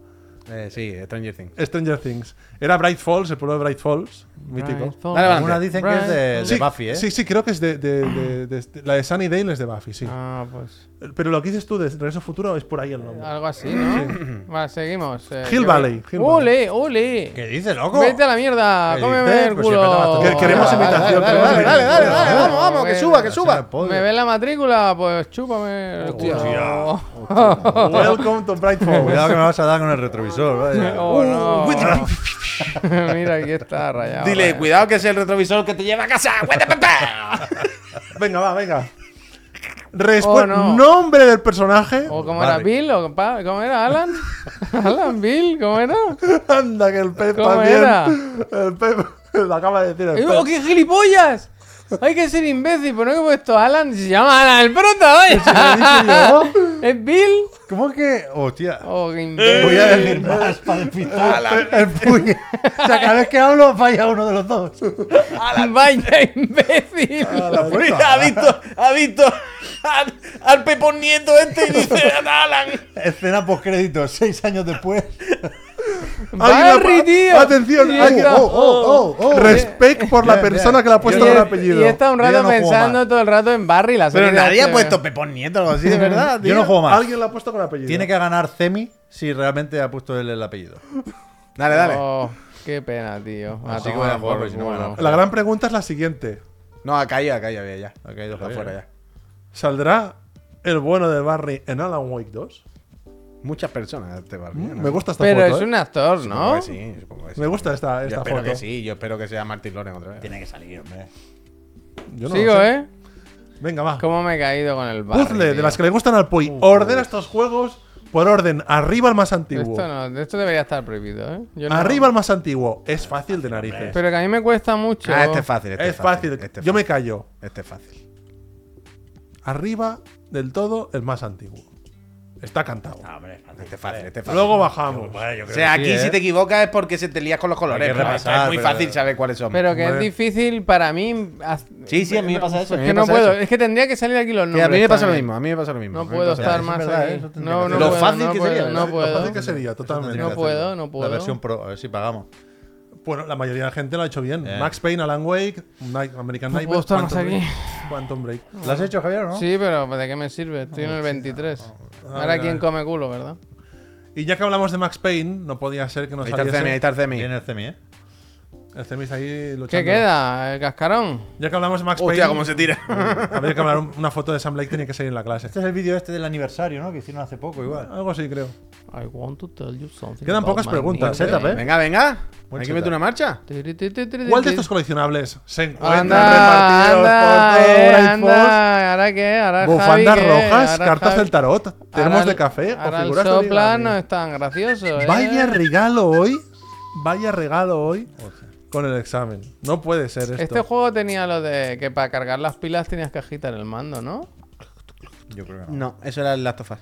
Speaker 1: Eh, sí, Stranger Things.
Speaker 4: Stranger Things. Era Bright Falls, el pueblo de Bright Falls, mítico.
Speaker 2: Bright Falls.
Speaker 1: Dale, va.
Speaker 3: Algunas dicen que es de, de
Speaker 4: Sí,
Speaker 3: Buffy, ¿eh?
Speaker 4: Sí, sí, creo que es de, de- de- de- de- la de Sunnydale es de Buffy, sí.
Speaker 2: Ah, pues.
Speaker 4: Pero lo que dices tú de Regreso al Futuro es por ahí el nombre.
Speaker 2: Algo así, ¿no? Vale, seguimos. eh,
Speaker 4: Hill
Speaker 2: yo-
Speaker 4: Valley, Hill
Speaker 2: ¡Ole, ole!
Speaker 3: ¿Qué dices, loco?
Speaker 2: ¡Vete a la mierda!
Speaker 3: ¿Qué
Speaker 2: ¡Cómeme
Speaker 3: dices?
Speaker 2: el
Speaker 3: Pues si apenas
Speaker 2: culo!
Speaker 3: bastante.
Speaker 4: Que- queremos
Speaker 1: Dale, dale,
Speaker 4: imitación,
Speaker 1: Dale,
Speaker 4: queremos
Speaker 1: dale, dale,
Speaker 4: imitación.
Speaker 1: dale, dale, vamos, vamos, que
Speaker 2: Venga,
Speaker 1: suba, que
Speaker 3: Se me
Speaker 1: suba.
Speaker 3: pode.
Speaker 2: ¿Me ves la matrícula? Pues chúpame. el
Speaker 1: Hostia.
Speaker 2: culo. Ah,
Speaker 4: Welcome to Bright Falls.
Speaker 3: Oh, Cuidado que me vas a dar con el retrovisor.
Speaker 2: [LAUGHS]
Speaker 3: vaya. Uh,
Speaker 4: Uh,
Speaker 2: Oh, no. [LAUGHS] Mira, aquí está rayado. eh.
Speaker 1: Dile,
Speaker 2: rayado.
Speaker 1: cuidado que es el retrovisor que te lleva a [LAUGHS] casa. Guete, pepe.
Speaker 4: venga,
Speaker 2: [LAUGHS]
Speaker 4: va, venga. Respu-
Speaker 2: Oh, no.
Speaker 4: Nombre del personaje.
Speaker 2: ¿O Oh, cómo era
Speaker 3: Barry.
Speaker 2: Bill? ¿O pa- cómo era Alan? [LAUGHS] ¿Alan Bill? ¿Cómo
Speaker 4: [LAUGHS]
Speaker 2: era?
Speaker 4: [LAUGHS] Anda, que el Pep
Speaker 2: ¿Cómo
Speaker 4: también.
Speaker 2: era?
Speaker 4: El Pep [LAUGHS] lo acaba de decir. El
Speaker 2: ¡Oh,
Speaker 4: Pep.
Speaker 2: qué gilipollas! Hay que ser imbécil, pero no he puesto Alan. Se llama Alan el prota, [LAUGHS]
Speaker 4: [LAUGHS]
Speaker 3: lo
Speaker 2: vaya. [LAUGHS] ¿Es Bill?
Speaker 3: ¿Cómo que? Hostia.
Speaker 2: Oh, qué
Speaker 4: Eh,
Speaker 3: Voy a
Speaker 2: imbécil.
Speaker 3: decir más para evitar el puño. O sea, cada vez que hablo falla uno de
Speaker 2: [LAUGHS]
Speaker 3: los dos.
Speaker 2: Vaya imbécil.
Speaker 1: Mira, ha visto, ha visto al, al pepón nieto este y dice Alan.
Speaker 3: Escena postcrédito, seis años después.
Speaker 4: Hay una
Speaker 2: Barry,
Speaker 4: pa-
Speaker 2: tío.
Speaker 4: Atención,
Speaker 2: Sí,
Speaker 4: hay-
Speaker 2: está.
Speaker 4: oh, oh, oh, oh. Respect por la
Speaker 3: Bien,
Speaker 4: persona
Speaker 3: bien.
Speaker 4: que le ha
Speaker 2: Y,
Speaker 4: puesto por
Speaker 2: es-
Speaker 4: apellido.
Speaker 2: y está un
Speaker 3: Yo ya
Speaker 2: rato
Speaker 3: no juego
Speaker 2: pensando
Speaker 3: más.
Speaker 2: todo el rato en Barry, la serie
Speaker 1: Pero
Speaker 2: de este
Speaker 1: nadie ha
Speaker 2: HBO.
Speaker 1: puesto pepón nieto o algo así, de verdad.
Speaker 3: Yo no juego más.
Speaker 4: Alguien la ha puesto con apellido.
Speaker 3: Tiene que ganar Cemi si realmente ha puesto él el apellido.
Speaker 1: Dale, dale.
Speaker 2: Oh, qué pena, tío. Ah, A
Speaker 3: Así que
Speaker 2: tomar
Speaker 3: voy a jugar,
Speaker 2: por
Speaker 3: porque si no van a-
Speaker 2: culo.
Speaker 4: La gran pregunta es la siguiente.
Speaker 1: No, ha caído, ha caído bien, ya.
Speaker 3: Ha caído
Speaker 1: Está
Speaker 3: Javier.
Speaker 1: fuera ya.
Speaker 4: ¿Saldrá el bueno de Barry en Alan Wake 2?
Speaker 1: Muchas personas este barrio. ¿no?
Speaker 4: Me gusta esta
Speaker 2: Pero
Speaker 4: foto.
Speaker 2: es
Speaker 4: ¿eh?
Speaker 2: un actor,
Speaker 1: Supongo
Speaker 2: ¿no?
Speaker 1: que sí, supongo que sí.
Speaker 4: Me gusta esta,
Speaker 1: Yo
Speaker 4: esta
Speaker 1: espero
Speaker 4: foto.
Speaker 1: que sí, yo espero que sea Martin Loren otra vez.
Speaker 3: Tiene que salir, hombre.
Speaker 4: Yo no lo
Speaker 2: Sigo,
Speaker 4: sé.
Speaker 2: ¿eh?
Speaker 4: Venga, va.
Speaker 2: ¿Cómo me he caído con el Barry?
Speaker 4: Puzzle de
Speaker 2: tío?
Speaker 4: las que le gustan al Poi.
Speaker 1: Uh,
Speaker 4: Ordena estos juegos por orden. Arriba el más antiguo.
Speaker 2: Esto, no, esto debería estar prohibido, ¿eh? Yo no-
Speaker 4: Arriba el más antiguo. Es fácil de narices.
Speaker 2: Pero que a mí me cuesta mucho.
Speaker 1: Ah, este es fácil, este
Speaker 4: es fácil.
Speaker 1: este es
Speaker 4: Yo me
Speaker 1: fácil,
Speaker 4: callo.
Speaker 1: Este es fácil.
Speaker 4: Arriba del todo el más antiguo. Está cantado.
Speaker 1: Este es fácil, este es fácil.
Speaker 4: Luego bajamos.
Speaker 1: o sea, aquí
Speaker 2: ¿eh?
Speaker 1: si te equivocas es porque se te lías con los colores.
Speaker 3: Hay que
Speaker 1: pero
Speaker 3: repasar,
Speaker 1: es muy
Speaker 3: pero-
Speaker 1: fácil saber cuáles son.
Speaker 2: Pero que es
Speaker 4: Hombre.
Speaker 2: difícil para mí. haz-
Speaker 1: Sí, sí, a mí me pasa eso, a
Speaker 2: Es
Speaker 1: mí
Speaker 2: que
Speaker 1: me
Speaker 2: no
Speaker 1: pasa
Speaker 2: puedo.
Speaker 1: eso.
Speaker 2: Es que tendría que salir aquí los
Speaker 1: Que
Speaker 2: nombres.
Speaker 1: a mí me pasa lo
Speaker 2: también.
Speaker 1: mismo, a mí me pasa lo mismo. a
Speaker 2: No
Speaker 1: mí me
Speaker 2: puedo
Speaker 1: pasa lo
Speaker 2: estar
Speaker 1: mismo.
Speaker 2: más
Speaker 3: verdad,
Speaker 2: aquí.
Speaker 3: eso tendría
Speaker 2: No,
Speaker 3: que
Speaker 2: no
Speaker 1: ser. Lo
Speaker 2: puedo,
Speaker 1: fácil
Speaker 2: no
Speaker 1: que
Speaker 2: puedo,
Speaker 1: sería,
Speaker 2: No
Speaker 1: lo
Speaker 4: Lo
Speaker 2: puedo.
Speaker 4: fácil que sería, totalmente.
Speaker 2: No puedo, no puedo.
Speaker 3: La versión pro, a ver si pagamos.
Speaker 4: Bueno, la mayoría de la gente lo ha hecho bien.
Speaker 3: Eh.
Speaker 4: Max Payne, Alan Wake, Night- American
Speaker 2: Pues No puedo
Speaker 4: Nightmare,
Speaker 2: estar más
Speaker 4: Quantum
Speaker 2: aquí.
Speaker 4: Break- Quantum Break.
Speaker 3: ¿La has hecho, Javier, o no?
Speaker 2: Sí, pero ¿de qué me sirve? Estoy en el 23. Ahora
Speaker 4: vale,
Speaker 2: quien
Speaker 4: vale.
Speaker 2: come culo, ¿verdad?
Speaker 4: Y ya que hablamos de Max Payne, no podía ser que nos
Speaker 1: Ahí está el Cemi, ahí
Speaker 4: saliese.
Speaker 1: está el Cemi.
Speaker 3: Viene el Cemi, ¿eh?
Speaker 4: El Cemi está ahí luchando.
Speaker 2: ¿Qué queda? ¿El cascarón?
Speaker 4: Ya que hablamos de Max
Speaker 1: Hostia,
Speaker 4: Payne,
Speaker 1: cómo se tira.
Speaker 4: [LAUGHS] habría que hablar un- una foto de Sam Blake tenía que salir en la clase.
Speaker 3: Este es el vídeo este del aniversario, ¿no? Que hicieron hace poco, igual.
Speaker 4: Algo así, creo.
Speaker 2: I want to tell you something
Speaker 4: Quedan
Speaker 2: about
Speaker 4: pocas
Speaker 2: my
Speaker 4: preguntas,
Speaker 2: new
Speaker 4: ¿eh, Tapé?
Speaker 2: name.
Speaker 1: Venga, venga. Hay
Speaker 3: Buen
Speaker 1: que
Speaker 3: setup.
Speaker 1: meter una marcha.
Speaker 2: Tiri, tiri, tiri,
Speaker 4: ¿Cuál de
Speaker 2: tiri.
Speaker 4: estos coleccionables se encuentra
Speaker 2: Anda,
Speaker 4: repartidos
Speaker 2: anda,
Speaker 4: por
Speaker 2: eh,
Speaker 4: todo Bright Falls?
Speaker 2: anda. ¿Ahora qué? ¿Ahora Javi
Speaker 4: Bufandas
Speaker 2: qué?
Speaker 4: rojas,
Speaker 2: Ahora
Speaker 4: cartas
Speaker 2: Javi-
Speaker 4: del tarot,
Speaker 2: ahora
Speaker 4: termos
Speaker 2: el-
Speaker 4: de café o
Speaker 2: ahora el
Speaker 4: figuras de
Speaker 2: sopla
Speaker 4: origami.
Speaker 2: no es tan gracioso, ¿eh?
Speaker 4: Vaya regalo hoy. Vaya regalo hoy con el examen. No puede ser esto.
Speaker 2: Este juego tenía lo de que para cargar las pilas tenías que agitar el mando, ¿no?
Speaker 3: Yo creo que no.
Speaker 1: No, eso era el Last of Us.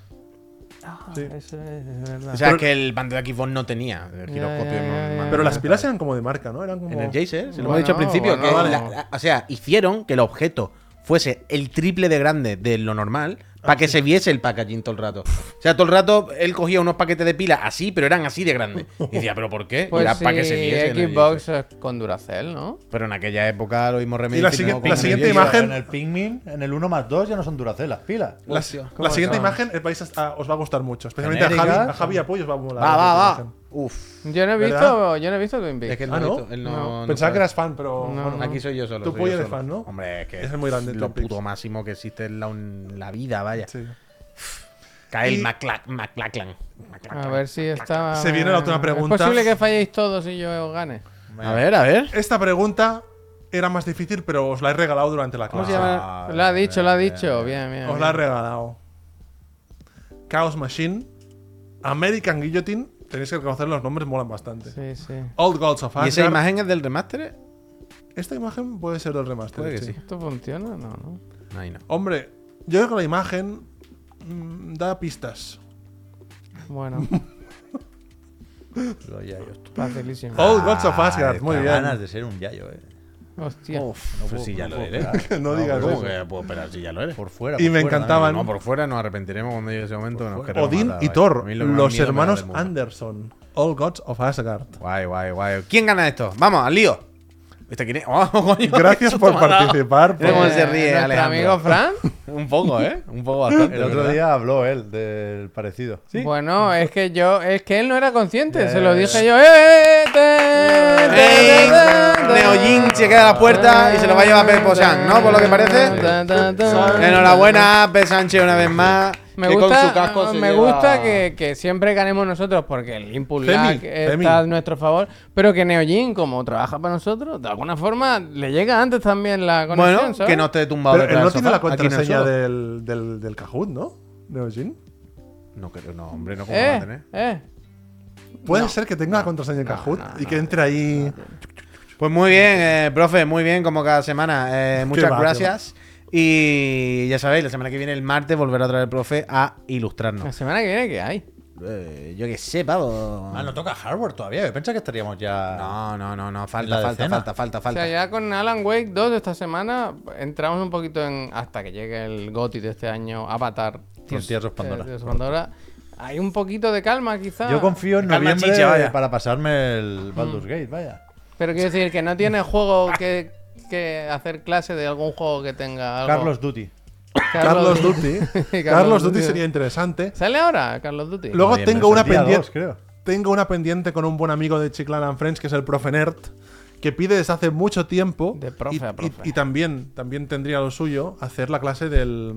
Speaker 4: Sí.
Speaker 2: Ah, Eso es, es verdad.
Speaker 1: O sea, que el bando de Xbox no tenía el giroscopio.
Speaker 2: ya, ya,
Speaker 1: no-
Speaker 2: ya.
Speaker 4: Pero las pilas eran como de marca, ¿no? Eran como.
Speaker 1: En el Jaser, se lo
Speaker 2: Bueno,
Speaker 1: hemos dicho al principio.
Speaker 2: bueno.
Speaker 1: que la- la- o sea, hicieron que el objeto fuese el triple de grande de lo normal,
Speaker 2: Ah,
Speaker 1: Para que se viese el packaging todo el rato. O sea, todo el rato él cogía unos paquetes de pila así, pero eran así de grandes. Y decía, ¿pero por qué? Y
Speaker 2: Pues
Speaker 1: era
Speaker 2: sí,
Speaker 1: para que se viese. en el-
Speaker 2: Xbox con Duracell, ¿no?
Speaker 1: Pero en aquella época lo mismo remedio.
Speaker 4: Y la siguiente- la siguiente imagen-
Speaker 3: En el Pikmin, en el 1 más 2 ya no son Duracell las pilas.
Speaker 4: La, la siguiente imagen eh, vais a- a- os va a gustar mucho. Especialmente a Javi,
Speaker 3: Genérica.
Speaker 4: a Javi y a Puy os va a molar.
Speaker 1: Va,
Speaker 4: la
Speaker 1: va, va.
Speaker 4: imagen.
Speaker 1: Uf.
Speaker 2: Yo no he
Speaker 4: ¿Verdad?
Speaker 2: visto, yo no he visto Twin Peaks.
Speaker 1: Es que él
Speaker 4: Ah,
Speaker 1: no,
Speaker 4: ¿no?
Speaker 1: hizo- él no- no
Speaker 4: Pensaba
Speaker 1: sabe.
Speaker 4: que eras fan, pero.
Speaker 2: No,
Speaker 4: bueno,
Speaker 2: no.
Speaker 1: Aquí soy yo solo.
Speaker 4: Tú,
Speaker 1: soy
Speaker 4: Puy,
Speaker 1: yo
Speaker 4: eres
Speaker 1: solo.
Speaker 4: fan, ¿no?
Speaker 1: Hombre, es que
Speaker 4: Es muy grande,
Speaker 1: Lo
Speaker 4: Twin Peaks.
Speaker 1: puto máximo que existe en la, en la vida, vaya.
Speaker 4: sí.
Speaker 1: Cael
Speaker 4: Y-
Speaker 1: Macla- McLachlan. McLachlan.
Speaker 2: A ver si está.
Speaker 4: Se viene la otra pregunta.
Speaker 2: ¿Es posible que falléis todos y yo gane?
Speaker 1: A ver, a ver.
Speaker 4: Esta pregunta era más difícil, pero os la he regalado durante la
Speaker 2: ¿Cómo se
Speaker 4: clase.
Speaker 2: llama? Lo ha dicho, lo ha dicho. Bien, bien.
Speaker 4: Os la he regalado. Chaos Machine, American Guillotine. Tenéis que reconocer los nombres, molan bastante.
Speaker 2: bien. Sí, sí.
Speaker 4: Old Gods of Asgard.
Speaker 1: ¿Y esa imagen es del remaster?
Speaker 4: Esta imagen puede ser del remaster.
Speaker 1: Puede que sí.
Speaker 2: ¿Esto funciona? No, no.
Speaker 1: Ahí no.
Speaker 4: Hombre, yo creo que la imagen mm, da pistas. [LAUGHS]
Speaker 2: Bueno,
Speaker 3: Los yayos. tú.
Speaker 2: facilísimo.
Speaker 4: Old Gods of Asgard,
Speaker 3: Ah,
Speaker 4: muy
Speaker 3: qué
Speaker 4: bien.
Speaker 3: ganas de ser un yayo, eh.
Speaker 2: Hostia.
Speaker 1: Uf, pues sí, ya lo eres.
Speaker 4: [LAUGHS] No digas
Speaker 1: ¿Cómo
Speaker 4: eso.
Speaker 1: que puedo esperar si ya lo eres?
Speaker 3: Por fuera.
Speaker 4: Y
Speaker 3: por
Speaker 4: me
Speaker 3: fuera,
Speaker 4: encantaban.
Speaker 1: No, por fuera nos arrepentiremos cuando llegue ese momento. nos queremos
Speaker 4: Odín
Speaker 1: matar, vaya.
Speaker 4: y
Speaker 1: eh, A
Speaker 4: Thor,
Speaker 1: mí lo que más miedo
Speaker 4: los
Speaker 1: me da
Speaker 4: hermanos
Speaker 1: del mundo.
Speaker 4: Anderson. All Gods of
Speaker 1: [LAUGHS]
Speaker 4: Asgard.
Speaker 1: Guay, guay, guay. ¿Quién gana esto? Vamos, al lío. ¿Este quién es? [LAUGHS] Oh, coño,
Speaker 4: Gracias
Speaker 1: qué
Speaker 4: por
Speaker 1: susto me ha dado.
Speaker 4: participar. por-
Speaker 1: Mira cómo se ríe,
Speaker 2: Eh, ¿Nuestro
Speaker 1: Alejandro.
Speaker 2: amigo Fran?
Speaker 1: [LAUGHS] Un poco, ¿eh? Un poco bastante.
Speaker 3: El otro
Speaker 1: ¿verdad?
Speaker 3: día habló él del parecido.
Speaker 2: Bueno, es que yo, es que él no era consciente, se lo dije yo. ¡Eh, eh, te, te,
Speaker 1: ¡Ey!
Speaker 2: te, te, te!
Speaker 1: Neojin se queda a la puerta y se lo va a llevar Pepo San, ¿no? Por lo que parece.
Speaker 2: Ta, ta, ta.
Speaker 1: Enhorabuena, P. Sánchez, una vez más.
Speaker 2: Me
Speaker 1: que con
Speaker 2: gusta,
Speaker 1: su casco se
Speaker 2: me
Speaker 1: lleva-
Speaker 2: gusta que, que siempre ganemos nosotros porque el Impulse
Speaker 4: Femi,
Speaker 2: Lag
Speaker 4: Femi.
Speaker 2: está a nuestro favor, pero que Neojin, como trabaja para nosotros, de alguna forma le llega antes también la conexión,
Speaker 1: Bueno,
Speaker 2: ¿sabes?
Speaker 1: que no esté tumbado
Speaker 4: Pero él
Speaker 1: detrás
Speaker 4: no
Speaker 1: del
Speaker 4: tiene la
Speaker 1: sofá, aquí en el
Speaker 4: contraseña
Speaker 1: suelo.
Speaker 4: del, del, del Kahoot, ¿no? Neojin.
Speaker 1: No, creo, no, hombre, no como va a
Speaker 2: Eh,
Speaker 1: tener.
Speaker 2: eh.
Speaker 4: Puede ser que tenga la contraseña del Kahoot y que entre ahí.
Speaker 1: Pues muy bien, eh, profe, muy bien, como cada semana. Eh, muchas
Speaker 4: va, qué
Speaker 1: gracias. Y ya sabéis, la semana que viene, el martes, volverá a traer el profe a
Speaker 2: La
Speaker 1: ilustrarnos.
Speaker 2: semana que viene, ¿qué hay?
Speaker 1: Eh, yo que sé, pavo.
Speaker 3: Ah, no toca hardware todavía. Yo pensaba que estaríamos ya.
Speaker 1: No, no, no, no,
Speaker 3: La
Speaker 1: falta,
Speaker 3: de
Speaker 1: falta,
Speaker 3: cena.
Speaker 1: falta, falta,
Speaker 2: O
Speaker 1: falta.
Speaker 2: sea, ya con Alan Wake 2 de esta semana entramos un poquito en. hasta que llegue el GOTI de este año, Avatar.
Speaker 3: Tears of Pandora.
Speaker 2: eh, Tears of Pandora. Hay un poquito de calma, quizás.
Speaker 3: Yo confío en
Speaker 1: Calma,
Speaker 3: noviembre
Speaker 1: chicha, vaya.
Speaker 3: para pasarme el Baldur's Gate, vaya.
Speaker 2: Pero quiero decir que no tiene juego que, que hacer clase de algún juego que tenga algo.
Speaker 3: Carlos Duty.
Speaker 4: Carlos Duty.
Speaker 1: [LAUGHS]
Speaker 2: [LAUGHS]
Speaker 4: Carlos Duty
Speaker 2: Duty.
Speaker 4: sería interesante.
Speaker 2: ¿Sale ahora, Carlos Duty?
Speaker 4: Luego
Speaker 3: Noviembre,
Speaker 4: tengo
Speaker 3: es el
Speaker 4: una
Speaker 3: día
Speaker 4: pendiente.
Speaker 3: dos, creo.
Speaker 4: Tengo una pendiente con un buen amigo de Chiclan and Friends, que es el profe Nerd, que pide desde hace mucho tiempo.
Speaker 2: De profe
Speaker 4: y,
Speaker 2: a
Speaker 4: y-
Speaker 2: profe.
Speaker 4: y también, también tendría lo suyo, hacer la clase del.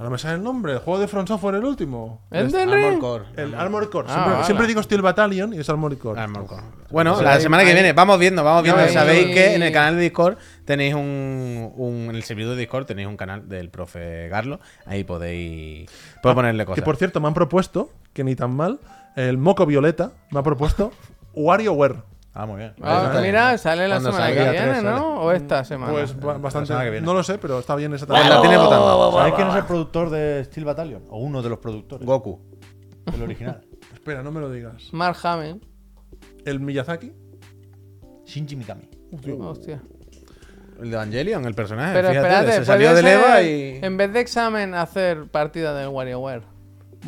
Speaker 4: A no me sale el nombre, el juego de Front Software, el último.
Speaker 2: ¿El
Speaker 4: Este-
Speaker 2: del
Speaker 1: Armor
Speaker 2: Ring?
Speaker 1: Core.
Speaker 4: El Armored Core.
Speaker 2: ¿Eh? Ah,
Speaker 4: siempre,
Speaker 2: vale.
Speaker 4: siempre digo Steel Battalion y es Armored Core.
Speaker 1: Armor Core. Ah, Bueno, la semana que
Speaker 2: ahí-
Speaker 1: viene, vamos viendo, vamos viendo.
Speaker 2: ahí-
Speaker 1: Sabéis que en el canal de Discord tenéis un, un- En el servidor de Discord tenéis un canal del profe Garlo. Ahí podéis. Puedo ponerle
Speaker 4: que
Speaker 1: cosas.
Speaker 4: por cierto, me han propuesto, que ni tan mal, el Moco Violeta me ha propuesto WarioWare.
Speaker 3: Ah, muy bien.
Speaker 2: Ah,
Speaker 3: Ahí está.
Speaker 2: mira, sale la
Speaker 1: Cuando
Speaker 2: semana
Speaker 1: salga,
Speaker 2: que
Speaker 3: ya
Speaker 2: viene,
Speaker 3: tres, sale.
Speaker 2: ¿no? O esta semana.
Speaker 4: Pues ba- bastante.
Speaker 3: semana que viene.
Speaker 4: No lo sé, pero está bien esa
Speaker 1: Pues la
Speaker 4: tarde.
Speaker 1: tiene votando.
Speaker 3: ¿Sabes quién es el productor de Steel Battalion? O uno de los productores.
Speaker 1: Goku.
Speaker 3: El original.
Speaker 4: Espera, no me lo digas.
Speaker 2: Mark Hamill.
Speaker 4: El Miyazaki.
Speaker 3: Shinji Mikami.
Speaker 2: Hostia.
Speaker 1: El de Evangelion, el personaje.
Speaker 2: Pero
Speaker 1: fíjate,
Speaker 2: espérate,
Speaker 1: se salió
Speaker 2: puede
Speaker 1: del EVA
Speaker 2: ser,
Speaker 1: y.
Speaker 2: En vez de examen, hacer partida del WarioWare.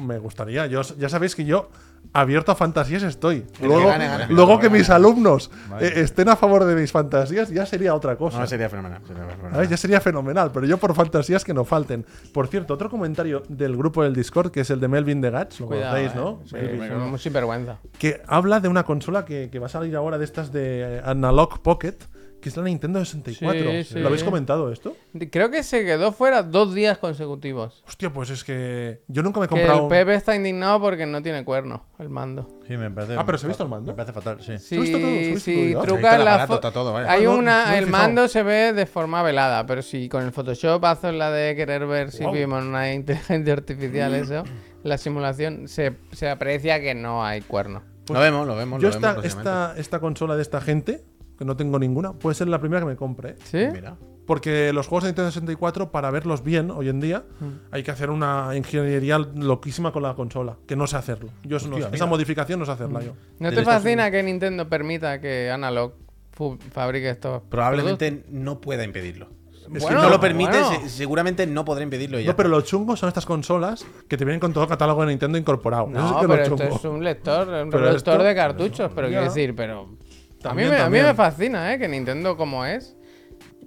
Speaker 4: Me gustaría. Yo, ya sabéis que yo abierto a fantasías estoy.
Speaker 1: que
Speaker 4: Luego,
Speaker 1: gane, gane.
Speaker 4: luego que mis alumnos eh, estén a favor de mis fantasías ya sería otra cosa.
Speaker 1: No, sería fenomenal. sería fenomenal.
Speaker 4: ¿Sabes? Ya sería fenomenal, pero yo por fantasías que no falten. Por cierto, otro comentario del grupo del Discord, que es el de Melvin de Gats, lo
Speaker 2: Cuidado.
Speaker 4: conocéis,
Speaker 2: eh.
Speaker 4: ¿no?
Speaker 2: Sí,
Speaker 4: Melvin,
Speaker 2: es muy sinvergüenza.
Speaker 4: que habla de una consola que, que va a salir ahora de estas de eh, Analog Pocket, que es la Nintendo 64.
Speaker 2: Sí, sí.
Speaker 4: ¿Lo habéis comentado esto?
Speaker 2: Creo que se quedó fuera dos días consecutivos.
Speaker 4: Hostia, pues es que yo nunca me he
Speaker 2: Que el
Speaker 4: comprado...
Speaker 2: Pepe está indignado porque no tiene cuerno el mando.
Speaker 3: Sí, me parece.
Speaker 4: Ah, pero ¿se ha visto el mando?
Speaker 3: Me parece fatal, sí.
Speaker 4: ¿Tú esto todo- tú
Speaker 2: Sí,
Speaker 4: esto
Speaker 2: sí,
Speaker 1: Ahí
Speaker 4: todo ya?
Speaker 1: está
Speaker 2: truca
Speaker 1: el
Speaker 2: la
Speaker 1: aparato,
Speaker 2: foto.
Speaker 1: está todo, vaya.
Speaker 2: Hay
Speaker 4: Ah, no,
Speaker 2: una,
Speaker 4: no he
Speaker 2: el
Speaker 4: fijado.
Speaker 2: mando se ve de forma velada, pero si con el Photoshop haces la de querer ver si vimos una inteligencia artificial eso, la simulación se, se aprecia que no hay cuerno.
Speaker 1: lo vemos, lo vemos.
Speaker 4: Yo
Speaker 1: lo vemos
Speaker 4: esta,
Speaker 1: próximamente.
Speaker 4: esta, esta consola de esta gente, que no tengo ninguna, puede ser la primera que me compre. ¿eh?
Speaker 2: ¿Sí?
Speaker 1: Mira.
Speaker 4: Porque los juegos de Nintendo 64, para verlos bien hoy en día,
Speaker 2: Mm.
Speaker 4: hay que hacer una ingeniería loquísima con la consola, que no sé hacerlo. Yo eso no sé. esa modificación no sé hacerla yo.
Speaker 2: ¿No
Speaker 3: Del
Speaker 2: te
Speaker 3: Estados
Speaker 2: fascina que Nintendo permita que Analog fu- fabrique estos
Speaker 1: Probablemente no pueda impedirlo. Es que
Speaker 2: Bueno,
Speaker 1: no lo permite,
Speaker 2: bueno.
Speaker 1: se- seguramente no podrá impedirlo ya.
Speaker 4: No, pero los chungos son estas consolas que te vienen con todo el catálogo de Nintendo incorporado.
Speaker 2: No,
Speaker 4: Eso sí que es lo
Speaker 2: pero esto
Speaker 4: chungo.
Speaker 2: es un lector, un
Speaker 4: Pero
Speaker 2: reproductor
Speaker 4: esto-
Speaker 2: de cartuchos, pero quiero
Speaker 4: Ya.
Speaker 2: decir, pero. A mí,
Speaker 4: También,
Speaker 2: me, a mí
Speaker 4: también.
Speaker 2: me fascina, ¿eh? Que Nintendo como es.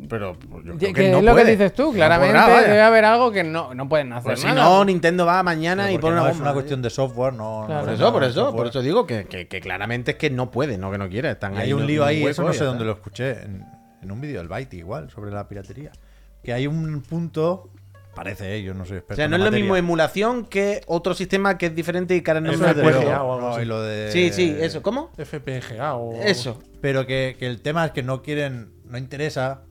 Speaker 1: Pero pues, yo
Speaker 2: Y-
Speaker 1: creo
Speaker 2: que
Speaker 1: no
Speaker 2: es lo que
Speaker 1: puede.
Speaker 2: dices tú,
Speaker 1: No
Speaker 2: claramente
Speaker 1: podrá, vaya.
Speaker 2: debe haber algo que no, no pueden hacer
Speaker 1: Porque Pues si
Speaker 2: Pues nada.
Speaker 1: no, Nintendo va mañana
Speaker 3: Porque
Speaker 1: y pone
Speaker 3: no
Speaker 1: una
Speaker 3: es
Speaker 1: bomba.
Speaker 3: una cuestión de software, no.
Speaker 2: Claro.
Speaker 1: Por
Speaker 3: no
Speaker 1: eso, por
Speaker 3: es
Speaker 1: eso, por
Speaker 3: software.
Speaker 1: eso digo que, que- que claramente es que no puede, no que no quiere. Están
Speaker 3: Y
Speaker 1: ahí
Speaker 3: hay un
Speaker 1: en
Speaker 3: lío ahí,
Speaker 1: hueco
Speaker 3: eso
Speaker 1: y
Speaker 3: no
Speaker 1: ya
Speaker 3: sé
Speaker 1: está.
Speaker 3: dónde lo escuché, en, en un vídeo del Byte igual, sobre la piratería. Que hay un punto, parece, eh, yo no soy
Speaker 1: O
Speaker 3: experto
Speaker 1: sea,
Speaker 3: en
Speaker 1: no
Speaker 3: la
Speaker 1: es lo
Speaker 3: materia.
Speaker 1: mismo emulación que otro sistema que es diferente y que ahora no
Speaker 4: Es
Speaker 1: me
Speaker 4: una
Speaker 1: acuerdo.
Speaker 4: cueja.
Speaker 3: Pero,
Speaker 4: o algo
Speaker 3: no,
Speaker 4: así.
Speaker 3: y lo de-
Speaker 1: Sí, sí, eso. ¿Cómo?
Speaker 4: FPGA o.
Speaker 1: Eso.
Speaker 3: Pero que, que el tema es que no quieren, no interesa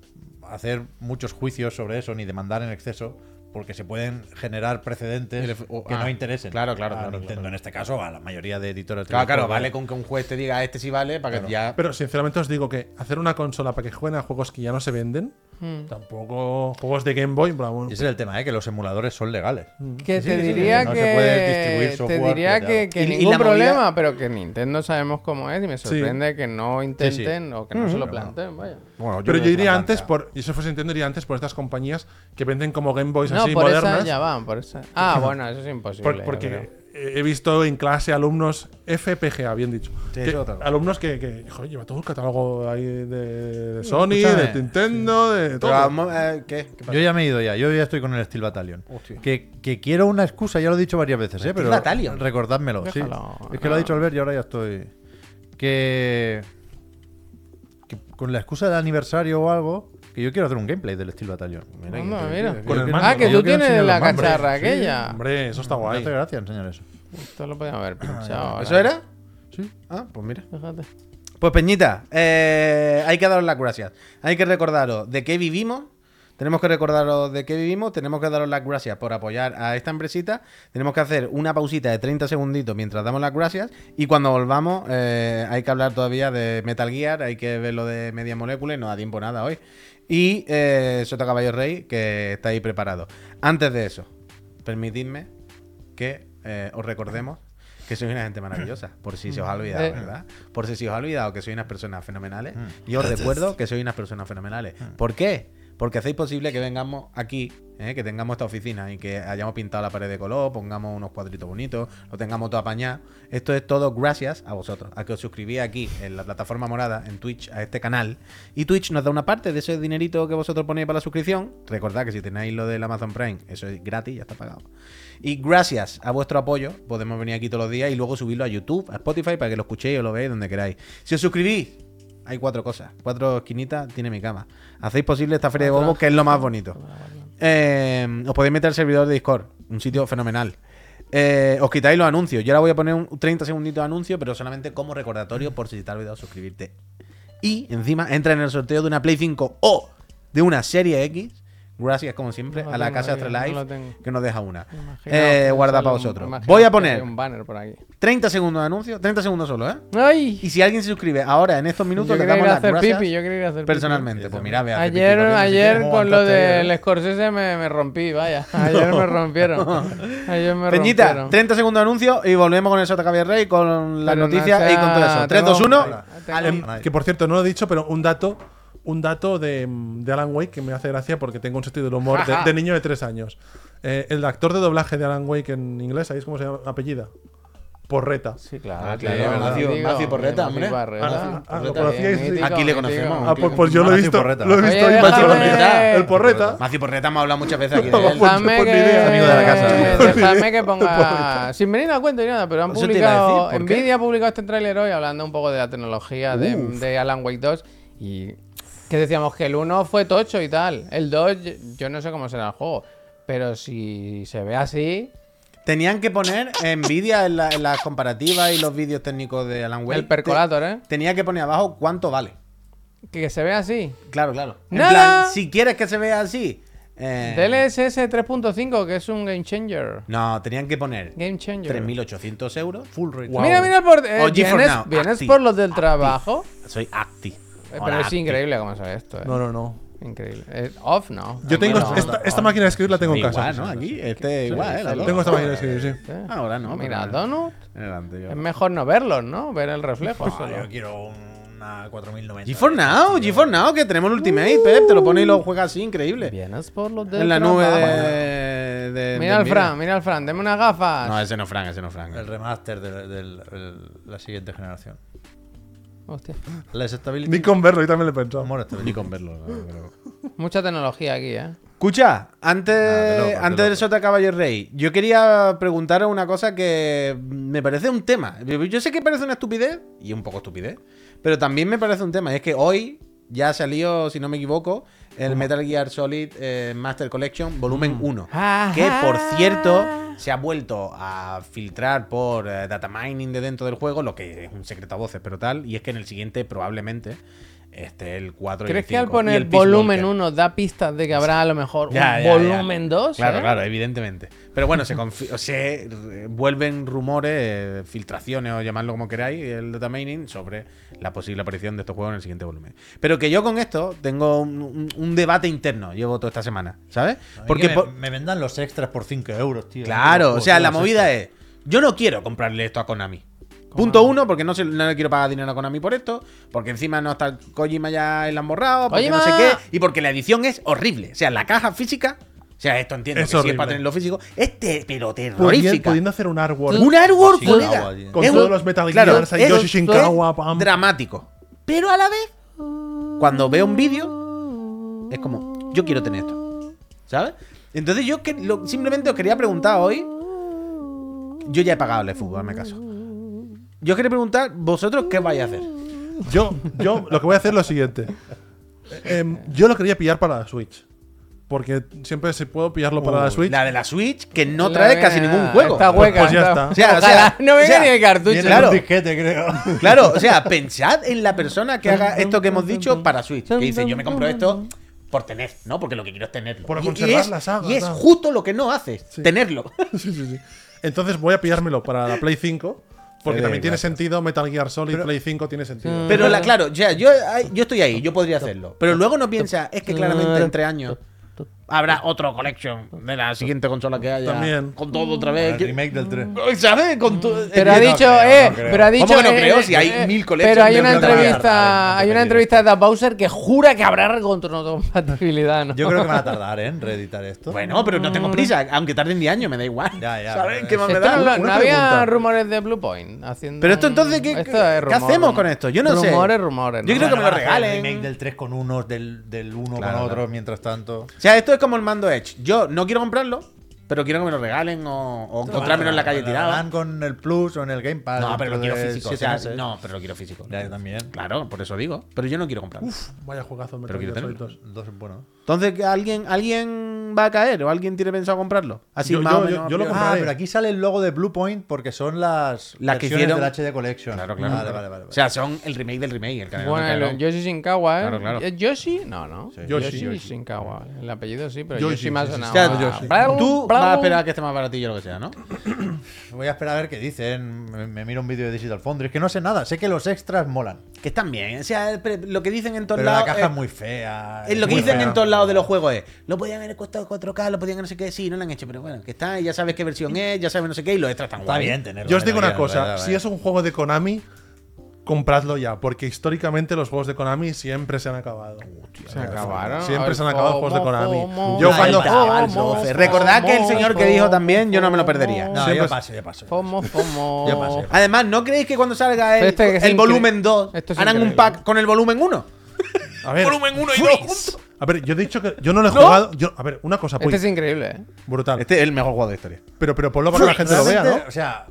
Speaker 3: hacer muchos juicios sobre eso ni demandar en exceso, porque se pueden generar precedentes
Speaker 1: El F- o-
Speaker 3: que
Speaker 1: ah,
Speaker 3: no interesen.
Speaker 1: claro, claro,
Speaker 3: a
Speaker 1: claro,
Speaker 3: Nintendo
Speaker 1: claro.
Speaker 3: en este caso, a la mayoría de editoras. de
Speaker 1: Claro, claro,
Speaker 3: videojuegos.
Speaker 1: vale con que un juez te diga este sí vale para que ya.
Speaker 4: Pero sinceramente os digo que hacer una consola para que jueguen a juegos que ya no se venden,
Speaker 2: Mm.
Speaker 4: tampoco juegos de Game Boy, bravo,
Speaker 3: Y Ese es el tema, ¿eh? que los emuladores son legales.
Speaker 2: Que
Speaker 3: Sí,
Speaker 2: te
Speaker 3: sí, sí,
Speaker 2: diría
Speaker 3: no se puede
Speaker 2: que.
Speaker 3: distribuir
Speaker 2: Te
Speaker 3: software
Speaker 2: diría que,
Speaker 3: pirateado.
Speaker 2: que
Speaker 1: Y- y la
Speaker 2: ningún
Speaker 1: movida-
Speaker 2: problema, pero que Nintendo sabemos cómo es y me sorprende que no intenten o que no se lo planteen, vaya.
Speaker 1: Bueno, yo
Speaker 4: Pero
Speaker 1: creo
Speaker 4: yo
Speaker 1: que
Speaker 4: iría
Speaker 1: no
Speaker 4: antes
Speaker 1: tanto.
Speaker 4: por. Y eso fuese Nintendo, iría antes por estas compañías que venden como Game Boys
Speaker 2: No,
Speaker 4: así
Speaker 2: por
Speaker 4: modernas.
Speaker 2: esa ya van, por esa. Ah, bueno, eso es imposible.
Speaker 4: por-
Speaker 2: yo creo.
Speaker 4: porque he visto en clase alumnos FPGA, bien dicho.
Speaker 1: Sí,
Speaker 4: que-
Speaker 1: eso otra cosa.
Speaker 4: alumnos que, que, joder, lleva todo el catálogo ahí de Sony,
Speaker 1: eh,
Speaker 4: de Nintendo, de
Speaker 1: Pero,
Speaker 4: todo.
Speaker 1: vamos, eh, ¿Qué? ¿Qué pasa?
Speaker 3: Yo ya me he ido ya, yo ya estoy con el Steel Battalion. Que, que quiero una excusa, ya lo he dicho varias veces, ¿eh? pero
Speaker 1: Battalion.
Speaker 3: recordádmelo. sí.
Speaker 2: Déjalo,
Speaker 3: Es que lo
Speaker 2: no.
Speaker 3: ha dicho Albert y ahora ya estoy. Que, que con la excusa del aniversario o algo, que yo quiero hacer un gameplay del Steel Battalion.
Speaker 1: Mira,
Speaker 2: Anda,
Speaker 1: que-
Speaker 2: mira.
Speaker 1: que-
Speaker 4: Con el
Speaker 1: que-
Speaker 4: mando.
Speaker 2: Ah, que
Speaker 4: Yo
Speaker 2: tú
Speaker 3: quiero
Speaker 2: tienes
Speaker 3: enseñar
Speaker 2: la
Speaker 3: los mambres,
Speaker 2: cacharra
Speaker 4: Sí,
Speaker 2: aquella.
Speaker 4: Hombre, eso está
Speaker 3: Me
Speaker 4: guay.
Speaker 3: hace gracia enseñar eso.
Speaker 2: Esto lo podía haber pinchado. ¿eh? ahora.
Speaker 1: ¿Eso era?
Speaker 3: Sí.
Speaker 1: Ah, pues mira.
Speaker 2: Fíjate.
Speaker 1: Pues Peñita, eh, hay que daros las gracias. Hay que recordaros de qué vivimos. Tenemos que recordaros de qué vivimos. Tenemos que daros las gracias por apoyar a esta empresita. Tenemos que hacer una pausita de 30 segunditos mientras damos las gracias. Y cuando volvamos, eh, hay que hablar todavía de Metal Gear. Hay que ver lo de Media Molecule. No da tiempo nada hoy. Y eh, Sota Caballo Rey, que está ahí preparado. Antes de eso, permitidme que eh, os recordemos que sois una gente maravillosa, por si se os ha olvidado,
Speaker 2: Eh.
Speaker 1: ¿verdad? Por si se os ha olvidado que sois unas personas fenomenales, yo os recuerdo que sois unas personas fenomenales. ¿Por qué? Porque hacéis posible que vengamos aquí, ¿eh? que tengamos esta oficina y que hayamos pintado la pared de color, pongamos unos cuadritos bonitos, lo tengamos todo apañado. Esto es todo gracias a vosotros, a que os suscribís aquí en la plataforma morada, en Twitch, a este canal. Y Twitch nos da una parte de ese dinerito que vosotros ponéis para la suscripción. Recordad que si tenéis lo del Amazon Prime, eso es gratis, ya está pagado. Y gracias a vuestro apoyo, podemos venir aquí todos los días y luego subirlo a YouTube, a Spotify, para que lo escuchéis o lo veáis donde queráis. Si os suscribís, hay cuatro cosas. Cuatro esquinitas tiene mi cama. Hacéis posible esta feria de bobos, que es lo más bonito. Eh, os podéis meter al servidor de Discord, un sitio fenomenal. Eh, os quitáis los anuncios. Yo ahora voy a poner un 30 segunditos de anuncio, pero solamente como recordatorio por si te ha olvidado suscribirte. Y encima entra en el sorteo de una Play 5 o de una Serie X. Gracias, como siempre,
Speaker 2: No lo
Speaker 1: a la
Speaker 2: tengo
Speaker 1: casa
Speaker 2: aquí,
Speaker 1: Astralife
Speaker 2: no lo tengo.
Speaker 1: que nos deja una.
Speaker 2: Imaginaos
Speaker 1: Eh,
Speaker 2: que
Speaker 1: guarda
Speaker 2: sale
Speaker 1: para
Speaker 2: un-
Speaker 1: vosotros.
Speaker 2: imaginaos
Speaker 1: Voy a
Speaker 2: que hay
Speaker 1: poner
Speaker 2: un banner por aquí.
Speaker 1: 30 segundos de anuncio, 30 segundos solo, ¿eh? Y
Speaker 2: ¡Ay!
Speaker 1: si alguien se suscribe ahora en estos
Speaker 2: yo
Speaker 1: minutos, le
Speaker 2: quería ir
Speaker 1: damos
Speaker 2: a
Speaker 1: las
Speaker 2: hacer
Speaker 1: gracias
Speaker 2: pipi, yo quería ir a hacer pipi.
Speaker 1: personalmente. Pues mira, vea.
Speaker 2: Ayer, ayer
Speaker 3: quieres.
Speaker 2: con lo
Speaker 3: Aguántate ayer,
Speaker 2: del Scorsese me, me rompí, vaya. [LAUGHS] Ayer me rompieron. [LAUGHS] Ayer me
Speaker 1: Peñita,
Speaker 2: rompieron.
Speaker 1: 30 segundos de anuncio y volvemos con el Sota Javier Rey, con las
Speaker 2: Pero no
Speaker 1: noticias y con todo eso.
Speaker 2: sea-
Speaker 1: 3, 2, 1.
Speaker 2: tengo- tengo-
Speaker 1: Alem-
Speaker 4: Que por cierto, no lo he dicho, pero un dato. Un dato de, de Alan Wake que me hace gracia porque tengo un sentido del humor de, de niño de tres años. Eh, el actor de doblaje de Alan Wake en inglés, ¿sabéis cómo se llama? Apellida. Porreta.
Speaker 2: Sí, claro.
Speaker 1: Ah,
Speaker 2: tío,
Speaker 1: claro,
Speaker 2: Matthew-
Speaker 1: Matthew-
Speaker 2: Matthew
Speaker 1: Matthew Porreta, hombre.
Speaker 2: Barreta.
Speaker 4: Ah, ah, lo
Speaker 2: Porreta,
Speaker 4: conocíais,
Speaker 2: mítico,
Speaker 4: sí.
Speaker 1: Aquí le
Speaker 2: mítico.
Speaker 1: conocemos.
Speaker 4: Ah, pues, pues yo lo he
Speaker 3: Matthew
Speaker 4: visto.
Speaker 3: Porreta.
Speaker 4: Lo he visto
Speaker 2: Oye,
Speaker 4: y me ha hecho
Speaker 2: déjame.
Speaker 4: gracia. El Porreta.
Speaker 1: Maci Porreta me ha hablado muchas
Speaker 4: [LAUGHS]
Speaker 1: veces aquí de él.
Speaker 2: Dejadme
Speaker 4: Por- por
Speaker 2: que,
Speaker 4: mi idea,
Speaker 3: amigo de
Speaker 2: [LAUGHS]
Speaker 3: la casa.
Speaker 4: Por mi
Speaker 2: dejadme
Speaker 4: idea.
Speaker 2: que ponga. Sin venir a cuento ni nada, pero han
Speaker 1: Eso te iba a
Speaker 2: publicado.
Speaker 1: decir, ¿por qué?
Speaker 2: Nvidia ha publicado este tráiler hoy hablando un poco de la tecnología de, de Alan Wake 2. Y. Que decíamos que el 1 fue tocho y tal. El 2, yo- yo no sé cómo será el juego. Pero si se ve así.
Speaker 1: Tenían que poner envidia en, la- en las comparativas y los vídeos técnicos de Alan Wake.
Speaker 2: El percolator, ¿eh?
Speaker 1: Tenía que poner abajo cuánto vale.
Speaker 2: Que se ve así.
Speaker 1: Claro, claro. En
Speaker 2: Nada.
Speaker 1: plan, si quieres que se vea así. eh,
Speaker 2: DLSS 3.5, que es un game changer.
Speaker 1: No, tenían que poner
Speaker 2: Game changer.
Speaker 1: 3.800 euros. Full rate.
Speaker 2: Mira, mira, por, eh,
Speaker 1: O G4
Speaker 2: vienes,
Speaker 1: Now,
Speaker 2: vienes
Speaker 1: active,
Speaker 2: por los del trabajo.
Speaker 1: Soy acti.
Speaker 2: Eh,
Speaker 1: Hola,
Speaker 2: Pero es
Speaker 1: acti.
Speaker 2: increíble cómo se ve esto. eh.
Speaker 4: No, no, no.
Speaker 2: Increíble. Eh, off no.
Speaker 4: Yo tengo
Speaker 2: Aquí no.
Speaker 4: esta, esta máquina de escribir la tengo en casa.
Speaker 1: Igual, ¿no? Aquí, este igual, ¿eh? Las dos.
Speaker 4: Tengo esta máquina de escribir, sí.
Speaker 2: Eh,
Speaker 1: Ahora no,
Speaker 2: Mira,
Speaker 1: pero-
Speaker 2: Donut.
Speaker 1: Adelante, yo. Ah,
Speaker 2: Es mejor no verlos, ¿no? Ver el reflejo.
Speaker 3: Yo quiero un a 4090.
Speaker 1: G4 Now, G4 Now, que tenemos el Ultimate, Pep. Te lo pone y lo juegas así, increíble.
Speaker 2: Vienes por los del
Speaker 1: En la nube
Speaker 2: programa.
Speaker 1: de. de-
Speaker 2: Mira
Speaker 1: de
Speaker 2: al
Speaker 1: Nvidia.
Speaker 2: Fran, mira al Fran, deme unas gafas.
Speaker 1: No, ese no es Frank, ese no es Frank.
Speaker 3: El remaster de, del- el- la siguiente generación.
Speaker 2: Hostia.
Speaker 3: La Stability.
Speaker 4: Nikon verlo, yo también lo he pensado.
Speaker 3: Bueno, Stability.
Speaker 1: Ni con verlo. no, pero-
Speaker 2: Mucha tecnología aquí, ¿eh?
Speaker 1: Escucha, antes,
Speaker 3: de loco, de
Speaker 1: antes del
Speaker 3: loco.
Speaker 1: Sota Caballo Rey, yo quería preguntaros una cosa que me parece un tema. Yo yo sé que parece una estupidez, y un poco estupidez, pero también me parece un tema. Y es que hoy ya salió, si no me equivoco, el Metal Gear Solid eh, Master Collection Volumen 1.
Speaker 2: Mm. Ajá.
Speaker 1: Que por cierto, se ha vuelto a filtrar por eh, data mining de dentro del juego, lo que es un secreto a voces, pero tal. Y es que en el siguiente, probablemente, esté el 4 y el
Speaker 2: ¿Crees que al
Speaker 1: 5, y
Speaker 2: poner
Speaker 1: el Peace
Speaker 2: volumen
Speaker 1: Walker.
Speaker 2: 1 da pistas de que habrá a lo mejor
Speaker 1: Ya, ya,
Speaker 2: un
Speaker 1: ya.
Speaker 2: volumen ¿eh? 2?
Speaker 1: Claro, claro, evidentemente. Pero bueno, se, confi- o se eh, vuelven rumores, eh, filtraciones o llamadlo como queráis, el data mining, sobre la posible aparición de estos juegos en el siguiente volumen. Pero que yo con esto tengo un, un- un debate interno, llevo toda esta semana, ¿sabes? Porque.
Speaker 3: Porque me,
Speaker 1: por-
Speaker 3: me vendan los extras por 5 euros, tío.
Speaker 1: Claro, o sea, la movida
Speaker 3: es.
Speaker 1: es, yo no quiero comprarle esto a Konami. Punto uno, porque no, se- no le quiero pagar dinero a Konami por esto, porque encima no está Kojima ya el han borrado, porque no sé
Speaker 2: ¡Kojima!
Speaker 1: qué, y porque la edición es horrible. O sea, la caja física, o sea, esto entiendo
Speaker 4: Es
Speaker 1: que sí es
Speaker 4: horrible. pues
Speaker 1: para tenerlo físico, es te- pero
Speaker 4: Pudiendo,
Speaker 1: terrorífica.
Speaker 4: pudiendo hacer un artwork
Speaker 1: Un artwork,
Speaker 3: Sí,
Speaker 1: colega.
Speaker 3: agua, tío.
Speaker 4: Con
Speaker 1: Es
Speaker 4: todos
Speaker 1: un-
Speaker 4: los Metal
Speaker 1: claro,
Speaker 4: Gears, hay
Speaker 1: es-
Speaker 4: Yoshi Shinkawa,
Speaker 1: es
Speaker 4: pam.
Speaker 1: Dramático. Pero a la vez, cuando veo un vídeo, es como, yo quiero tener esto. ¿Sabes? Entonces yo que, lo- simplemente os quería preguntar hoy. Yo ya he pagado el fútbol, hazme caso. Yo os quería preguntar, ¿vosotros qué vais a hacer?
Speaker 4: Yo, yo lo que voy a hacer es lo siguiente. Em, yo lo quería pillar para la Switch. Porque siempre se puedo pillarlo para la Switch.
Speaker 1: La de la Switch, que no
Speaker 2: La
Speaker 1: trae
Speaker 2: de-
Speaker 1: casi ningún juego.
Speaker 2: Está hueca.
Speaker 4: Pues ya
Speaker 2: está-
Speaker 4: está.
Speaker 1: O sea, o
Speaker 2: Ojalá
Speaker 1: sea,
Speaker 2: no
Speaker 1: o
Speaker 2: venga
Speaker 1: sea,
Speaker 2: ni el cartucho.
Speaker 3: Viene
Speaker 1: claro.
Speaker 3: un
Speaker 1: [LAUGHS]
Speaker 3: disquete, creo.
Speaker 1: Claro, o sea, pensad en la persona que haga esto que hemos dicho para Switch. Que dice, yo me compro esto por tener, ¿no? Porque lo que quiero es tenerlo.
Speaker 4: Por
Speaker 1: Y- y
Speaker 4: conservar
Speaker 1: es-
Speaker 4: la saga,
Speaker 1: Y es
Speaker 4: tal.
Speaker 1: justo lo que no haces, tenerlo.
Speaker 4: [LAUGHS] Sí, sí, sí. Entonces voy a pillármelo para la Play 5. Porque
Speaker 1: Eh,
Speaker 4: también tiene
Speaker 1: gracias. Mm.
Speaker 4: sentido Metal Gear Solid, Play 5 tiene sentido.
Speaker 1: Pero la, claro, ya, yo, ay, yo estoy ahí, yo podría hacerlo. Pero luego no piensa, es que claramente en tres años habrá otro collection de la siguiente consola que haya.
Speaker 4: También. Mm.
Speaker 1: Con todo otra
Speaker 3: El
Speaker 1: vez. Eh, que- [LAUGHS]
Speaker 3: remake del 3.
Speaker 1: ¿Sabes? Con todo-
Speaker 2: Pero
Speaker 1: es
Speaker 2: ha
Speaker 1: que-
Speaker 2: dicho,
Speaker 3: creo,
Speaker 2: eh,
Speaker 3: no creo.
Speaker 2: pero ha dicho.
Speaker 1: ¿Cómo que no
Speaker 2: eh,
Speaker 1: creo? Si hay
Speaker 2: eh,
Speaker 1: mil collections
Speaker 2: Pero hay
Speaker 1: de
Speaker 2: una
Speaker 1: Metal Gear.
Speaker 2: entrevista,
Speaker 3: Ay,
Speaker 2: hay una
Speaker 3: no te
Speaker 2: entrevista de Dan Bowser que jura que habrá retrocompatibilidad, ¿no?
Speaker 3: Yo creo que van a tardar ¿eh? en reeditar esto.
Speaker 1: Bueno, pero no tengo prisa, aunque tarden 10 años, me da igual.
Speaker 3: Ya, ya,
Speaker 1: ¿Sabes?
Speaker 3: pero
Speaker 1: ¿Qué
Speaker 3: es-
Speaker 1: más me
Speaker 2: Esto
Speaker 1: da?
Speaker 2: no, lo-
Speaker 4: una
Speaker 2: no había
Speaker 4: pregunta.
Speaker 2: rumores de Blue Point haciendo.
Speaker 1: Pero esto
Speaker 2: un-
Speaker 1: entonces, ¿qué,
Speaker 2: esto
Speaker 1: qué-
Speaker 2: es
Speaker 1: qué
Speaker 2: rumor,
Speaker 1: hacemos
Speaker 2: rumor.
Speaker 1: con esto? Yo no sé.
Speaker 2: Rumores, rumores.
Speaker 1: Yo
Speaker 2: ¿no?
Speaker 1: creo que me lo
Speaker 3: Van a hacer
Speaker 1: regalen.
Speaker 3: El remake del 3 con unos, del, del 1
Speaker 1: Claro,
Speaker 3: con
Speaker 1: claro.
Speaker 3: otros, mientras tanto.
Speaker 1: O sea, esto es como el mando Edge. Yo no quiero comprárlo, pero quiero que me lo regalen o, o encontrármelo en la calle
Speaker 3: Lo harán
Speaker 1: tirado.
Speaker 3: con el Plus o en el Game Pass.
Speaker 1: No, pero lo
Speaker 3: dentro
Speaker 1: quiero
Speaker 3: de
Speaker 1: físico. o
Speaker 3: siete
Speaker 1: sea,
Speaker 3: meses.
Speaker 1: no, pero lo quiero físico.
Speaker 3: Ya, yo también.
Speaker 1: Claro, por eso digo. Pero yo no quiero comprarlo.
Speaker 4: Vaya juegazo el
Speaker 1: Pero
Speaker 4: Metal Gear
Speaker 1: quiero
Speaker 4: Solid
Speaker 1: tenerlo.
Speaker 4: 2.
Speaker 3: Dos, bueno.
Speaker 1: Entonces, ¿alguien, ¿alguien va a caer o alguien tiene pensado comprarlo? Así
Speaker 4: Yo-
Speaker 1: más
Speaker 4: yo-
Speaker 1: o menos.
Speaker 4: yo- yo lo
Speaker 1: Ah,
Speaker 4: compraré.
Speaker 3: Ah, pero aquí sale el logo de Blue Point porque son las,
Speaker 1: Las que
Speaker 3: versiones
Speaker 1: hicieron-
Speaker 3: del HD Collection.
Speaker 1: Claro, claro.
Speaker 3: Vale,
Speaker 1: claro.
Speaker 3: vale, vale.
Speaker 1: O sea, son el remake del remake. El canal
Speaker 2: Bueno, el Yoshi Shinkawa, ¿eh?
Speaker 1: Claro, claro.
Speaker 2: ¿Es Yoshi? No, no.
Speaker 4: Yoshi.
Speaker 2: Yoshi, Shinkawa. El apellido sí, pero
Speaker 4: Yoshi,
Speaker 2: Yoshi, más
Speaker 4: sí, sí, sí.
Speaker 1: O
Speaker 2: sonado.
Speaker 1: sea,
Speaker 2: a-
Speaker 4: Yoshi.
Speaker 2: Bravo,
Speaker 1: tú vas a
Speaker 2: bravo.
Speaker 1: esperar a que esté más baratillo o lo que sea, ¿no?
Speaker 3: Voy a esperar a ver qué dicen. Me, me miro un vídeo de Digital Foundry. Es que no sé nada. Sé que los extras molan.
Speaker 1: Que están bien. O sea, pre- lo que dicen en todos
Speaker 3: Pero
Speaker 1: lados.
Speaker 3: la caja
Speaker 1: eh,
Speaker 3: es muy fea.
Speaker 1: Es lo que
Speaker 3: muy
Speaker 1: dicen
Speaker 3: fea.
Speaker 1: en todos lados de los juegos es, lo podían haber costado 4K, lo podían no sé qué, sí, no lo han hecho, pero bueno, que está, y ya sabes qué versión es, ya sabes no sé qué, y los extras están
Speaker 3: Está
Speaker 1: guay.
Speaker 3: bien tenerlo.
Speaker 4: Yo os digo
Speaker 3: Metal
Speaker 4: una
Speaker 3: Gear,
Speaker 4: cosa,
Speaker 3: vale,
Speaker 4: si
Speaker 3: vale.
Speaker 4: es un juego de Konami, compradlo ya, porque históricamente los juegos de Konami siempre se han acabado.
Speaker 2: Se acabaron.
Speaker 4: Siempre
Speaker 2: Ay,
Speaker 4: se han acabado los juegos de
Speaker 2: fomo,
Speaker 4: Konami.
Speaker 2: fomo,
Speaker 4: Yo
Speaker 2: fomo,
Speaker 4: cuando-
Speaker 1: Ay,
Speaker 2: fomo,
Speaker 1: Sofe. Recordad que el
Speaker 2: fomo,
Speaker 1: señor que
Speaker 2: fomo,
Speaker 1: dijo también, yo no me lo perdería.
Speaker 2: fomo,
Speaker 3: No,
Speaker 4: Siempre-
Speaker 3: yo paso, yo paso.
Speaker 1: [LAUGHS]
Speaker 2: Fomo, fomo. Este
Speaker 3: Ya pasé.
Speaker 1: Además, ¿no creéis que cuando salga el,
Speaker 2: Pero este es
Speaker 1: el
Speaker 2: incre-
Speaker 1: volumen 2
Speaker 2: Esto es
Speaker 1: harán un
Speaker 2: increíble.
Speaker 1: pack con el volumen 1?
Speaker 4: A ver,
Speaker 1: volumen 1 y 2 juntos.
Speaker 4: a ver, yo he dicho que yo no lo he jugado. yo- a ver, una cosa,
Speaker 2: Este
Speaker 4: Puy,
Speaker 2: es increíble, ¿eh?
Speaker 4: brutal.
Speaker 1: Este es el mejor juego de historia.
Speaker 4: pero, pero ponlo para que la gente lo vea,
Speaker 2: Este
Speaker 4: ¿no?
Speaker 3: O sea,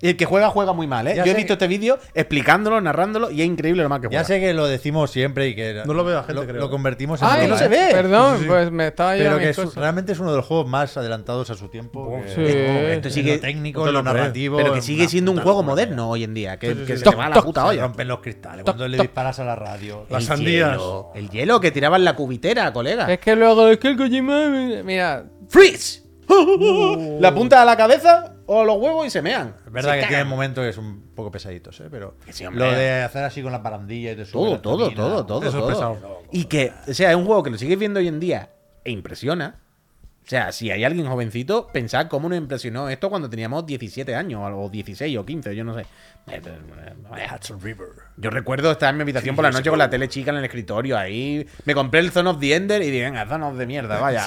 Speaker 1: Y el que juega, juega muy mal, ¿eh?
Speaker 3: Ya
Speaker 1: Yo he
Speaker 3: sé
Speaker 1: visto
Speaker 3: que-
Speaker 1: este vídeo explicándolo, narrándolo, y es increíble lo mal que
Speaker 3: ya
Speaker 1: juega.
Speaker 3: sé que lo decimos siempre y que
Speaker 4: No lo veo a gente, creo.
Speaker 3: lo convertimos en
Speaker 2: Ah,
Speaker 3: broma,
Speaker 1: no
Speaker 3: ¿eh?
Speaker 1: se ve.
Speaker 2: Perdón,
Speaker 4: Sí, sí, sí.
Speaker 2: pues me estaba yo. a
Speaker 3: Pero
Speaker 2: mis
Speaker 3: que es-
Speaker 2: cosas.
Speaker 3: realmente es uno de los juegos más adelantados a su tiempo. que-
Speaker 2: Sí.
Speaker 3: en
Speaker 1: Esto
Speaker 3: lo
Speaker 1: sigue-
Speaker 3: técnico,
Speaker 4: no te
Speaker 3: en lo
Speaker 4: lo creo.
Speaker 3: narrativo.
Speaker 1: Pero que
Speaker 3: es
Speaker 1: sigue
Speaker 3: una
Speaker 1: siendo un
Speaker 3: puta
Speaker 1: juego
Speaker 3: locura.
Speaker 1: moderno hoy en día, que,
Speaker 4: Sí, sí,
Speaker 1: que
Speaker 4: sí.
Speaker 1: se
Speaker 4: Toc,
Speaker 1: te va a la puta
Speaker 3: Se
Speaker 1: olla.
Speaker 3: rompen los cristales.
Speaker 2: Toc,
Speaker 3: Cuando le
Speaker 2: toc.
Speaker 3: disparas a la radio.
Speaker 4: Las
Speaker 1: El
Speaker 4: sandías.
Speaker 1: hielo, el hielo que tiraban la cubitera, colega.
Speaker 2: Es que luego es que el Kojima. Mira,
Speaker 1: [LAUGHS] ¡Freeze! La punta a la cabeza o a los huevos y se mean.
Speaker 3: Es verdad
Speaker 1: Se
Speaker 3: que
Speaker 1: cagan.
Speaker 3: tiene momentos que son un poco pesaditos, ¿eh? Pero
Speaker 1: Que sí, hombre.
Speaker 3: lo de hacer así con la barandilla y de
Speaker 1: Todo, todo, todo, todo.
Speaker 4: Eso es
Speaker 1: todo.
Speaker 4: pesado.
Speaker 1: Y que, o sea, es un juego que lo sigues viendo hoy en día e impresiona. O sea, si hay alguien jovencito, pensad cómo nos impresionó esto cuando teníamos 17 años, o algo, 16 o 15, yo no sé.
Speaker 5: Hudson River.
Speaker 1: Yo recuerdo estar en mi habitación por la noche con la tele chica en el escritorio ahí. Me compré el Zone of the Ender y dije, venga, Zone of de mierda, vaya.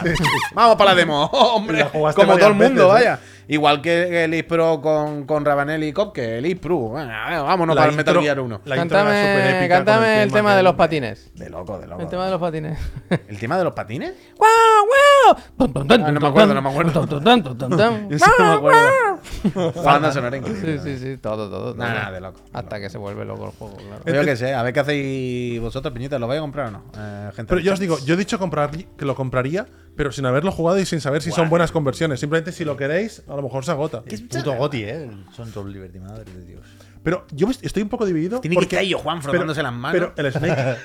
Speaker 1: Vamos para la demo, [LAUGHS] hombre.
Speaker 3: La jugaste
Speaker 1: Como todo el
Speaker 3: varias
Speaker 1: mundo,
Speaker 3: veces, ¿eh?
Speaker 1: vaya. Igual que el Ispro con, con Rabanelli y Cop, que el Ispro. Venga, vámonos
Speaker 3: La
Speaker 1: para el Metal
Speaker 3: intro-
Speaker 1: Gear 1.
Speaker 3: la intro era súper
Speaker 2: cántame
Speaker 3: épica con
Speaker 2: cántame el tema
Speaker 3: que-
Speaker 2: de los patines.
Speaker 1: De loco, de loco.
Speaker 2: El tema de los patines.
Speaker 1: [LAUGHS] ¿El tema de los patines?
Speaker 2: [LAUGHS] ¡Wow, wow!
Speaker 1: Ah, no me acuerdo, no me acuerdo. [LAUGHS] Eso no me acuerdo. Banda sonora
Speaker 2: Sí,
Speaker 1: increíble. ¿eh?
Speaker 2: sí, sí, todo, todo.
Speaker 1: Nah,
Speaker 2: todo.
Speaker 1: nah, de loco, de
Speaker 2: Hasta que se vuelve loco el juego, claro.
Speaker 1: Yo qué sé, a ver qué hacéis vosotros, Piñita. ¿Lo vais a comprar o no? Eh, gente
Speaker 4: Pero
Speaker 1: del
Speaker 4: yo os
Speaker 1: chat.
Speaker 4: digo, yo he dicho comprar, que lo compraría, pero sin haberlo jugado y sin saber si son buenas conversiones. Simplemente si lo queréis, a lo mejor se agota.
Speaker 3: El puto Goti, ¿eh? Son Top Liberty, madre de Dios.
Speaker 4: Pero yo estoy un poco dividido.
Speaker 1: Tiene que
Speaker 4: porque,
Speaker 1: estar ahí Juan frotándose las manos.
Speaker 4: Pero
Speaker 1: [LAUGHS]
Speaker 4: el Snake,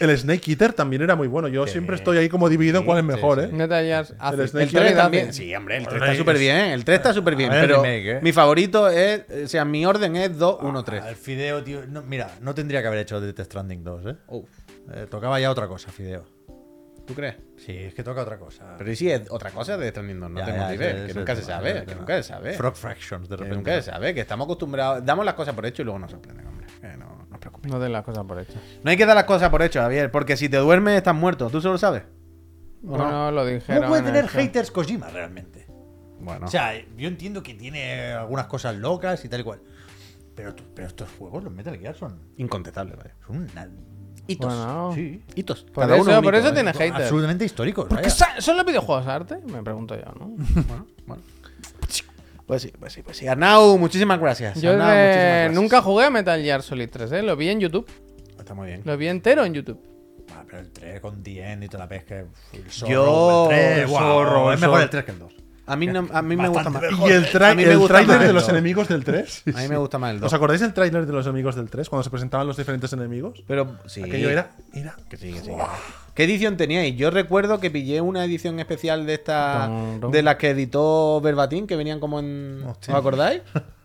Speaker 4: el Snake Eater también era muy bueno. Yo siempre estoy ahí como dividido en cuál es mejor, ¿eh?
Speaker 2: Metal Gear hace-
Speaker 4: Snake
Speaker 2: el
Speaker 1: El 3
Speaker 2: Tony
Speaker 1: también.
Speaker 2: Dazzy-
Speaker 1: Sí, hombre, el 3 está súper bien. El 3 está súper bien.
Speaker 3: ver el
Speaker 1: Pero
Speaker 3: remake, ¿eh?
Speaker 1: mi favorito es. O sea, mi orden es 2, 1,
Speaker 3: Ah,
Speaker 1: 3.
Speaker 3: el Fideo, tío. no, mira, no tendría que haber hecho Death Stranding 2, ¿eh? Eh, Tocaba ya otra cosa, Fideo.
Speaker 1: ¿Tú crees?
Speaker 3: Sí, es que toca otra cosa.
Speaker 1: Pero ¿y si es otra cosa de Stranding 2? No
Speaker 3: Ya,
Speaker 1: tengo
Speaker 3: ya,
Speaker 1: ni
Speaker 3: ese-
Speaker 1: idea. Que
Speaker 3: ese
Speaker 1: nunca se
Speaker 3: tema,
Speaker 1: sabe.
Speaker 3: ese
Speaker 1: Que
Speaker 3: tema.
Speaker 1: nunca se sabe.
Speaker 3: Frog Fractions, de
Speaker 1: Que
Speaker 3: repente.
Speaker 1: nunca se sabe. Que estamos acostumbrados. Damos las cosas por hecho y luego nos sorprenden, hombre.
Speaker 3: Eh,
Speaker 1: Que no, no os preocupéis.
Speaker 2: No den las cosas por hecho.
Speaker 1: No hay que dar las cosas por hecho, Javier. Porque si te duermes, estás muerto. ¿Tú solo sabes?
Speaker 2: Bueno, lo dijeron.
Speaker 3: ¿Cómo puede
Speaker 2: en el
Speaker 3: tener
Speaker 2: show.
Speaker 3: haters Kojima realmente?
Speaker 1: Bueno.
Speaker 3: O sea, yo entiendo que tiene algunas cosas locas y tal y cual. Pero, tú- pero estos juegos, los Metal Gear, son,
Speaker 1: Incontestable, vaya.
Speaker 3: son una-
Speaker 5: Hitos.
Speaker 2: Bueno,
Speaker 3: sí,
Speaker 1: Hitos.
Speaker 2: por
Speaker 1: Cada uno
Speaker 2: eso,
Speaker 1: un
Speaker 2: por
Speaker 1: hito,
Speaker 2: eso
Speaker 1: ¿eh?
Speaker 2: tiene
Speaker 3: son
Speaker 2: haters.
Speaker 3: absolutamente históricos.
Speaker 2: ¿Por qué
Speaker 3: vaya.
Speaker 2: sa- ¿Son los videojuegos arte? Me pregunto yo, ¿no?
Speaker 1: Bueno, bueno. Pues sí, pues sí, pues sí. Arnau, muchísimas gracias.
Speaker 2: Yo
Speaker 1: Arnau,
Speaker 2: de-
Speaker 1: muchísimas gracias.
Speaker 2: nunca jugué a Metal Gear Solid 3, ¿eh? Lo vi en YouTube.
Speaker 1: Está muy bien.
Speaker 2: Lo vi entero en YouTube.
Speaker 3: Ah, pero el 3 con Dien y toda la pesca. uf, El zorro,
Speaker 1: Yo-
Speaker 3: el 3, guau,
Speaker 4: zorro,
Speaker 3: es mejor
Speaker 4: el zorro.
Speaker 3: el 3 que el 2.
Speaker 1: A mí, no- a mí me gusta más.
Speaker 3: Bastante
Speaker 4: Y el,
Speaker 1: A
Speaker 4: tráiler
Speaker 1: mí me gusta
Speaker 4: trailer
Speaker 1: más
Speaker 4: de
Speaker 1: el
Speaker 4: los
Speaker 1: dos.
Speaker 4: enemigos
Speaker 1: [LAUGHS]
Speaker 4: del 3.
Speaker 1: A mí me gusta más el 2.
Speaker 4: ¿Os acordáis del tráiler de los enemigos del 3? Cuando se presentaban los diferentes enemigos.
Speaker 1: Pero sí.
Speaker 4: Aquello era. era
Speaker 1: Que sí, que sí, que sí. ¿Qué edición teníais? Yo recuerdo que pillé una edición especial de esta.
Speaker 2: Tan, tan.
Speaker 1: De las que editó Verbatim, que venían como en.
Speaker 3: Hostia.
Speaker 1: ¿Os acordáis?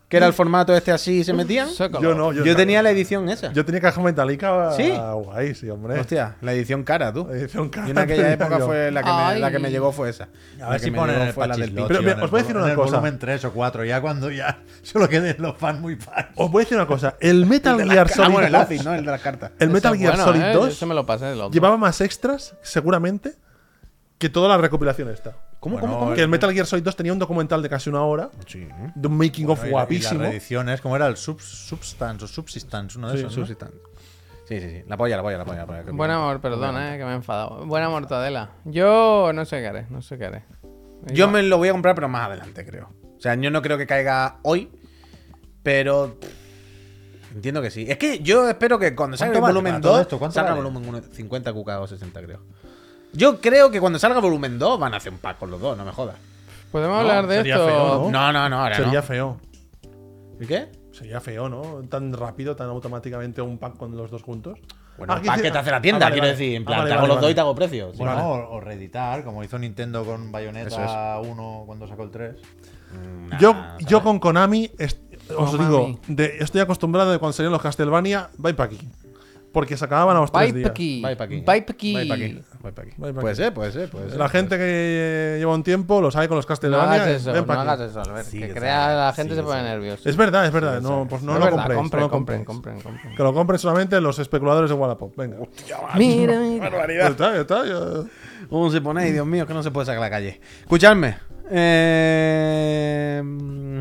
Speaker 1: Que era el formato este así y se metían.
Speaker 2: Sácalo.
Speaker 4: yo no, yo,
Speaker 1: Yo, tenía la edición esa.
Speaker 4: Yo tenía caja metálica.
Speaker 1: Sí.
Speaker 4: Guay, sí, hombre.
Speaker 1: Hostia, la edición cara, tú.
Speaker 4: La edición cara
Speaker 1: Yo en aquella
Speaker 4: tenía
Speaker 1: época
Speaker 4: Eh, [LAUGHS] yo.
Speaker 1: fue la que, me, la que
Speaker 2: Ay.
Speaker 1: me llegó fue esa.
Speaker 3: A
Speaker 1: La
Speaker 3: ver
Speaker 1: que
Speaker 3: si
Speaker 1: me
Speaker 3: ponen
Speaker 1: llegó
Speaker 3: el
Speaker 1: fue la del
Speaker 3: Pachis
Speaker 1: Pin.
Speaker 3: Lot,
Speaker 4: Pero,
Speaker 3: tío,
Speaker 4: mira,
Speaker 3: en
Speaker 4: os voy a decir
Speaker 3: el-
Speaker 4: una
Speaker 3: en el
Speaker 4: cosa.
Speaker 3: volumen 3 o 4, ya cuando ya solo queden los fans muy fans.
Speaker 4: Os voy a decir una cosa.
Speaker 1: [LAUGHS]
Speaker 4: El Metal Gear
Speaker 1: Ah, bueno,
Speaker 4: Solid
Speaker 1: el lápiz,
Speaker 4: 2.
Speaker 1: ¿no? El de las cartas.
Speaker 4: El Metal
Speaker 2: Ese es
Speaker 4: Gear
Speaker 2: bueno,
Speaker 4: Solid
Speaker 2: ¿eh?
Speaker 4: 2
Speaker 2: Ese me lo pasé del otro.
Speaker 4: llevaba más extras, seguramente, que toda la recopilación esta.
Speaker 1: ¿Cómo,
Speaker 3: Bueno,
Speaker 1: cómo, cómo?
Speaker 4: Que el Metal Gear Solid 2 tenía un documental de casi una hora, de un making of
Speaker 3: Y
Speaker 4: guapísimo.
Speaker 3: las reediciones, como era el Sub- Substance o Subsistence, uno de esos. ¿no?
Speaker 1: Subsistente. Sí, sí, sí. La polla, la polla, la polla. La polla.
Speaker 2: Buen amor, perdón, eh, que me he enfadado. Buena mortadela. Yo no sé qué haré, no sé qué haré.
Speaker 1: Yo me lo voy a comprar, pero más adelante, creo. O sea, yo no creo que caiga hoy, pero. pff, Entiendo que sí. Es que yo espero que cuando salga el
Speaker 3: ¿Cuánto vale
Speaker 1: volumen
Speaker 3: para todo
Speaker 1: 2,
Speaker 3: esto? ¿Cuánto
Speaker 1: salga
Speaker 3: vale?
Speaker 1: volumen 1, 50 QK o 60, creo. Yo creo que cuando salga volumen 2 van a hacer un pack con los dos, no me jodas.
Speaker 2: Podemos hablar de
Speaker 4: sería
Speaker 2: esto.
Speaker 4: feo, ¿No?
Speaker 1: No, no, no, ahora
Speaker 4: Sería
Speaker 1: no.
Speaker 4: feo.
Speaker 1: ¿Y qué?
Speaker 4: Sería feo, ¿no? Tan rápido, tan automáticamente un pack con los dos juntos.
Speaker 1: Bueno,
Speaker 4: Ah,
Speaker 1: un
Speaker 4: que
Speaker 1: pack
Speaker 4: sí-
Speaker 1: que te hace
Speaker 4: ah,
Speaker 1: la tienda,
Speaker 4: vale,
Speaker 1: quiero
Speaker 4: vale.
Speaker 1: decir. En
Speaker 4: Ah,
Speaker 1: plan,
Speaker 4: vale,
Speaker 1: te hago
Speaker 4: vale,
Speaker 1: los dos
Speaker 4: vale.
Speaker 1: y te hago precio. sí.
Speaker 3: Bueno, o, o reeditar, como hizo Nintendo con Bayonetta 1 cuando sacó el 3.
Speaker 1: Nah,
Speaker 4: yo,
Speaker 1: tal
Speaker 4: yo
Speaker 1: vez.
Speaker 4: con Konami, est- os
Speaker 2: Konami.
Speaker 4: digo, de- estoy acostumbrado de cuando salieron los Castlevania, vais para aquí. Porque se acababan a los tres
Speaker 2: Pipe
Speaker 4: días.
Speaker 2: aquí.
Speaker 1: Vai pa' aquí.
Speaker 2: Vai pa' aquí.
Speaker 1: Vai pa' aquí. Vai pa' aquí.
Speaker 4: Vai pa'
Speaker 1: Puede
Speaker 4: aquí.
Speaker 1: ser, puede ser, puede ser.
Speaker 4: La gente que lleva un tiempo lo sabe con los
Speaker 2: No
Speaker 4: Castlevania.
Speaker 2: hagas eso,
Speaker 4: ven
Speaker 2: no
Speaker 4: pa' aquí.
Speaker 2: hagas eso, Albert.
Speaker 1: Sí,
Speaker 2: que
Speaker 1: que
Speaker 2: crea,
Speaker 1: sabe,
Speaker 2: la gente
Speaker 1: sí,
Speaker 2: se pone
Speaker 1: que sabe.
Speaker 2: nerviosa.
Speaker 4: Es verdad, es verdad. No, pues no
Speaker 2: Es
Speaker 4: lo
Speaker 2: verdad,
Speaker 4: compréis.
Speaker 2: compren,
Speaker 4: no lo
Speaker 2: compren,
Speaker 4: compréis.
Speaker 2: compren, compren.
Speaker 4: Que lo compren solamente los especuladores de Wallapop. Venga.
Speaker 1: Ah,
Speaker 2: Mira, mira.
Speaker 4: Ya está, ya está, ya-
Speaker 1: ¿Cómo se ponéis? Dios mío, que no se puede sacar a la calle. Escuchadme. eh,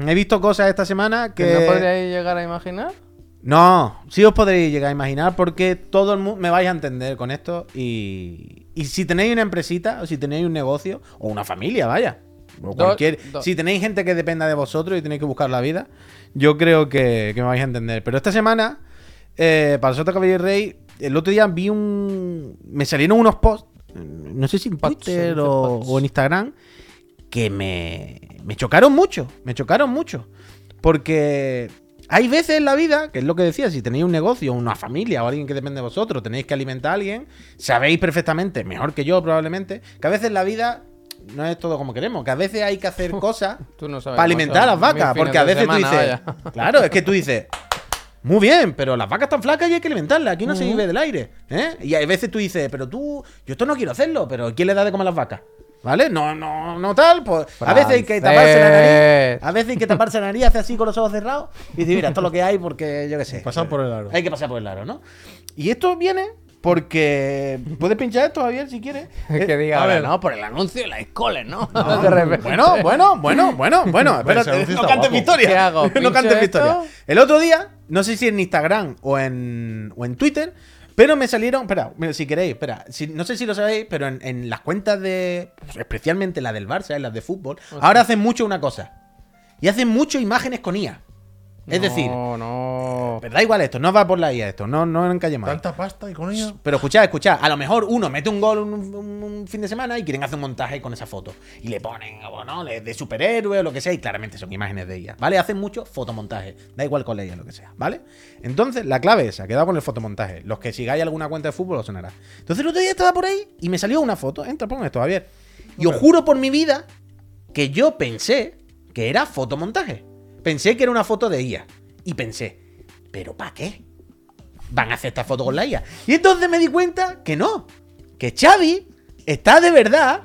Speaker 1: he visto cosas esta semana que.
Speaker 2: ¿Que no podríais llegar a imaginar?
Speaker 1: No, sí os podréis llegar a imaginar porque todo el mundo me vais a entender con esto y, y si tenéis una empresita o si tenéis un negocio o una familia, vaya. O cualquier,
Speaker 2: do-
Speaker 1: Si tenéis gente que dependa de vosotros y tenéis que buscar la vida, yo creo que, que me vais a entender. Pero esta semana, eh, para Sota Caballero y Rey, el otro día vi un... Me salieron unos posts, no sé si en
Speaker 2: Pots,
Speaker 1: Twitter
Speaker 2: dice
Speaker 1: o-
Speaker 2: pots.
Speaker 1: o en Instagram, que me, me chocaron mucho, me chocaron mucho. Porque hay veces en la vida, que es lo que decía, si tenéis un negocio, una familia o alguien que depende de vosotros, tenéis que alimentar a alguien, sabéis perfectamente, mejor que yo probablemente, que a veces en la vida no es todo como queremos, que a veces hay que hacer cosas
Speaker 2: Tú no sabes.
Speaker 1: para alimentar a las
Speaker 2: macho. Mis
Speaker 1: vacas,
Speaker 2: fines
Speaker 1: porque a
Speaker 2: de
Speaker 1: veces tú
Speaker 2: semana,
Speaker 1: dices,
Speaker 2: vaya.
Speaker 1: claro, es que tú dices, muy bien, pero las vacas están flacas y hay que alimentarlas. Aquí no se vive del aire. ¿eh? Y hay veces tú dices, pero tú, yo esto no quiero hacerlo, pero ¿quién le da de comer a las vacas? ¿Vale? No, no, no tal. Pues, a veces hay que
Speaker 2: Francés.
Speaker 1: taparse la nariz. A veces hay que taparse la nariz, hace así con los ojos cerrados. Y decir, mira, esto es lo que hay porque yo qué sé.
Speaker 2: Pues,
Speaker 4: Pasar por el aro.
Speaker 1: Hay que pasar por el aro, ¿no? Y esto viene porque. Puedes pinchar esto, Javier, si quieres.
Speaker 2: [LAUGHS]
Speaker 1: Eh,
Speaker 2: que diga,
Speaker 4: a
Speaker 2: ahora,
Speaker 4: ver.
Speaker 2: no, por el anuncio de la escola, ¿no.
Speaker 1: [LAUGHS] No,
Speaker 2: [LAUGHS] De repente.
Speaker 1: Ah, bueno, bueno, bueno, bueno, bueno.
Speaker 3: Hombre, ese
Speaker 1: Espérate,
Speaker 3: anuncio
Speaker 1: no
Speaker 3: está
Speaker 1: cantes
Speaker 3: guapo.
Speaker 1: mi historia.
Speaker 2: ¿Qué hago?
Speaker 1: [LAUGHS] No
Speaker 2: ¿Pincho
Speaker 1: cantes mi
Speaker 2: esto?
Speaker 1: historia. El otro día, no sé si en Instagram o en, o en Twitter, pero me salieron. Espera, mira, si queréis, espera. si- no sé si lo sabéis, pero en, en las cuentas de. pues, Especialmente las del Barça, en las de fútbol,
Speaker 2: Pues
Speaker 1: ahora hacen mucho una cosa. Y hacen mucho imágenes con IA. Es decir,
Speaker 2: No, no.
Speaker 1: pero da igual esto, no va por la IA esto, no, no en calle más.
Speaker 4: Tanta pasta y con ella.
Speaker 1: Pero escuchad, escuchad. A lo mejor uno mete un gol un, un- un fin de semana y quieren hacer un montaje con esa foto. Y le ponen, o no, le- de superhéroe o lo que sea. Y claramente son imágenes de ella. ¿Vale? Hacen mucho fotomontaje. Da igual con ella, lo que sea. ¿Vale? Entonces, la clave esa. Quedado con el fotomontaje. Los que sigáis alguna cuenta de fútbol os sonará. Entonces, el otro día estaba por ahí y me salió una foto. Entra, pon esto, Javier. Y os juro por mi vida que yo pensé que era fotomontaje. Pensé que era una foto de ella. Y pensé, ¿pero para qué? van a hacer esta foto con la IA. Y entonces me di cuenta que no, que Xavi está de verdad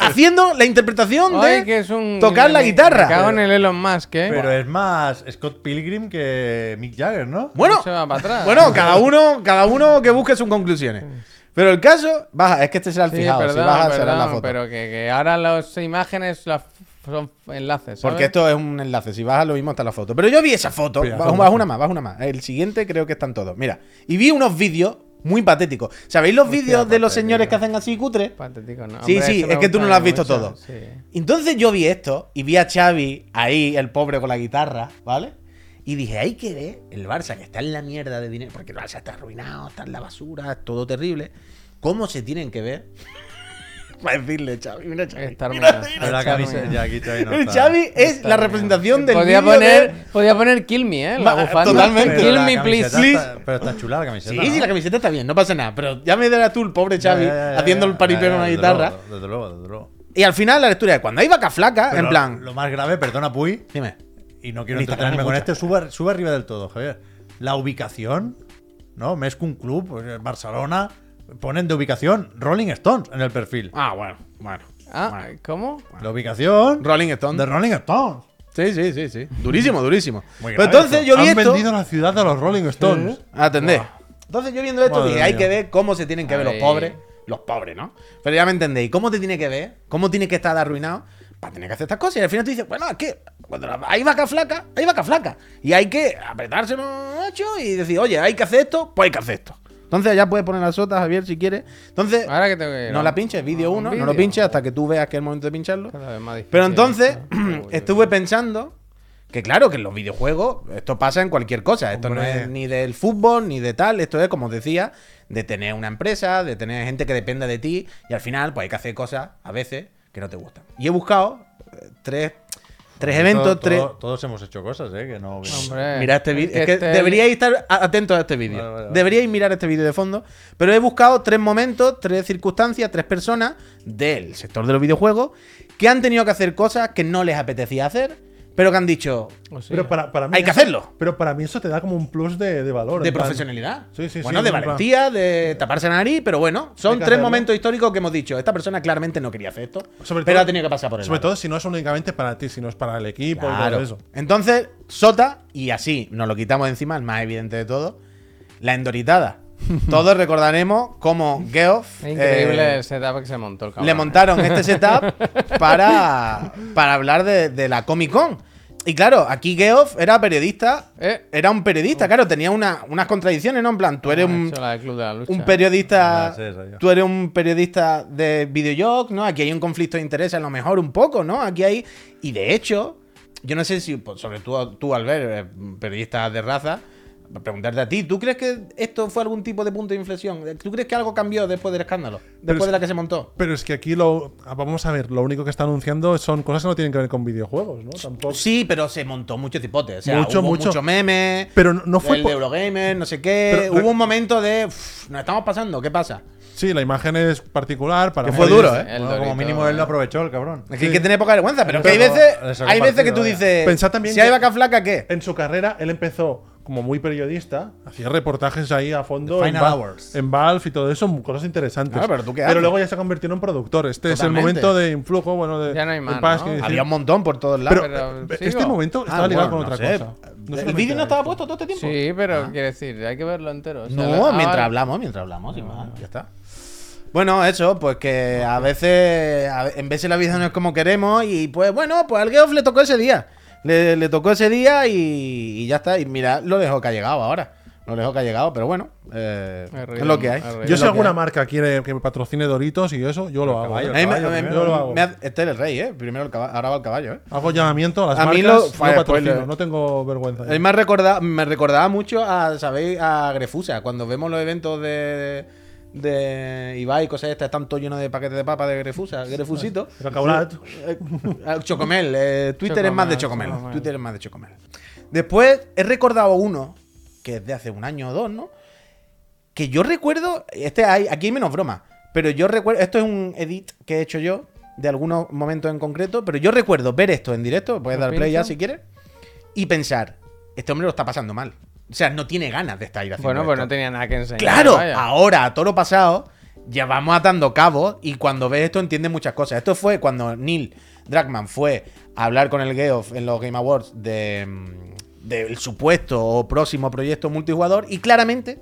Speaker 1: haciendo la interpretación de
Speaker 2: Ay, que es un.
Speaker 1: tocar la
Speaker 2: me-
Speaker 1: guitarra.
Speaker 2: Me cago en el Elon Musk, ¿eh?
Speaker 3: Pero es más Scott Pilgrim que Mick Jagger, ¿no?
Speaker 1: Bueno,
Speaker 2: No se va para atrás.
Speaker 1: bueno, cada uno, cada uno que busque sus conclusiones. Pero el caso, baja, es que este será el
Speaker 2: Sí,
Speaker 1: fijado, si
Speaker 2: perdón,
Speaker 1: baja será
Speaker 2: perdón,
Speaker 1: la foto.
Speaker 2: pero que, que ahora las imágenes las f- son enlaces. ¿sabes?
Speaker 1: Porque esto es un enlace, si bajas lo mismo está la foto. Pero yo vi esa foto,
Speaker 4: Mira,
Speaker 1: baja, baja una más, baja una más. El siguiente creo que están todos, mira. Y vi unos vídeos muy patéticos. ¿Sabéis los vídeos de los señores que hacen así cutre?
Speaker 2: Patético, no.
Speaker 1: Sí,
Speaker 2: Hombre,
Speaker 1: sí,
Speaker 2: eso me
Speaker 1: es que tú no
Speaker 2: gusta
Speaker 1: lo has visto
Speaker 2: mucho,
Speaker 1: todo.
Speaker 2: sí.
Speaker 1: Entonces yo vi esto y vi a Xavi ahí, el pobre con la guitarra, ¿vale? Y dije, hay que ver el Barça que está en la mierda de dinero, porque el Barça está arruinado, está en la basura, es todo terrible. ¿Cómo se tienen que ver? [LAUGHS] Para decirle, Xavi, mira, Xavi.
Speaker 2: Está
Speaker 1: mira,
Speaker 2: arruinado.
Speaker 1: mira.
Speaker 3: Pero la
Speaker 2: Xavi.
Speaker 3: camisa- ya, aquí Xavi no
Speaker 1: El
Speaker 3: está.
Speaker 1: Xavi es la representación del
Speaker 2: podía
Speaker 1: vídeo
Speaker 2: poner,
Speaker 1: de-
Speaker 2: podía poner Kill Me, ¿eh?
Speaker 1: Ma-
Speaker 2: La bufanda.
Speaker 1: totalmente.
Speaker 2: Kill
Speaker 3: la
Speaker 2: Me,
Speaker 3: camiseta
Speaker 2: please.
Speaker 3: está- pero está chula la camiseta.
Speaker 1: Sí,
Speaker 3: ¿no?
Speaker 1: sí, la camiseta está bien, no pasa nada. Pero ya me darás tú el pobre
Speaker 3: Ya,
Speaker 1: Xavi
Speaker 3: ya, ya, ya,
Speaker 1: haciendo
Speaker 3: ya,
Speaker 1: el paripé
Speaker 3: ya,
Speaker 1: con
Speaker 3: ya,
Speaker 1: una
Speaker 3: desde
Speaker 1: guitarra.
Speaker 3: luego, Desde luego, desde luego.
Speaker 1: Y al final la lectura es cuando hay vaca flaca,
Speaker 3: Pero
Speaker 1: en plan.
Speaker 3: Lo más grave, perdona, Puy,
Speaker 1: Dime.
Speaker 3: y no quiero
Speaker 1: En Instagram
Speaker 3: entretenerme con
Speaker 1: mucho.
Speaker 3: esto, sube, sube arriba del todo, Javier. La ubicación, ¿no? Mesc un club, pues, eh, Barcelona, ponen de ubicación Rolling Stones en el perfil.
Speaker 1: Ah, bueno, bueno.
Speaker 2: Ah,
Speaker 1: bueno.
Speaker 2: ¿cómo?
Speaker 3: La ubicación
Speaker 1: Rolling Stone.
Speaker 3: de Rolling Stones.
Speaker 1: Sí, sí, sí, sí. Durísimo, durísimo.
Speaker 3: [LAUGHS] Muy
Speaker 1: Pero
Speaker 3: grave
Speaker 1: entonces
Speaker 3: eso.
Speaker 1: yo vi
Speaker 4: Han
Speaker 1: esto.
Speaker 4: vendido la ciudad a los Rolling Stones.
Speaker 1: Atendé. Entonces yo viendo esto
Speaker 4: Madre
Speaker 1: dije, hay
Speaker 4: mía.
Speaker 1: que ver cómo se tienen que ver los
Speaker 2: Ay.
Speaker 1: pobres. Los pobres, ¿no? Pero ya me entendéis. ¿Cómo te tiene que ver? ¿Cómo tiene que estar arruinado? Para tener que hacer estas cosas. Y al final tú dices, bueno, es que cuando la- hay vaca flaca, hay vaca flaca. Y hay que apretarse los ocho y decir, oye, hay que hacer esto, pues hay que hacer esto. Entonces ya puedes poner las sotas, Javier, si quieres. Entonces,
Speaker 2: Ahora que tengo que ir.
Speaker 1: no
Speaker 2: a-
Speaker 1: la pinches, vídeo
Speaker 2: a un
Speaker 1: uno, no
Speaker 2: vídeo.
Speaker 1: lo pinches hasta que tú veas que es el momento de pincharlo.
Speaker 2: Cada vez más difícil
Speaker 1: Pero entonces este,
Speaker 2: esto. Me
Speaker 1: [CLEARS THROAT]
Speaker 2: aburre.
Speaker 1: estuve pensando que claro, que en los videojuegos esto pasa en cualquier cosa. Esto no
Speaker 4: Hombre.
Speaker 1: es ni del fútbol, ni de tal. Esto es, como os decía, de tener una empresa, de tener gente que dependa de ti. Y al final, pues hay que hacer cosas a veces que no te gustan. Y he buscado eh, tres, tres eventos,
Speaker 3: Todo-
Speaker 1: tres...
Speaker 3: todo- Todos hemos hecho cosas, ¿eh? Que no.
Speaker 2: Hombre,
Speaker 1: Mira este
Speaker 2: el
Speaker 1: vídeo. Es que
Speaker 2: esté-
Speaker 1: deberíais estar a- atentos a este vídeo.
Speaker 3: Vale, vale, vale.
Speaker 1: Deberíais mirar este vídeo de fondo. Pero he buscado tres momentos, tres circunstancias, tres personas del sector de los videojuegos que han tenido que hacer cosas que no les apetecía hacer, pero que han dicho
Speaker 2: o sea,
Speaker 4: Pero para, para mí
Speaker 1: Hay que
Speaker 4: eso-
Speaker 1: hacerlo.
Speaker 4: Pero para mí eso te da como un plus de, de valor.
Speaker 1: de
Speaker 4: en plan,
Speaker 1: profesionalidad.
Speaker 4: Sí, sí, sí,
Speaker 1: bueno, de
Speaker 4: en plan-
Speaker 1: valentía, de taparse la nariz, pero bueno, son
Speaker 4: Hay que
Speaker 1: tres
Speaker 4: hacerlo.
Speaker 1: momentos históricos que hemos dicho. Esta persona claramente no quería hacer esto,
Speaker 4: Sobre
Speaker 1: pero
Speaker 4: todo-
Speaker 1: ha tenido que pasar por él.
Speaker 4: Sobre todo si no es únicamente para ti, sino es para el equipo y
Speaker 1: Claro.
Speaker 4: todo eso.
Speaker 1: Entonces, Sota, y así nos lo quitamos de encima, el más evidente de todo, la endoritada. Todos recordaremos cómo Geoff
Speaker 2: es increíble
Speaker 1: eh,
Speaker 2: el setup que se montó el cabrón.
Speaker 1: le montaron este setup para, para hablar de, de la Comic Con. Y claro, aquí Geoff era periodista.
Speaker 2: Eh. Ah,
Speaker 1: Era un periodista, claro, tenía una- unas contradicciones, ¿no? En plan, tú eres
Speaker 2: Ha
Speaker 1: un,
Speaker 2: hecho la del Club de la Lucha.
Speaker 1: un periodista.
Speaker 3: Ah, sí, sí, sí.
Speaker 1: tú eres un periodista de videojuegos, ¿no? Aquí hay un conflicto de intereses, a lo mejor un poco, ¿no? Aquí hay. Y de hecho, yo no sé si, pues, sobre todo tú, Albert, eh, periodista de raza, preguntarte a ti, ¿tú crees que esto fue algún tipo de punto de inflexión? ¿Tú crees que algo cambió después del escándalo? Después
Speaker 4: es-
Speaker 1: de la que se montó.
Speaker 4: Pero es que aquí lo. ah, Vamos a ver, lo único que está anunciando son cosas que no tienen que ver con videojuegos, ¿no? Tampoco.
Speaker 1: Sí, pero se montó mucho cipote. O sea,
Speaker 4: Mucho,
Speaker 1: hubo
Speaker 4: mucho.
Speaker 1: mucho meme.
Speaker 4: Pero no- no fue
Speaker 1: El
Speaker 4: por-
Speaker 1: de Eurogamer, no sé qué.
Speaker 4: Pero-
Speaker 1: hubo
Speaker 4: pero-
Speaker 1: un momento de. "Uf, nos estamos pasando, ¿qué pasa?
Speaker 4: Sí, la imagen es particular para.
Speaker 1: Que fue
Speaker 4: medios.
Speaker 1: duro, ¿eh?
Speaker 2: El
Speaker 3: Bueno, como
Speaker 2: Dorito,
Speaker 3: mínimo él
Speaker 2: eh.
Speaker 3: lo aprovechó, el cabrón.
Speaker 1: Es que hay que tener poca vergüenza, pero,
Speaker 3: Pero
Speaker 1: que hay veces,
Speaker 3: les ha
Speaker 1: hay veces que
Speaker 3: compartido,
Speaker 1: tú
Speaker 3: vaya.
Speaker 1: dices.
Speaker 4: Pensad también
Speaker 1: si hay
Speaker 4: que-
Speaker 1: vaca flaca, ¿qué?
Speaker 4: En su carrera, él empezó como muy periodista, hacía reportajes ahí a fondo
Speaker 3: The
Speaker 4: en,
Speaker 3: Final
Speaker 4: Val-
Speaker 3: Hours.
Speaker 4: en Valve y todo eso, cosas interesantes.
Speaker 1: Claro, Ah, pero ¿tú qué haces?
Speaker 4: luego ya se convirtió en un productor. Este
Speaker 1: Totalmente.
Speaker 4: es el momento de influjo, bueno, de
Speaker 2: Ya no hay
Speaker 4: del
Speaker 2: más,
Speaker 4: Paz
Speaker 2: ¿no?
Speaker 4: que decir-
Speaker 1: Había un montón por todos lados.
Speaker 4: pero,
Speaker 2: pero
Speaker 4: eh,
Speaker 2: sigo.
Speaker 4: este momento estaba
Speaker 1: Ah,
Speaker 4: ligado
Speaker 1: bueno,
Speaker 4: con otra
Speaker 1: no sé.
Speaker 4: cosa. No
Speaker 1: ¿El
Speaker 4: solamente
Speaker 1: vídeo no
Speaker 4: era
Speaker 1: estaba
Speaker 4: esto.
Speaker 1: puesto todo este tiempo?
Speaker 2: Sí, pero quiere decir, hay que verlo entero. o sea,
Speaker 1: No,
Speaker 2: la- ah,
Speaker 1: mientras
Speaker 2: vale.
Speaker 1: hablamos, mientras hablamos, y más, ya está. Bueno, eso, pues que a veces, a ve- en veces la vida no es como queremos y pues bueno, pues al Geoff le tocó ese día. Le, le tocó ese día y, y ya está. Y mira, lo dejó que ha llegado ahora. Lo dejó que ha llegado, pero bueno, eh,
Speaker 2: Me río,
Speaker 1: es lo que hay.
Speaker 2: me río.
Speaker 1: Es
Speaker 4: Yo
Speaker 1: lo
Speaker 4: si
Speaker 1: que
Speaker 4: alguna
Speaker 1: hay.
Speaker 4: marca quiere que me patrocine Doritos y eso, yo lo hago.
Speaker 3: caballo,
Speaker 4: ¿eh?
Speaker 1: A mí me-
Speaker 3: caballo
Speaker 1: me-
Speaker 4: primero lo hago.
Speaker 1: me hace- este es el rey, ¿eh? Primero el caballo, ahora va el caballo, ¿eh?
Speaker 4: Hago llamamiento a las
Speaker 1: A mí
Speaker 4: marcas.
Speaker 1: lo-
Speaker 4: no
Speaker 1: Fire
Speaker 4: patrocino,
Speaker 1: spoiler.
Speaker 4: no tengo vergüenza.
Speaker 1: Él me, ha recordado- me recordaba mucho a, ¿sabéis? A Grefusa. Cuando vemos los eventos de, de Ibai y cosas de estas, están todos llenos de paquetes de papa de Grefusa. Grefusito.
Speaker 4: Cacaulat.
Speaker 1: Eh, eh, Chocomel. eh, Twitter es más de Chocomel.
Speaker 2: Chocomel, Chocomel.
Speaker 1: Twitter es más de Chocomel. Después he recordado uno, que es de hace un año o dos, ¿no? Que yo recuerdo, este hay, aquí hay menos broma, pero yo recuerdo, esto es un edit que he hecho yo de algunos momentos en concreto, pero yo recuerdo ver esto en directo, puedes
Speaker 2: ¿Lo
Speaker 1: dar play ya
Speaker 2: pincho?
Speaker 1: si quieres, y pensar, este hombre lo está pasando mal. O sea, no tiene ganas de estar ir haciendo
Speaker 2: Bueno, pues
Speaker 1: esto.
Speaker 2: no tenía nada que enseñar.
Speaker 1: Claro,
Speaker 2: vaya.
Speaker 1: ahora, a toro pasado, ya vamos atando cabos y cuando ves esto entiendes muchas cosas. Esto fue cuando Neil Dragman fue a hablar con el Geoff en los Game Awards de, mm, del supuesto o próximo proyecto multijugador y claramente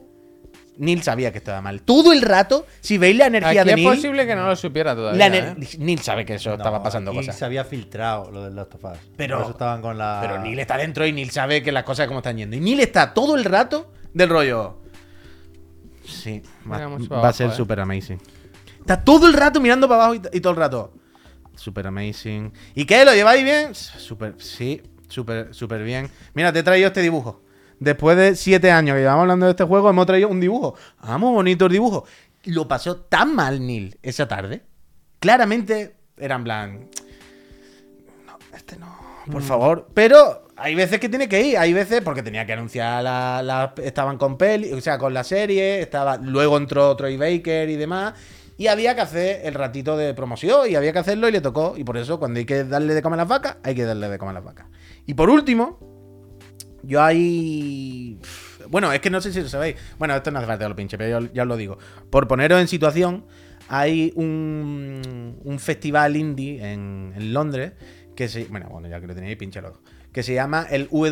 Speaker 1: Neil sabía que estaba mal. Todo el rato, si veis la energía
Speaker 2: Aquí
Speaker 1: de
Speaker 2: es
Speaker 1: Neil,
Speaker 2: posible que no lo supiera
Speaker 1: la
Speaker 2: todavía. ¿eh?
Speaker 1: ener- Neil sabe que eso estaba pasando
Speaker 3: aquí
Speaker 1: cosas.
Speaker 3: se había filtrado lo del Last of Us.
Speaker 1: Pero-
Speaker 3: Por eso estaban con la.
Speaker 1: Pero Neil está dentro y Neil sabe que las cosas como están yendo. Y Neil está todo el rato del rollo. Sí, va,
Speaker 2: Miramos
Speaker 1: va
Speaker 2: para
Speaker 1: a ser
Speaker 2: abajo, eh.
Speaker 1: super amazing. Está todo el rato mirando para abajo y, y todo el rato. Super amazing. ¿Y qué? ¿Lo lleváis bien? Super, sí, super, super bien. Mira, te he traído este dibujo. Después de siete años que llevamos hablando de este juego, hemos traído un dibujo. Ah, muy bonito el dibujo. Lo pasó tan mal Neil esa tarde. Claramente era en plan, este no, por favor. Pero hay veces que tiene que ir, hay veces porque tenía que anunciar la, la- estaban con peli, o sea, con la serie, estaba luego entró Troy Baker y demás y había que hacer el ratito de promoción y había que hacerlo y le tocó y por eso cuando hay que darle de comer a las vacas, hay que darle de comer a las vacas. Y por último, yo ahí. Bueno, es que no sé si lo sabéis. Bueno, esto no hace falta que lo pinche, pero ya, ya os lo digo. Por poneros en situación, hay un, un festival indie en, en Londres que se. Bueno, bueno, ya que lo tenéis, pincharlo. Que se llama el WAS,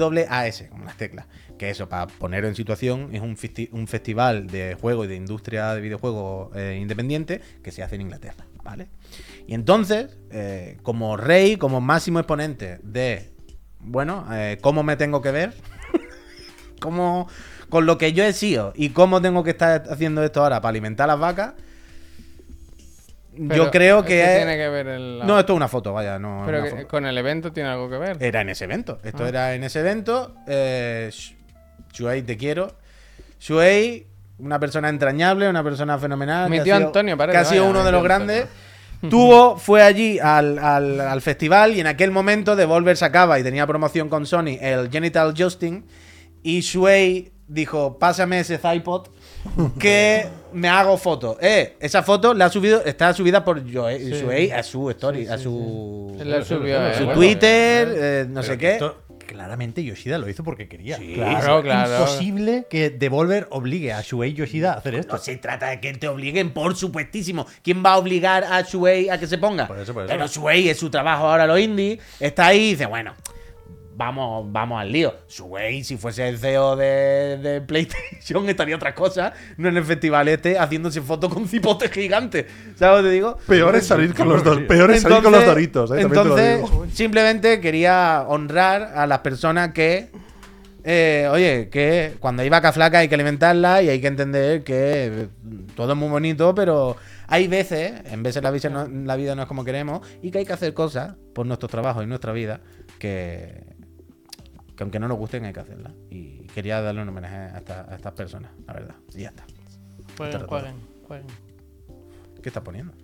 Speaker 1: con las teclas. Que eso, para poneros en situación, es un, festi- un festival de juego y de industria de videojuegos eh, independiente que se hace en Inglaterra, ¿vale? Y entonces, eh, como rey, como máximo exponente de bueno, eh, cómo me tengo que ver, [LAUGHS] cómo, con lo que yo he sido y cómo tengo que estar haciendo esto ahora para alimentar las vacas,
Speaker 2: Pero
Speaker 1: yo creo que,
Speaker 2: es
Speaker 1: es-
Speaker 2: tiene que ver el-
Speaker 1: No, esto es una foto, vaya, no. es
Speaker 2: Pero
Speaker 1: una
Speaker 2: que-
Speaker 1: foto.
Speaker 2: con el evento tiene algo que ver.
Speaker 1: Era en ese evento. Esto
Speaker 2: Ah.
Speaker 1: era en ese evento. Eh, Sh- Shuei, te quiero. Shuei, una persona entrañable, una persona fenomenal.
Speaker 2: Mi
Speaker 1: que ha
Speaker 2: tío
Speaker 1: sido-
Speaker 2: Antonio, parece,
Speaker 1: Que ha sido
Speaker 2: vaya,
Speaker 1: uno
Speaker 2: mi
Speaker 1: de
Speaker 2: tío
Speaker 1: los grandes.
Speaker 2: [LAUGHS] Antonio.
Speaker 1: Tuvo, fue allí al, al- al festival y en aquel momento Devolver sacaba y tenía promoción con Sony el Genital Justin. Y Shuei dijo: Pásame ese iPod que me hago foto. Eh, esa foto la ha subido, está subida por Joe- Shuei a su story, a su,
Speaker 2: Él la subió, eh,
Speaker 1: su
Speaker 2: bueno.
Speaker 1: Twitter, eh, no
Speaker 3: Pero
Speaker 1: sé
Speaker 3: que
Speaker 1: qué.
Speaker 3: esto, claramente Yoshida lo hizo porque quería.
Speaker 2: Claro,
Speaker 3: Es
Speaker 2: claro.
Speaker 3: imposible que Devolver obligue a Shuei Yoshida a hacer esto.
Speaker 1: No se trata de que te obliguen, por supuestísimo. ¿Quién va a obligar a Shuei a que se ponga?
Speaker 3: Por eso, por eso.
Speaker 1: Pero Shuei es su trabajo ahora, los indie. Está ahí y dice, bueno, vamos, vamos al lío. Shuei, si fuese el CEO de, de PlayStation, estaría otra cosa. No en el festival este, haciéndose fotos con cipotes gigantes. ¿Sabes lo que te digo?
Speaker 4: Peor es [LAUGHS] salir con los, dos, peor es salir con los Doritos, eh, también te lo
Speaker 1: entonces,
Speaker 4: digo.
Speaker 1: simplemente quería honrar a las personas que. eh, oye, que cuando hay vaca flaca hay que alimentarla y hay que entender que eh, todo es muy bonito, pero hay veces, en veces la vida, no, la vida no es como queremos y que hay que hacer cosas por nuestro trabajo y nuestra vida que, que aunque no nos gusten hay que hacerlas. Y quería darle un homenaje a, esta- a estas personas, la verdad. Y ya está.
Speaker 2: Jueguen,
Speaker 1: Esto-
Speaker 2: jueguen, jueguen.
Speaker 1: ¿Qué estás poniendo?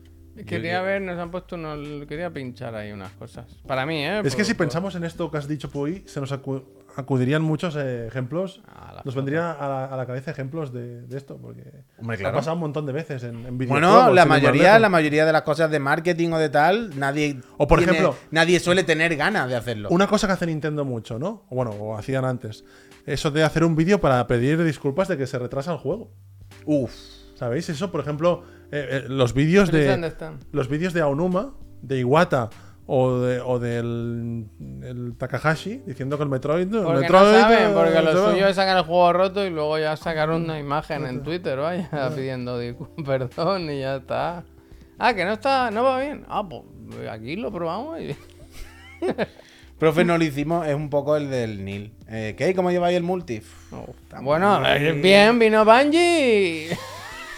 Speaker 2: Quería ver, nos han puesto unos. Quería pinchar ahí unas cosas. Para mí, ¿eh?
Speaker 4: Es que
Speaker 2: Por-
Speaker 4: si
Speaker 2: por-
Speaker 4: pensamos en esto que has dicho, Puy, se nos acu- acudirían muchos eh, ejemplos.
Speaker 2: Ah, la
Speaker 4: Nos vendría a la, a la cabeza ejemplos de, de esto, porque
Speaker 1: Hombre,
Speaker 4: ha
Speaker 1: claro.
Speaker 4: pasado un montón de veces en, en
Speaker 1: Bueno,
Speaker 4: videojuegos,
Speaker 1: la
Speaker 4: sin ir más
Speaker 1: mayoría,
Speaker 4: lejos.
Speaker 1: la mayoría de las cosas de marketing o de tal, nadie.
Speaker 4: O, por
Speaker 1: tiene-
Speaker 4: ejemplo-
Speaker 1: Nadie suele tener ganas de hacerlo.
Speaker 4: Una cosa que hace Nintendo mucho, ¿no? O Bueno, o hacían antes. Eso de hacer un vídeo para pedir disculpas de que se retrasa el juego.
Speaker 1: Uf.
Speaker 4: ¿Sabéis? Eso, por ejemplo, eh, eh, los vídeos
Speaker 2: Pero ¿dónde
Speaker 4: de.
Speaker 2: están?
Speaker 4: Los vídeos de Aonuma, de Iwata o, de, o del el Takahashi diciendo que el Metroid. el
Speaker 2: Porque
Speaker 4: Metroid,
Speaker 2: no saben,
Speaker 4: eh,
Speaker 2: porque
Speaker 4: no
Speaker 2: lo
Speaker 4: saben.
Speaker 2: suyo es sacar el juego roto y luego ya sacaron una imagen en Twitter, vaya, [LAUGHS] pidiendo disculpas, [LAUGHS] perdón y ya está. Ah, que no está, no va bien. Ah, pues aquí lo probamos y... [LAUGHS]
Speaker 1: Profe, no lo hicimos, es un poco el del Nil. Eh, ¿Qué? ¿Cómo lleváis el multi? Uf,
Speaker 2: Bueno, eh, bien, vino Bungie.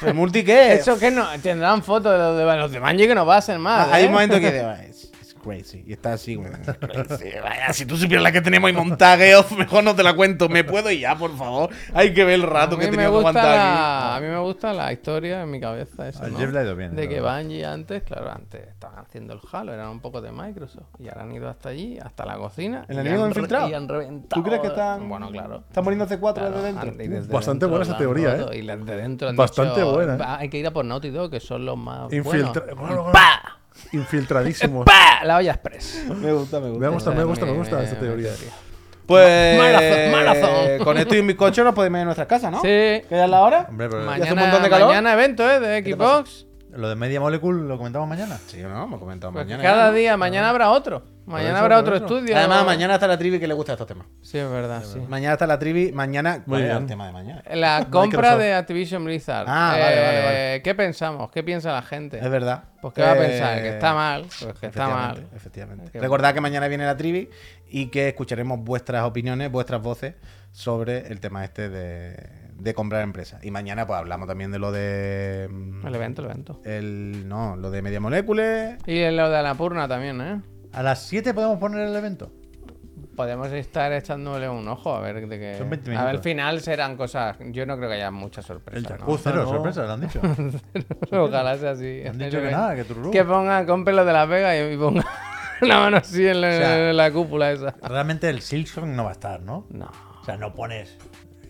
Speaker 1: ¿El multi qué?
Speaker 2: [LAUGHS] Eso que no, tendrán fotos de los de, los de Bungie que nos va a hacer más.
Speaker 1: Ah, Hay
Speaker 2: ¿eh?
Speaker 1: un momento
Speaker 2: [LAUGHS]
Speaker 1: que digo, es, es crazy. Y está así, güey. [LAUGHS] es crazy. Vaya, si tú supieras la que tenemos y montaje, off, [LAUGHS] mejor no te la cuento. Me puedo ir ya, por favor. Hay que ver el
Speaker 2: A
Speaker 1: rato que
Speaker 2: mí, me
Speaker 1: tenía que
Speaker 2: gusta
Speaker 1: aguantar aquí.
Speaker 2: la, a mí me gusta la historia en mi cabeza. Esa,
Speaker 3: Al
Speaker 2: ¿no?
Speaker 3: Jeff le ha ido bien,
Speaker 2: de
Speaker 3: la
Speaker 2: que
Speaker 3: verdad.
Speaker 2: Bungie antes, claro, antes estaban haciendo el Halo, eran un poco de Microsoft. Y ahora han ido hasta allí, hasta la cocina.
Speaker 1: ¿El
Speaker 2: y
Speaker 1: enemigo
Speaker 2: han re-
Speaker 1: infiltrado?
Speaker 2: Y han reventado.
Speaker 1: crees que están-
Speaker 2: Bueno, claro.
Speaker 1: Está muriendo C4
Speaker 2: Claro,
Speaker 1: desde dentro.
Speaker 2: han- y desde
Speaker 4: Bastante buena esa
Speaker 2: lo han
Speaker 4: teoría,
Speaker 2: roto,
Speaker 4: ¿eh?
Speaker 2: Y desde dentro han
Speaker 4: Bastante
Speaker 2: dicho,
Speaker 4: buena, ¿eh?
Speaker 2: "Va, Hay que ir a por Naughty Dog, que son los más.
Speaker 4: Infiltra-
Speaker 2: buenos". Y ¡Pa!
Speaker 4: ¡Pa! Infiltradísimos.
Speaker 2: ¡Pa! La olla express.
Speaker 1: Me gusta, me
Speaker 4: Me
Speaker 1: gusta.
Speaker 4: gusta, me gusta, me
Speaker 2: Mi-
Speaker 4: gusta
Speaker 1: Eh,
Speaker 2: mi-
Speaker 4: esta
Speaker 2: mi
Speaker 4: teoría.
Speaker 1: Pues.
Speaker 2: Marathon, marathon.
Speaker 1: Con esto y mi coche nos podemos ir a nuestras casas, ¿no?
Speaker 2: Sí.
Speaker 1: ¿Que ya es la hora?
Speaker 3: Hombre, pero
Speaker 1: hace
Speaker 2: Mañana,
Speaker 1: un montón de calor.
Speaker 2: mañana evento, ¿eh? De Xbox.
Speaker 3: lo de Media Molecule lo comentamos mañana.
Speaker 1: Sí, no, hemos comentado
Speaker 2: Pues
Speaker 1: mañana. Ah.
Speaker 2: cada
Speaker 1: ya, ¿no?
Speaker 2: día, mañana habrá otro. Mañana habrá otro estudio.
Speaker 1: Además, mañana está la trivi que le gusta estos temas.
Speaker 2: Sí, es verdad, sí.
Speaker 1: Mañana está la trivi, mañana. ¿Cuál era
Speaker 4: bien.
Speaker 1: el tema de mañana?
Speaker 2: La compra de Activision Blizzard. Eh,
Speaker 1: Ah, vale, vale, vale.
Speaker 2: ¿Qué pensamos? ¿Qué piensa la gente?
Speaker 1: Es verdad.
Speaker 2: Pues qué va a
Speaker 1: Eh,
Speaker 2: pensar, que está mal, pues que está
Speaker 1: efectivamente,
Speaker 2: mal.
Speaker 1: Efectivamente.
Speaker 2: Que-
Speaker 1: Recordad que mañana viene la trivi y que escucharemos vuestras opiniones, vuestras voces sobre el tema este de, de comprar empresas. Y mañana pues hablamos también de lo de... mm,
Speaker 2: El evento, el evento.
Speaker 1: el- no, lo de media molécula.
Speaker 2: Y lo de Anapurna también, ¿eh?
Speaker 3: A las 7 podemos poner el evento.
Speaker 2: Podemos estar echándole un ojo a ver de qué.
Speaker 3: Son
Speaker 2: a
Speaker 3: 20
Speaker 2: ver, al
Speaker 3: minutos.
Speaker 2: final serán cosas. Yo no creo que haya muchas sorpresas. ¿no?
Speaker 3: Cero, sorpresa, lo han dicho.
Speaker 2: [LAUGHS] Ojalá sea así.
Speaker 3: Han dicho que nada, que tururú.
Speaker 2: Que ponga, compre lo de Las Vegas y ponga [LAUGHS] la mano así en la,
Speaker 3: sea,
Speaker 2: en la cúpula esa.
Speaker 3: Realmente el Silksong no va a estar, ¿no?
Speaker 2: No.
Speaker 3: O sea, no pones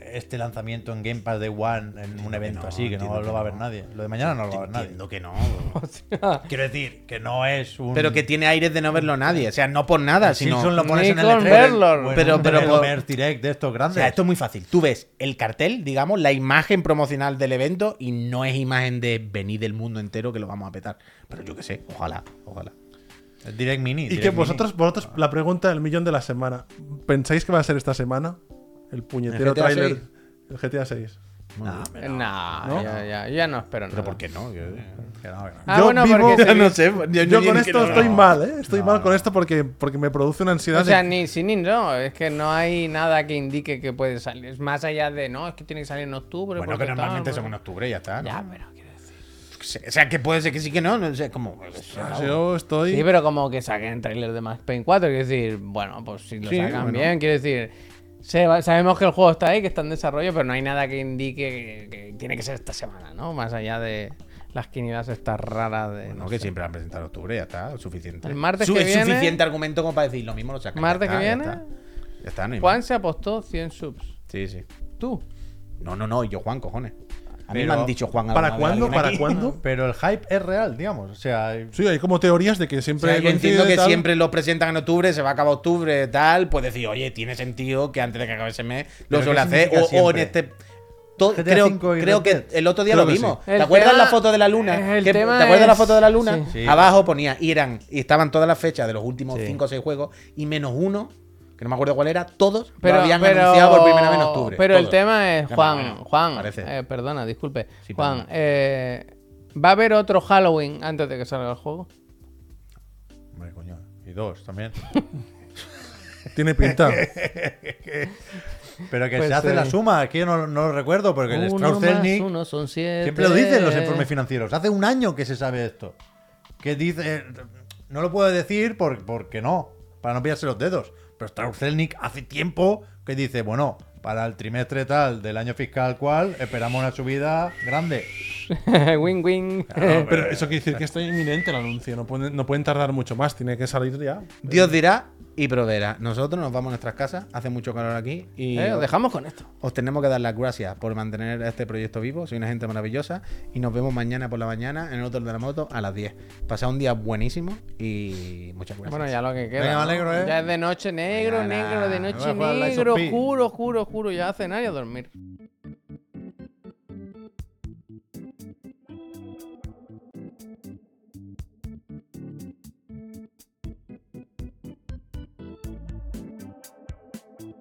Speaker 3: este lanzamiento en Game Pass Day One en un evento así, que no lo va a ver nadie. Lo de mañana no lo va a ver nadie.
Speaker 1: Entiendo que no.
Speaker 2: Hostia.
Speaker 3: Quiero decir, que no es un.
Speaker 1: Pero que tiene aires de no verlo nadie. O sea, no por nada, sino...
Speaker 3: Silksong lo pones en el
Speaker 2: Nicole
Speaker 3: E3.
Speaker 2: Merlot.
Speaker 3: o en
Speaker 1: Pero-
Speaker 3: un
Speaker 1: pero-
Speaker 3: Developer Direct de estos
Speaker 1: O
Speaker 3: grandes.
Speaker 1: sea, esto es muy fácil. Tú ves el cartel, digamos, la imagen promocional del evento y no es imagen de venir del mundo entero que lo vamos a petar. Pero yo qué sé, ojalá, ojalá.
Speaker 3: El Direct Mini.
Speaker 4: Y
Speaker 3: Direct
Speaker 4: que
Speaker 3: Mini.
Speaker 4: vosotros, vosotros, la pregunta del millón de la semana. ¿Pensáis que va a ser esta semana? El
Speaker 1: ¿El
Speaker 4: puñetero
Speaker 1: GTA
Speaker 4: tráiler. El GTA 6.
Speaker 1: No,
Speaker 2: No, Ya, ya, ya no espero nada.
Speaker 1: pero ¿por qué no? Yo-
Speaker 3: Que no, que no.
Speaker 2: Ah,
Speaker 4: Yo
Speaker 2: bueno,
Speaker 4: vivo- [LAUGHS]
Speaker 2: porque se vi-
Speaker 1: no sé. Yo,
Speaker 4: Yo con esto estoy mal, ¿eh? Estoy mal con esto porque, porque me produce una ansiedad.
Speaker 2: O sea,
Speaker 4: de-
Speaker 2: ni sí ni no. Es que no hay nada que indique que puede salir. Es más allá de, no, es que tiene que salir en octubre.
Speaker 1: Bueno,
Speaker 2: porque
Speaker 1: que normalmente
Speaker 2: tal,
Speaker 1: son en
Speaker 2: bueno.
Speaker 1: octubre y ya está. ¿no?
Speaker 2: Ya, pero quiero decir.
Speaker 1: Yo qué sé, O sea, que puede ser que sí que no. No sé, como. pues,
Speaker 4: Yo estoy.
Speaker 2: Pues, Sí, pero como que saquen trailer de Max Payne 4. Quiero decir, bueno, pues si lo
Speaker 1: Sí,
Speaker 2: sacan
Speaker 1: bueno.
Speaker 2: bien, quiero decir. se va- sabemos que el juego está ahí, que está en desarrollo, pero no hay nada que indique que, que tiene que ser esta semana, ¿no? Más allá de las quinilas estas raras de.
Speaker 1: pues, No, que siempre han presentado en octubre, ya está. Suficiente.
Speaker 2: El martes que
Speaker 1: es
Speaker 2: viene-
Speaker 1: suficiente argumento como para decir lo mismo lo sacan. ya
Speaker 2: Martes
Speaker 1: está,
Speaker 2: que
Speaker 1: ya
Speaker 2: viene-
Speaker 1: está. Ya está, no hay
Speaker 2: Juan
Speaker 1: más.
Speaker 2: se apostó 100 subs.
Speaker 1: Sí, sí.
Speaker 2: Tú.
Speaker 1: No, no, no, yo Juan, cojones. A mí
Speaker 3: Pero-
Speaker 1: me han dicho Juan alguna
Speaker 4: ¿Para
Speaker 1: vez,
Speaker 4: cuándo?
Speaker 1: alguien
Speaker 4: ¿Para
Speaker 1: aquí. [LAUGHS]
Speaker 4: cuándo?
Speaker 3: Pero el hype es real, digamos. O sea,
Speaker 4: Sí, hay como teorías de que
Speaker 1: O
Speaker 4: siempre.
Speaker 1: sea, yo entiendo
Speaker 4: coincide,
Speaker 1: que
Speaker 4: tal.
Speaker 1: siempre lo presentan en octubre, se va a acabar octubre, tal. Pues decir, oye, tiene sentido que antes de que acabe ese mes
Speaker 3: Pero
Speaker 1: lo
Speaker 3: ¿qué
Speaker 1: suele hacer.
Speaker 3: significa
Speaker 1: O, o en
Speaker 3: siempre?
Speaker 1: este. to-
Speaker 3: GTA
Speaker 1: creo
Speaker 3: cinco y
Speaker 1: creo
Speaker 3: Red Dead.
Speaker 1: que el otro día
Speaker 4: Creo
Speaker 1: lo
Speaker 4: que
Speaker 1: vimos.
Speaker 4: sí.
Speaker 1: ¿Te
Speaker 2: El
Speaker 1: acuerdas
Speaker 2: tema-
Speaker 1: la foto de la luna?
Speaker 2: el
Speaker 1: Que- ¿Te
Speaker 2: tema
Speaker 1: acuerdas la
Speaker 2: es-
Speaker 1: foto de la luna?
Speaker 2: sí.
Speaker 3: Sí.
Speaker 1: Abajo ponía Irán y estaban todas las fechas de los últimos
Speaker 3: Sí.
Speaker 1: 5 o 6 juegos y menos uno, que no me acuerdo cuál era, todos
Speaker 2: Pero,
Speaker 1: lo habían
Speaker 2: pero-
Speaker 1: anunciado por primera vez en octubre.
Speaker 2: Pero el
Speaker 1: todos.
Speaker 2: tema es,
Speaker 1: Ya,
Speaker 2: Juan,
Speaker 1: bueno,
Speaker 2: Juan,
Speaker 1: parece.
Speaker 2: eh, perdona, disculpe.
Speaker 1: Sí,
Speaker 2: Juan,
Speaker 1: perdona.
Speaker 2: eh, ¿va a haber otro Halloween antes de que salga el juego?
Speaker 3: Hombre, coño. Y dos también.
Speaker 1: [LAUGHS]
Speaker 4: Tiene pinta.
Speaker 3: [LAUGHS] Pero que
Speaker 2: Pues,
Speaker 3: se hace
Speaker 2: eh,
Speaker 3: la suma, aquí no, no lo recuerdo, porque el
Speaker 2: Uno
Speaker 3: Strauss
Speaker 2: más
Speaker 3: Zelnick
Speaker 2: uno son siete.
Speaker 3: siempre lo dicen los informes financieros. Hace un año que se sabe esto. Que dice. eh, No lo puedo decir por- porque no, para no pillarse los dedos. Pero Strauss Zelnick hace tiempo que dice, bueno, para el trimestre tal del año fiscal cual, esperamos una subida grande.
Speaker 2: Plus. [LAUGHS] wing, wing.
Speaker 4: Pero eso quiere decir que está inminente el anuncio. No pueden, no pueden tardar mucho más. Tiene que salir ya.
Speaker 1: Dios dirá y proveerá. Nosotros nos vamos a nuestras casas, hace mucho calor aquí y
Speaker 2: Eh, os dejamos con esto.
Speaker 1: os tenemos que dar las gracias por mantener este proyecto vivo. Soy una gente maravillosa y nos vemos mañana por la mañana en el Hotel de la Moto a las 10. Pasad un día buenísimo y muchas gracias.
Speaker 2: Bueno, ya lo que queda.
Speaker 3: Pues Venga,
Speaker 2: ¿no?
Speaker 3: me alegro, ¿eh?
Speaker 2: Ya es de noche, negro,
Speaker 1: Venga,
Speaker 2: negro, de
Speaker 1: nada.
Speaker 2: noche,
Speaker 3: Voy a jugar al Lies of
Speaker 2: negro,
Speaker 3: P.
Speaker 2: oscuro, oscuro, oscuro. Ya a cenar y a dormir.